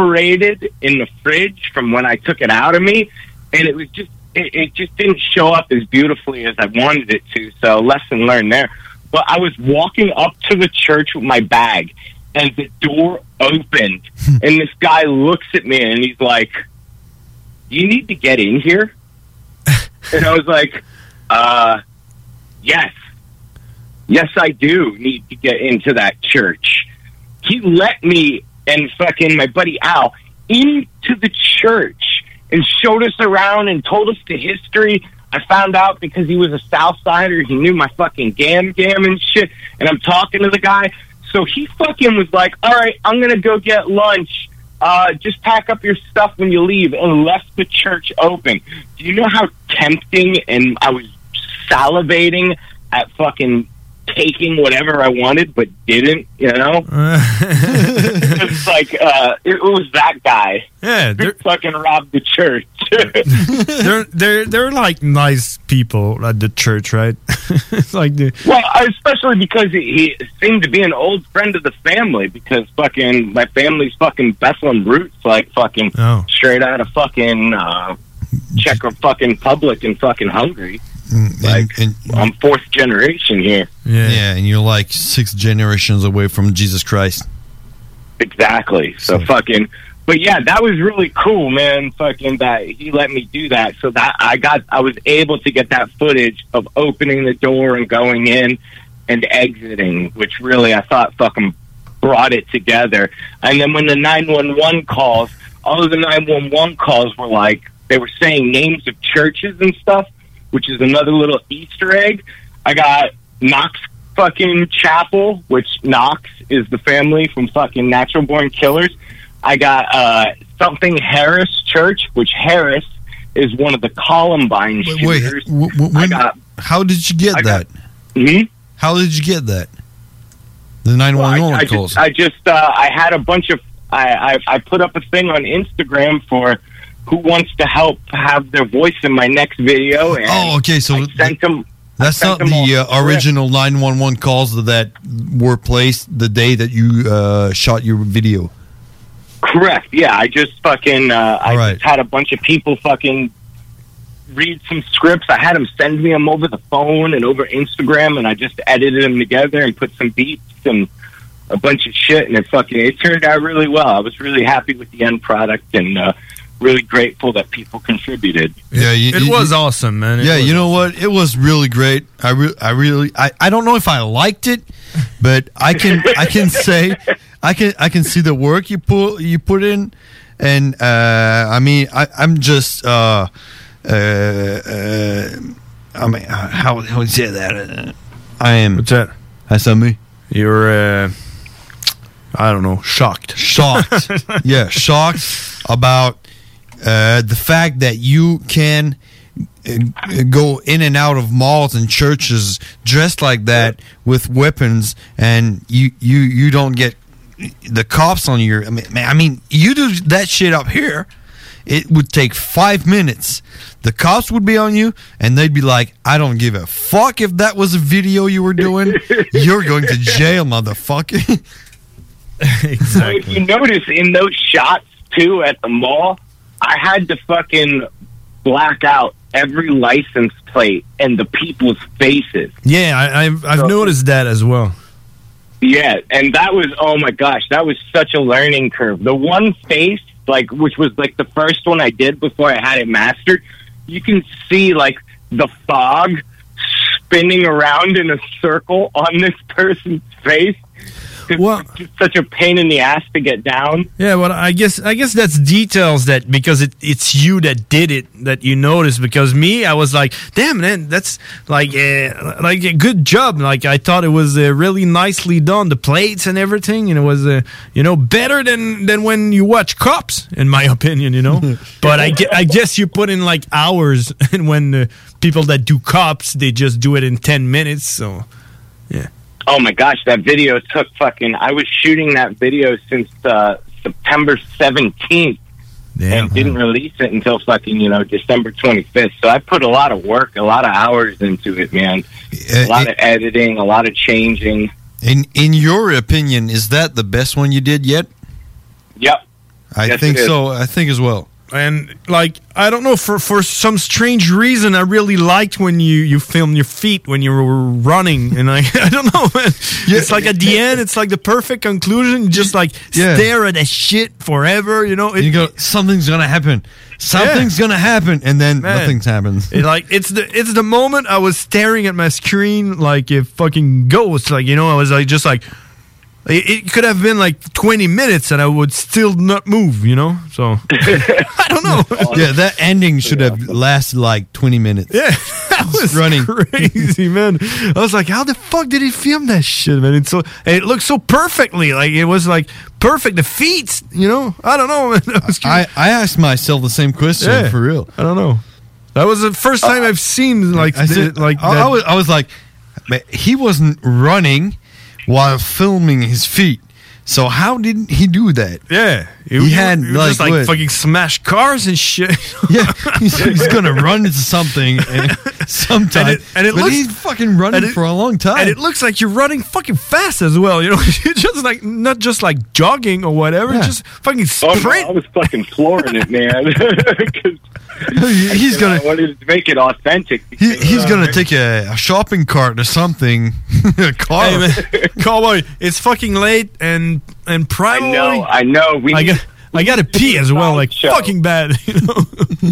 S34: separated in the fridge from when I took it out of me, and it was just it, it just didn't show up as beautifully as I wanted it to. So lesson learned there. But I was walking up to the church with my bag, and the door opened, and this guy looks at me and he's like, "You need to get in here," and I was like, "Uh, yes." Yes, I do need to get into that church. He let me and fucking my buddy Al into the church and showed us around and told us the history. I found out because he was a Southsider, he knew my fucking gam gam and shit. And I'm talking to the guy, so he fucking was like, "All right, I'm gonna go get lunch. Uh, just pack up your stuff when you leave," and left the church open. Do you know how tempting and I was salivating at fucking taking whatever I wanted but didn't, you know? it's like uh it was that guy.
S9: Yeah,
S34: Who fucking robbed the church.
S9: they're they're they're like nice people at the church, right? it's like the
S34: well, especially because he, he seemed to be an old friend of the family because fucking my family's fucking Bethlehem roots like fucking
S9: Oh.
S34: straight out of fucking uh Czech fucking public and fucking Hungary.
S10: Mm, Like
S34: I'm fourth generation here.
S9: Yeah.
S10: yeah, and you're like six generations away from Jesus Christ.
S34: Exactly. So fucking. But yeah, that was really cool, man. Fucking that he let me do that, so that I got, I was able to get that footage of opening the door and going in and exiting, which really I thought fucking brought it together. And then when the nine one one calls, all of the nine one one calls were like they were saying names of churches and stuff, which is another little Easter egg. I got Knox fucking Chapel, which Knox is the family from fucking Natural Born Killers. I got uh, something Harris Church, which Harris is one of the Columbine shooters.
S10: Wait, w- w- when, how did you get that?
S34: Hmm?
S10: How did you get that? The nine one
S34: I
S10: one calls.
S34: just, I just, uh, I had a bunch of, I, I, I put up a thing on Instagram for who wants to help have their voice in my next video, and
S10: Oh, okay. So
S34: sent them.
S10: that's
S34: sent
S10: not
S34: them
S10: the
S34: all-
S10: uh, original nine one one calls that were placed the day that you uh, shot your video.
S34: Correct. Yeah, I just fucking uh, I
S10: All right.
S34: just had a bunch of people fucking read some scripts. I had them send me them over the phone and over Instagram, and I just edited them together and put some beats and a bunch of shit, and it fucking it turned out really well. I was really happy with the end product and uh, really grateful that people contributed.
S10: Yeah, you,
S9: it
S10: you-
S9: was awesome, man. It
S10: yeah,
S9: was
S10: you know what? It was really great. I re- I really I, I don't know if I liked it but I can I can say I can I can see the work you put you put in, and uh, I mean I I'm just uh, uh, uh, I mean uh, how how do you say that Uh, I am what's
S9: that
S10: that's on me
S9: you're uh, I don't know shocked
S10: shocked yeah shocked about uh, the fact that you can uh, go in and out of malls and churches dressed like that with weapons and you you you don't get the cops on your I mean, man, I mean you do that shit up here it would take 5 minutes the cops would be on you and they'd be like I don't give a fuck if that was a video you were doing you're going to jail motherfucker
S34: Well, if you notice in those shots too at the mall, I had to fucking black out every license plate and the people's faces.
S9: Yeah, I, I've, I've noticed that as well.
S34: Yeah, and that was oh my gosh, that was such a learning curve. The one face, like which was like the first one I did before I had it mastered, you can see like the fog spinning around in a circle on this person's face. It's just such a pain in the ass to get down.
S9: Yeah, well, I guess I guess that's details that because it, it's you that did it that you notice. Because me, I was like, damn man, that's like uh, like a good job. Like I thought it was uh, really nicely done, the plates and everything, and it was uh, you know better than than when you watch Cops, in my opinion, you know. but I, gue- I guess you put in like hours, and when uh, people that do Cops, they just do it in ten minutes. So yeah.
S34: Oh my gosh, that video took fucking. I was shooting that video since uh, September 17th and didn't release it until fucking, you know, December 25th. So I put a lot of work, a lot of hours into it, man. a lot of editing, a lot of changing.
S10: In in your opinion, is that the best one you did yet?
S34: Yep.
S10: I
S9: Yes,
S10: think
S9: it is.
S10: so. I think as well.
S9: and like I don't know for for some strange reason I really liked when you you filmed your feet when you were running and I I don't know man it's like at the end it's like the perfect conclusion You just like stare at that shit forever you know it,
S10: you go something's gonna happen something's gonna happen and then
S9: Man.
S10: nothing's happens.
S9: it, like it's the it's the moment I was staring at my screen like a fucking ghost like you know I was like just like it, it could have been like 20 minutes and I would still not move you know so
S10: yeah, that ending should have lasted like twenty minutes.
S9: Yeah, that was running crazy, man. I was like, how the fuck did he film that shit, man? It's so and it looked so perfectly, like it was like perfect. The feet, you know. I don't know. Man. That was crazy.
S10: I, I asked myself the same question
S9: Yeah.
S10: for real.
S9: I don't know. That was the first time I've seen like
S10: I
S9: the-
S10: said,
S9: like
S10: I, I
S9: that-
S10: was, I was like, "Man, he wasn't running while filming his feet. So how did he do that?
S9: Yeah,
S10: he, had
S9: you
S10: like,
S9: just like
S10: what?
S9: fucking smash cars and shit.
S10: yeah, he's, he's gonna run into something and sometime.
S9: And it, and it
S10: but
S9: looks
S10: he's fucking running
S9: and it-
S10: for a long time.
S9: And it looks like you're running fucking fast as well. You know, you're just like not just like jogging or whatever, just fucking sprint.
S34: Oh, I was fucking flooring it, man. 'Cause
S10: he's
S34: I gonna wanted to make it authentic.
S10: He, he's gonna take a, a shopping cart or something. a car.
S9: Hey, man, cowboy, it's fucking late and and probably. I know,
S34: I know. We
S9: I got, I got to pee as well, like fucking bad. You know?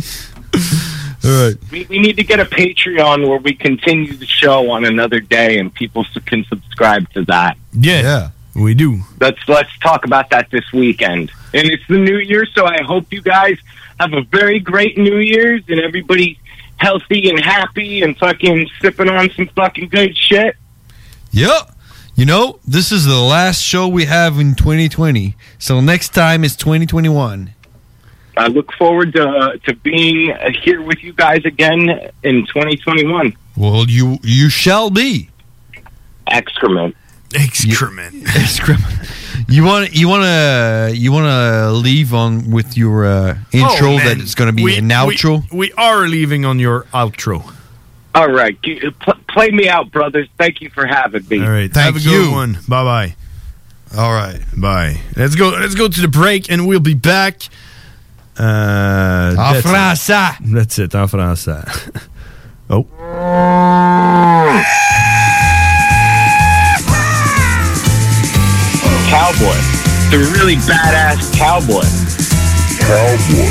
S34: We, we need to get a Patreon where we continue the show on another day and people s- can subscribe to that.
S9: Yeah, yeah, we do.
S34: let's let's talk about that this weekend. And it's the new year, so I hope you guys have a very great New Year's and everybody healthy and happy and fucking sipping on some fucking good shit.
S10: Yep. You know, this is the last show we have in 2020. So next time is 2021.
S34: I look forward to to being here with you guys again in 2021.
S10: Well, you you shall be
S34: excrement.
S9: Excrement.
S10: excrement. You want you want to you want to leave on with your uh, intro
S9: Oh,
S10: that
S9: man.
S10: it's going to be
S9: We-
S10: an
S9: we-
S10: outro.
S9: We, are leaving on your outro.
S34: All right, g- pl- play me out, brothers. Thank you for having me.
S9: All right, have a good one. Bye bye.
S10: All right,
S9: bye. Let's go. Let's go to the break, and we'll be back. Uh,
S10: En
S9: that's it.
S10: français.
S9: That's it. En français. oh.
S34: Cowboy, the really badass cowboy. Cowboy.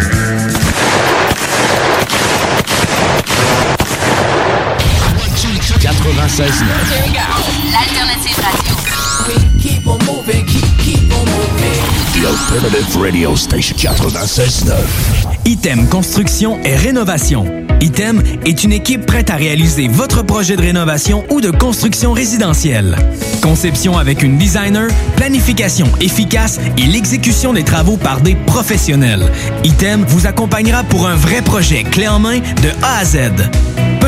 S8: L'alternative radio.
S11: The Alternative Radio Station 96.9.
S14: Item Construction et Rénovation. Item est une équipe prête à réaliser votre projet de rénovation ou de construction résidentielle. Conception avec une designer, planification efficace et l'exécution des travaux par des professionnels. Item vous accompagnera pour un vrai projet clé en main de A à Z. Peu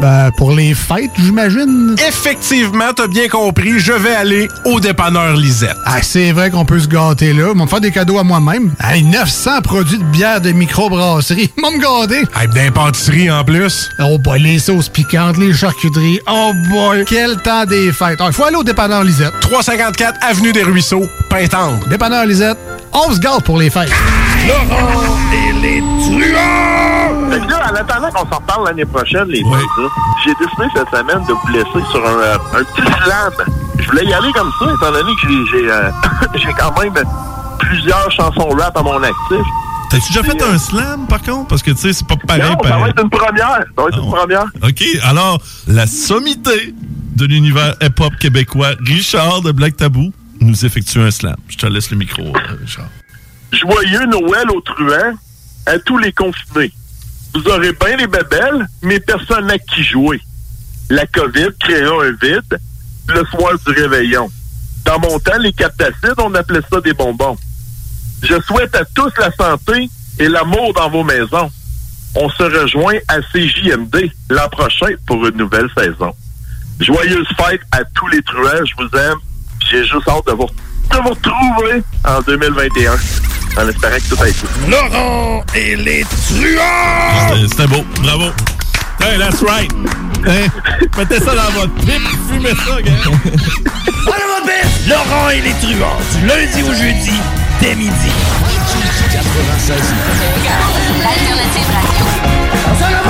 S7: Ben, pour les fêtes, j'imagine.
S36: Effectivement, t'as bien compris, je vais aller au dépanneur Lisette.
S7: Ah, c'est vrai qu'on peut se gâter là. Ils vont me faire des cadeaux à moi-même. Hey, 900 produits de bière de microbrasserie. Ils vont me garder.
S36: Hey, d'impantisserie en plus.
S7: Oh boy, les sauces piquantes, les charcuteries. Oh boy, quel temps des fêtes. Il faut aller au dépanneur Lisette.
S36: 354 Avenue des Ruisseaux, Pintendre.
S7: Dépanneur Lisette, on se gâte pour les fêtes.
S29: Laurent et les truands! Fait que là, en attendant qu'on s'en parle l'année prochaine, les deux, là, j'ai décidé cette semaine de vous laisser sur un, euh, un petit slam. Je voulais y aller comme ça, étant donné que j'ai, j'ai, euh, j'ai quand même plusieurs chansons rap à mon actif. euh,
S37: T'as-tu déjà fait un slam, par contre? Parce que, tu sais, c'est pas pareil.
S29: Non, ça
S37: pareil. Ah
S29: va être une première. Ça va être une première.
S37: OK, alors, la sommité de l'univers hip-hop québécois, Richard de Black Tabou, nous effectue un slam. Je te laisse le micro, euh, Richard.
S29: Joyeux Noël aux truands, à tous les confinés. Vous aurez bien les babelles, mais personne à qui jouer. La COVID créa un vide le soir du réveillon. Dans mon temps, les captacides, on appelait ça des bonbons. Je souhaite à tous la santé et l'amour dans vos maisons. On se rejoint à CJMD l'an prochain pour une nouvelle saison. Joyeuse fête à tous les truands, je vous aime. J'ai juste hâte de vous, de vous retrouver en 2021. En espérant que tout aille bien. Laurent et les truands!
S37: C'était- C'était beau, bravo. Hey, that's right. Hein? Mettez ça dans votre pipe, fumez ça, gars.
S29: Laurent et les truands, du lundi au jeudi, dès midi.
S8: L'alternative radio.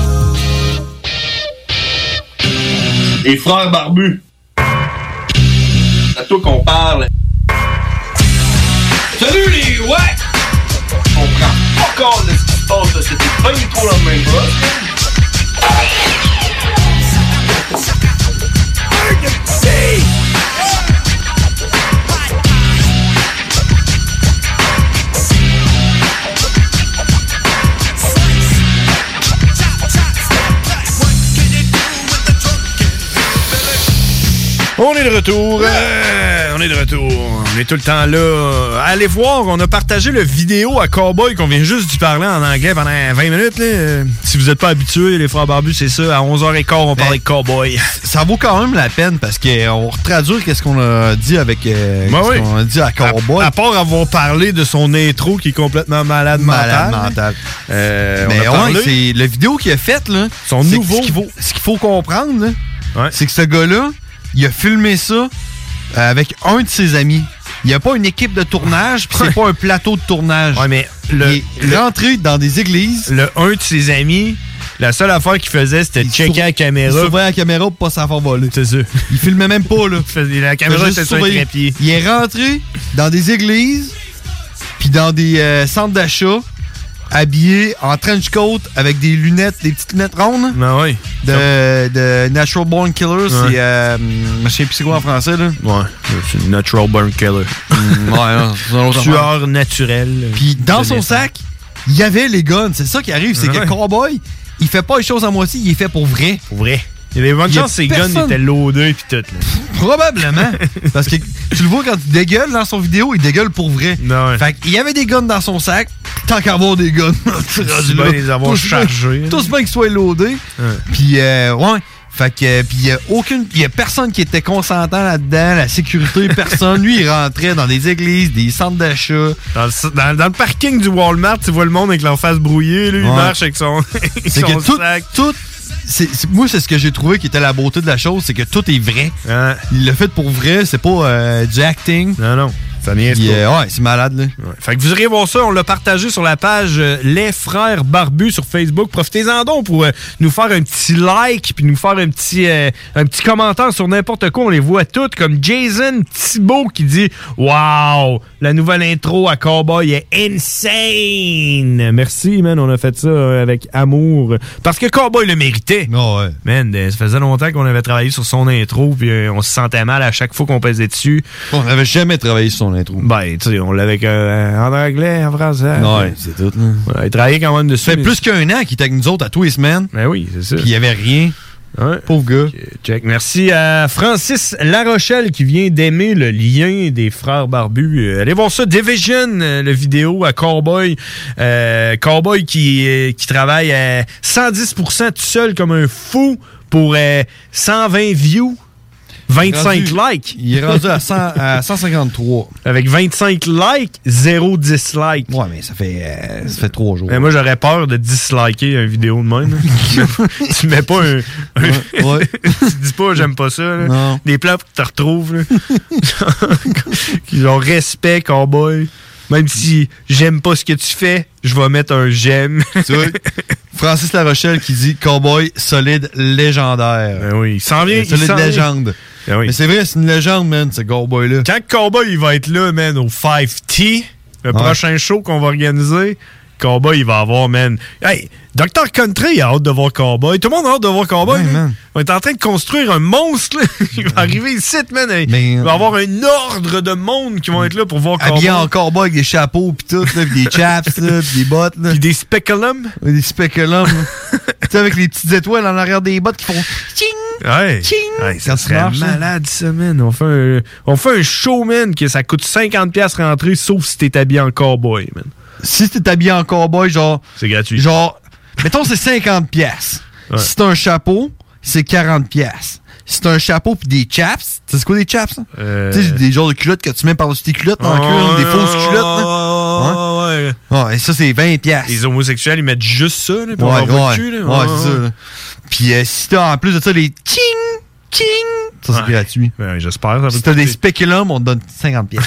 S29: Les frères barbus. À toi qu'on parle. Salut les ouais! On prend pas compte de ce qui se passe, là. c'était pas du tout la même
S9: On est de retour. Euh, on est de retour. On est tout le temps là. Allez voir, on a partagé le vidéo à Cowboy qu'on vient juste d'y parler en anglais pendant 20 minutes. là. Euh, Si vous n'êtes pas habitué, les frères barbus, c'est ça. À 11h15, on parlait de Cowboy.
S10: Ben, Ça vaut quand même la peine parce qu'on retraduit qu'est-ce qu'on a dit avec. euh,
S9: Ben
S10: qu'est-ce
S9: oui.
S10: qu'on a dit à Cowboy.
S9: À part avoir parlé de son intro qui est complètement malade
S10: Malade
S9: mentale.
S10: mental.
S9: Euh,
S10: Mais
S9: on a parlé.
S10: Ben, ouais, c'est la vidéo qu'il a faite, là.
S9: Son
S10: c'est
S9: nouveau.
S10: Ce qu'il faut, ce qu'il faut comprendre, là, c'est que ce gars-là, il a filmé ça euh, avec un de ses amis. Il n'y a pas une équipe de tournage, puis c'est pas un plateau de tournage.
S9: Ouais, mais le,
S10: rentré dans des églises.
S9: Le un de ses amis, la seule affaire qu'il faisait, c'était checker la
S10: Il
S9: caméra.
S10: s'ouvrait la caméra pour pas s'en faire voler.
S9: C'est ça.
S10: Il filmait même pas, là.
S9: la caméra était sur un trépied.
S10: Il est rentré dans des églises, puis puis dans des euh, centres d'achat, habillés en trench coat avec des lunettes, des petites lunettes rondes.
S9: Ah oui.
S10: De, de Natural Born Killer, c'est. Euh, je sais plus c'est quoi en français, là.
S9: Ouais, c'est natural burn killer.
S10: Mm, ouais, non, c'est un autre
S9: Tueur naturel. euh,
S10: Puis dans
S9: De
S10: son
S9: naissance. Ah
S10: sac, il y avait les guns. C'est ça qui arrive, c'est que
S9: Ouais.
S10: le Cowboy, il fait pas les choses à moitié, il est fait pour vrai. Pour
S9: vrai. Il y avait bonnes chances que ses guns étaient loadés puis tout. là.
S10: Probablement. Parce que tu le vois quand il dégueule dans son vidéo, il dégueule pour vrai. Fait qu'il y avait des guns dans son sac. Tant qu'à avoir des guns, tu
S9: C'est bien les avoir chargés, là.
S10: Tout bien qu'ils soient loadés. Puis, euh, ouais. Fait que, euh, puis il y a aucune, il y a personne qui était consentant là-dedans, la sécurité, personne. Lui, il rentrait dans des églises, des centres d'achat.
S9: Dans le, dans- dans le parking du Walmart, tu vois le monde avec leur face brouillée, là, il
S10: Ouais.
S9: marche avec son, avec
S10: C'est
S9: son
S10: que tout,
S9: sac.
S10: tout- c'est- c'est- moi, c'est ce que j'ai trouvé qui était la beauté de la chose, c'est que tout est vrai. Il l'a fait pour vrai, c'est pas euh, du acting.
S9: Hein? Non, non. Ça niaise
S10: Puis,
S9: pas.
S10: euh, ouais, c'est malade, là.
S9: Fait que vous irez voir ça, on l'a partagé sur la page euh, Les Frères Barbus sur Facebook. Profitez-en donc pour euh, nous faire un petit like puis nous faire un petit, euh, un petit commentaire sur n'importe quoi. On les voit toutes, comme Jason Thibault qui dit Wow, la nouvelle intro à Cowboy est insane. Merci, man, on a fait ça euh, avec amour. Parce que Cowboy le méritait.
S10: Ah,
S9: Man, euh, ça faisait longtemps qu'on avait travaillé sur son intro puis euh, on se sentait mal à chaque fois qu'on pesait dessus.
S10: On n'avait jamais travaillé sur son intro.
S9: Ben, tu sais, on l'avait que- en anglais, en français.
S10: Ouais, c'est tout.
S9: il travaillait quand même dessus.
S10: Ça fait plus qu'un an qu'il était avec nous autres à tous les semaines.
S9: Ben oui, c'est ça.
S10: Puis il n'y avait rien. Pauvre gars.
S9: Check. Merci à Francis Larochelle qui vient d'aimer le lien des frères barbus. Euh, allez voir ça, Division, euh, le vidéo à Cowboy. Euh, Cowboy qui, euh, qui travaille à 110% tout seul comme un fou pour euh, 120 views. 25
S10: Il est rendu-
S9: likes.
S10: il est rendu à 100 à 153.
S9: Avec 25 likes, 0 dislike.
S10: Ouais, mais ça fait, euh, ça fait 3 jours.
S9: Mais moi, j'aurais peur de disliker une vidéo de même. tu mets pas un. un- tu dis pas, j'aime pas ça. là.
S10: Non.
S9: Des plans pour que tu te retrouves. là. Qu'ils ont respect, cowboy. Même si j'aime pas ce que tu fais, je vais mettre un j'aime.
S10: Tu vois, Francis Larochelle qui dit Cowboy solide légendaire.
S9: Ben
S10: Euh,
S9: oui, il s'en vient. il
S10: Solide
S9: s'en vient. Ben
S10: légende. Mais c'est vrai, c'est une légende, man, ce Cowboy-là.
S9: Quand Cowboy il va être là, man, au 5T, le
S10: Ouais.
S9: prochain show qu'on va organiser, Cowboy, il va avoir, man. Hey, Dr. Country, il a hâte de voir Cowboy. Tout le monde a hâte de voir Cowboy. là. On est en train de construire un monstre. là. il va arriver ici, man. Hey, il va avoir un ordre de monde qui vont être là pour voir Cowboy.
S10: euh, Habillé en cowboy avec des chapeaux pis tout, là, pis des chaps, là, pis des bottes. Là. Pis
S9: des speculums.
S10: Des speculums. là. tu sais, avec les petites étoiles en arrière des bottes qui font ching!
S9: Ouais.
S10: Ching!
S9: Ouais, ça
S10: Quand tu
S9: serait
S10: marches, hein. là.
S9: malade, ça, man. On fait, un, on fait un show, man, que ça coûte 50$ rentrer, sauf si t'es habillé en cowboy, man.
S10: Si t'es habillé en cowboy, genre.
S9: C'est gratuit.
S10: Genre, mettons, c'est 50 pièces.
S9: Ouais.
S10: Si t'as un chapeau, c'est 40 pièces. Si t'as un chapeau pis des chaps, tu sais c'est quoi des chaps? hein?
S9: Euh.
S10: Tu sais, des genres de culottes que tu mets par-dessus tes culottes en
S9: Ouais,
S10: cuir, des
S9: ouais,
S10: fausses
S9: ouais,
S10: culottes. là. Hein?
S9: ouais, ouais.
S10: Ouais, et ça, c'est 20 pièces.
S9: Les homosexuels, ils mettent juste ça, là, pour
S10: Ouais,
S9: avoir
S10: ouais.
S9: le cul, là.
S10: Ouais, c'est ça. là. Puis euh, si t'as en plus de ça les ching, ching, ça c'est
S9: Ouais.
S10: gratuit.
S9: Ben, J'espère. ça va
S10: Si t'as des
S9: coûter.
S10: spéculums, on te donne 50 pièces.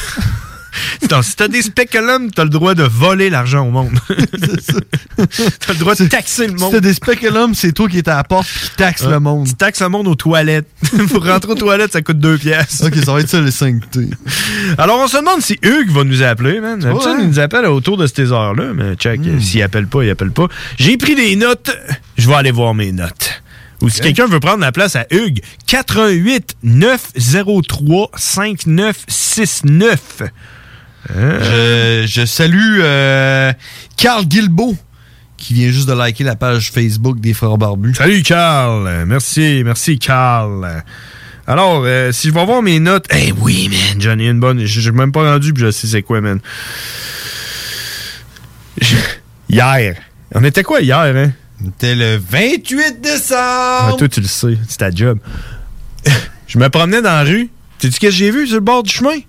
S9: Attends, si t'as des spéculums, t'as le droit de voler l'argent au monde. t'as le droit de taxer le
S10: si
S9: monde.
S10: t'as des spéculums, c'est toi qui es à la porte pis qui taxe
S9: Ouais.
S10: le monde.
S9: Tu taxes le monde aux toilettes. Pour rentrer aux toilettes, ça coûte 2 pièces.
S10: Ok, ça va être ça les 5T.
S9: Alors, on se demande si Hugues va nous appeler, man. D'habitude,
S10: Ouais. Hmm.
S9: il nous appelle autour de ces heures-là, mais check, euh, s'il appelle pas, il appelle pas. J'ai pris des notes, je vais aller voir mes notes. Ou si quelqu'un veut prendre la place à Hugues, 88 903 5969.
S10: Je, je salue euh, Carl Guilbeault qui vient juste de liker la page Facebook des Frères Barbus.
S9: Salut Carl, merci, merci Carl. Alors, euh, si je vais voir mes notes, eh oui man, j'en ai une bonne, je je suis même pas rendu puis je sais c'est quoi man. Je- Hier, on était quoi hier hein?
S10: On était le 28 décembre.
S9: Ah, toi, tu le sais, c'est ta job. je me promenais dans la rue. Tu sais ce que j'ai vu sur le bord du chemin?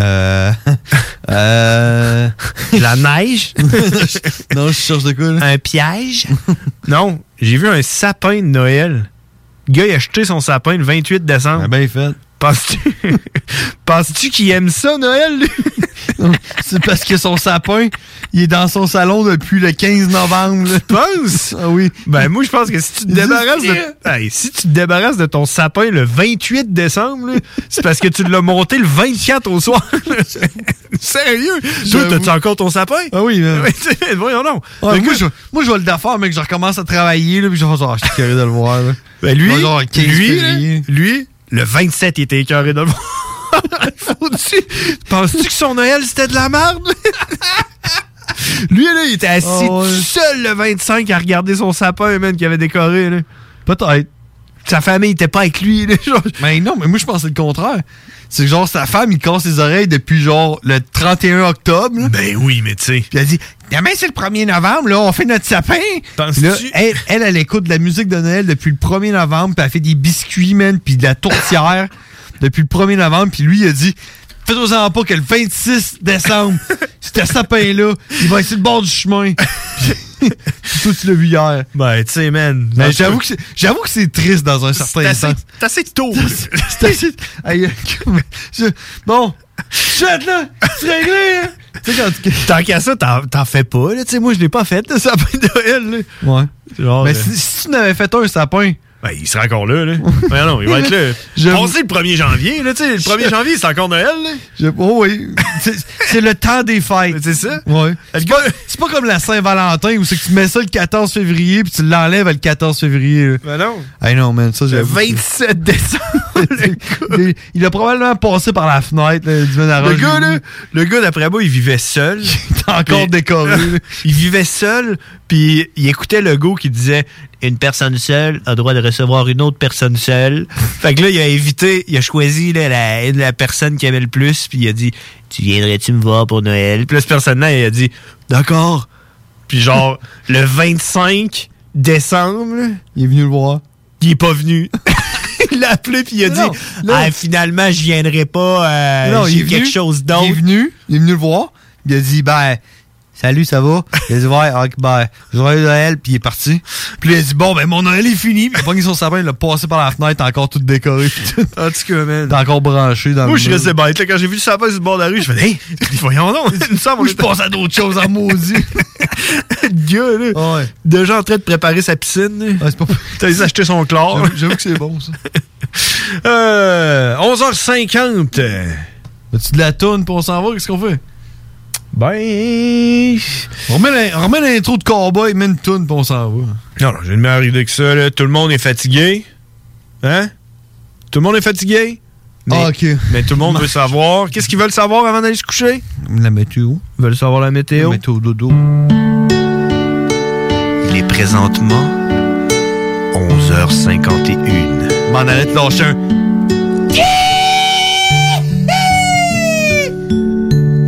S10: Euh. euh.
S9: La neige?
S10: non, je cherche de quoi, là?
S9: Un piège? non, j'ai vu un sapin de Noël. Le gars, Ah, il a acheté son sapin le 28 décembre.
S10: Ben, fait.
S9: Penses-tu penses-tu qu'il aime ça, Noël? lui?
S10: C'est parce que son sapin, il est dans son salon depuis le 15 novembre. Tu
S9: penses?
S10: Ah oui.
S9: Ben, moi, je pense que si tu te débarrasses de. Hey, si tu te débarrasses de ton sapin le 28 décembre, là, c'est parce que tu l'as monté le 24 au soir. là. Sérieux? Toi,
S10: J'avoue.
S9: t'as-tu encore ton sapin? Ah
S10: oui, man.
S9: Voyons donc. Ben,
S10: Ouais,
S9: Fait que-
S10: moi, je, moi, je vais le d'affaire, mais que je recommence à travailler, là, puis je vais faire, Ah, je suis curieux de le voir. là.
S9: Ben, lui,
S10: Je vais genre, 15
S9: lui,
S10: février.
S9: là, lui, le 27, il était écœuré de le voir. Faut-tu- Penses-tu que son Noël, c'était de la merde? lui, là, il était assis
S10: Ah ouais.
S9: tout seul le 25 à regarder son sapin, man, qu'il avait décoré, là. Peut-être. Sa famille était pas avec lui, là. genre.
S10: Mais non, mais moi, je pensais le contraire. C'est que, genre, sa femme, il casse ses oreilles depuis, genre, le 31 octobre.
S9: Ben oui, mais tu sais.
S10: Puis elle dit, demain, c'est le 1er novembre, là, on fait notre sapin.
S9: Penses-tu-
S10: Là, elle, elle, elle écoute de la musique de Noël depuis le 1er novembre, puis elle fait des biscuits, man, puis de la tourtière depuis le 1er novembre, puis lui, il a dit, faites-vous-en pas que le 26 décembre, ce sapin-là, il va être sur le bord du chemin. Puis toi, tu l'as vu hier.
S9: Ben, tu sais, man.
S10: Mais j'avoue que c'est- j'avoue que c'est triste dans un
S9: C'est
S10: certain
S9: assez,
S10: sens.
S9: c'est assez tôt. là.
S10: C'est assez- Aïe, je- Bon, chute là, c'est réglé. hein. Tu sais, quand tu-
S9: Tant qu'à ça, t'en t'en fais pas, là. Tu sais, moi, je l'ai pas fait, le sapin de Noël, là.
S10: Ouais.
S9: Genre,
S10: Mais
S9: euh,
S10: si, si tu n'avais fait un sapin,
S9: Ben, il sera encore là, là. Ben non, il va être là.
S10: J'avoue.
S9: On sait le 1er janvier, là, tu sais. Le 1er janvier, c'est encore Noël, là.
S10: je- oh oui, c'est c'est le temps des fêtes.
S9: C'est ça?
S10: Ouais.
S9: Le gars,
S10: C'est pas comme la Saint-Valentin où c'est que tu mets ça le 14 février puis tu l'enlèves le 14 février. là.
S9: Ben non.
S10: Hey non, man, ça
S9: Le
S10: j'avoue.
S9: 27 décembre, le gars.
S10: Il- Il a probablement passé par la fenêtre là, du Vénarage.
S9: Le gars, là, le gars d'après moi, il vivait seul. il
S10: était encore décoré, là.
S9: il vivait seul, puis il écoutait le gars qui disait Une personne seule a droit de recevoir une autre personne seule. fait que là, il a évité, il a choisi là, la, la personne qui aimait le plus, puis il a dit Tu viendrais-tu me voir pour Noël Puis là, cette personne-là, il a dit D'accord. Puis genre, le 25 décembre, là,
S10: Il est venu le voir.
S9: il est pas venu. il l'a appelé puis il a
S10: Non,
S9: dit
S10: là-
S9: Ah, finalement je viendrai pas euh,
S10: Non, il est
S9: j'ai
S10: venu,
S9: quelque chose d'autre
S10: Il est venu, il est venu le voir. Il a dit ben salut, ça va Il a dit ouais, ok, ben joyeux Noël, puis il est parti. Puis il a dit bon ben mon Noël est fini. Puis il a pogné son sapin, il l'a passé par la fenêtre, encore tout décoré, puis tout.
S9: En tout cas, man.
S10: T'es encore branché dans
S9: Moi,
S10: le
S9: je suis
S10: mur.
S9: resté bête. Là, quand j'ai vu le sapin sur le bord de la rue, je fais, hey, voyons donc. Il me semble
S10: Moi, je pense à d'autres choses en maudit.
S9: le gars, là.
S10: Ah ouais.
S9: Déjà en train de préparer sa piscine.
S10: Ah, c'est pas-
S9: T'as juste acheté son
S12: Oh.
S9: chlore.
S10: J'avoue- J'avoue que c'est bon, ça.
S9: Euh, 11h50.
S10: As-tu de la toune pour on s'en va? Qu'est-ce qu'on fait?
S9: Ben.
S10: On remet l'in- on remet l'intro de Cowboy, met une toune pour on s'en va.
S9: Non, non, j'ai une meilleure idée que ça, là. Tout le monde est fatigué. Hein? Tout le monde est fatigué. Mais,
S10: Ah, ok.
S9: mais tout le monde veut savoir. Qu'est-ce qu'ils veulent savoir avant d'aller se coucher?
S10: La météo.
S9: Ils veulent savoir la
S10: La
S9: météo.
S10: météo dodo.
S9: Il est présentement 11h51.
S10: M'en allait te lâcher un.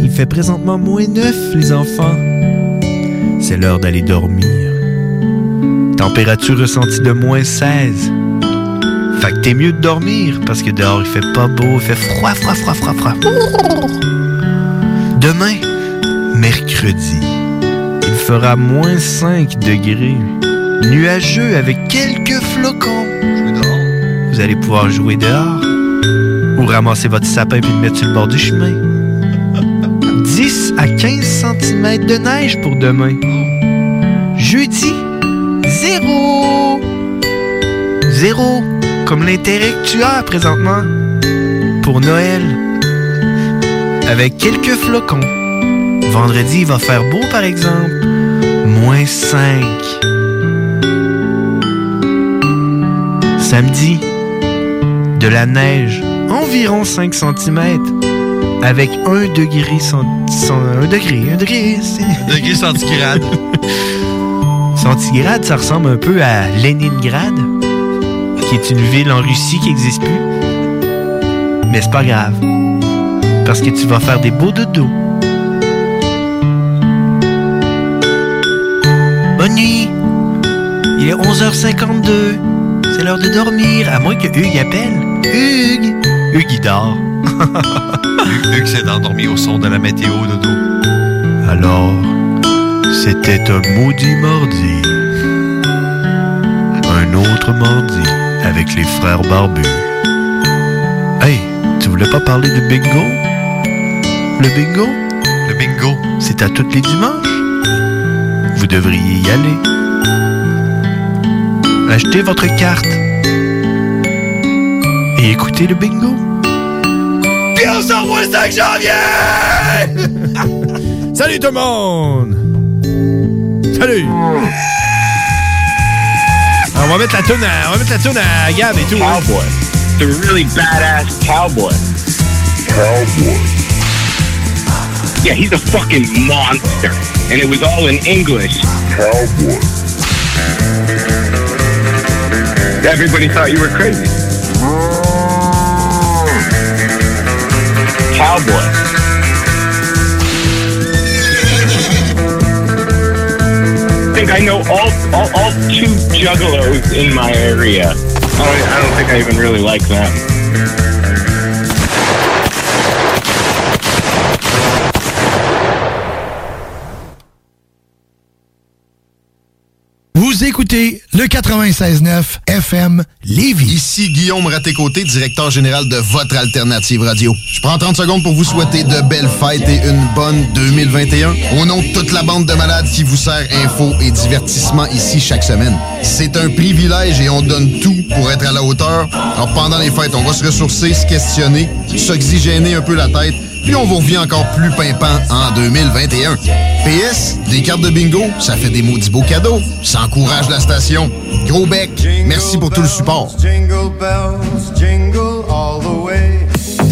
S9: Il fait présentement moins neuf, les enfants. C'est l'heure d'aller dormir. Température ressentie de moins 16. Fait que t'es mieux de dormir, parce que dehors il fait pas beau, il fait froid, froid, froid, froid, froid. Demain, mercredi, il fera moins 5 degrés. Nuageux avec quelques flocons. Vous allez pouvoir jouer dehors ou ramasser votre sapin puis le mettre sur le bord du chemin. 10 à 15 cm de neige pour demain. Jeudi, zéro. Zéro, comme l'intérêt que tu as présentement pour Noël. Avec quelques flocons. Vendredi, il va faire beau par exemple. Moins 5. Samedi, de la neige, environ 5 cm avec 1 degré cent- cent- un degré, un degré c'est-
S10: Degré centigrade.
S9: centigrade, ça ressemble un peu à Leningrad, qui est une ville en Russie qui n'existe plus. Mais c'est pas grave, parce que tu vas faire des beaux dodos. Bonne nuit. Il est 11h52. C'est l'heure de dormir, à moins que Hugues appelle. Hugues. Hugues, il dort.
S10: Luc s'est endormi au son de la météo dodo.
S9: Alors, c'était un maudit mardi. Un autre mardi avec les frères barbus.
S10: Hey, tu voulais pas parler du bingo? Le bingo? Le bingo, c'est à tous les dimanches. Vous devriez y aller. Achetez votre carte. Et écoutez le bingo.
S9: Puis on se revoit le 5 janvier! Salut tout le monde! Salut! Ah, On va mettre la toune à, on va mettre la toune à Gab et tout. hein. Cowboy. The really badass cowboy.
S34: Cowboy. Yeah, he's a fucking monster. And it was all in English. Cowboy. Everybody thought you were crazy. Cowboy. I think I know all, all, all two juggalos in my area. I don't, I don't think I even really like them.
S25: Vous écoutez le 96.9 FM Lévis.
S19: Ici Guillaume Raté-Côté, directeur général de votre alternative radio. Je prends 30 secondes pour vous souhaiter de belles fêtes et une bonne 2021. Au nom de toute la bande de malades qui vous sert info et divertissement ici chaque semaine. C'est un privilège et on donne tout pour être à la hauteur. Alors pendant les fêtes, on va se ressourcer, se questionner, s'oxygéner un peu la tête, puis on vous revient encore plus pimpant en 2021. PS, des cartes de bingo, ça fait des maudits beaux cadeaux. Ça encourage la station. Gros bec, merci pour tout le support.
S26: Jingle bells, jingle all the way.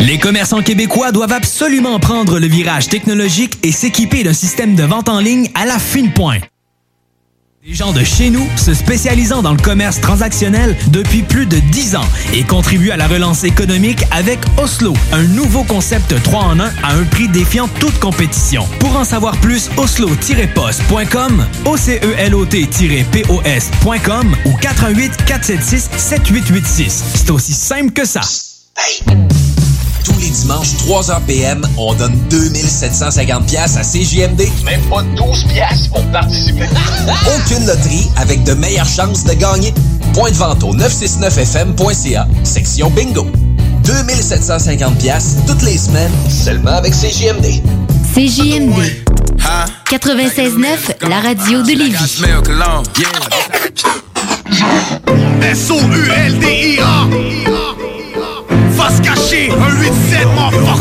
S14: Les commerçants québécois doivent absolument prendre le virage technologique et s'équiper d'un système de vente en ligne à la fine pointe. Les gens de chez nous se spécialisant dans le commerce transactionnel depuis plus de 10 ans et contribuent à la relance économique avec Oslo, un nouveau concept 3 en 1 à un prix défiant toute compétition. Pour en savoir plus, oslo-post.com, E OCELOT-POS.com ou 418 476 7886. C'est aussi simple que ça.
S17: Tous les dimanches, 3h PM, on donne 2750 pièces à CJMD. Même pas 12 pièces pour participer. Aucune loterie avec de meilleures chances de gagner. Point de vente au 969fm.ca, section bingo. 2750 pièces toutes les semaines, seulement avec CJMD.
S11: CJMD 96.9, la radio de Lévis.
S8: S-O-U-L-D-I-A Face cachée, un 8-7, mon fuck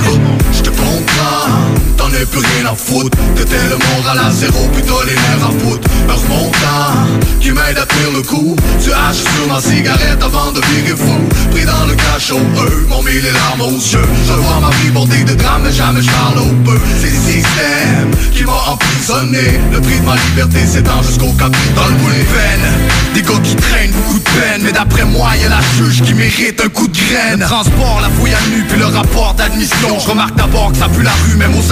S8: Je te comprends, t'en as plus rien à foutre T'étais le monde à la zéro, puis t'as les nerfs à foutre Un remontant, qui m'aide à tenir le coup Tu haches sur ma cigarette avant de virer fou Pris dans le cachot, eux m'ont mis les larmes aux yeux Je vois ma vie bordée de drames, mais jamais je parle au peu C'est le système qui m'a emprisonné Le prix de ma liberté s'étend jusqu'au capitole Pour les veines, des gars qui traînent beaucoup de peine Mais d'après moi, y a la juge qui mérite un coup de graine Le transport, la fouille à nu, puis le rapport d'admission Je remarque d'abord que ça pue la rue, même aux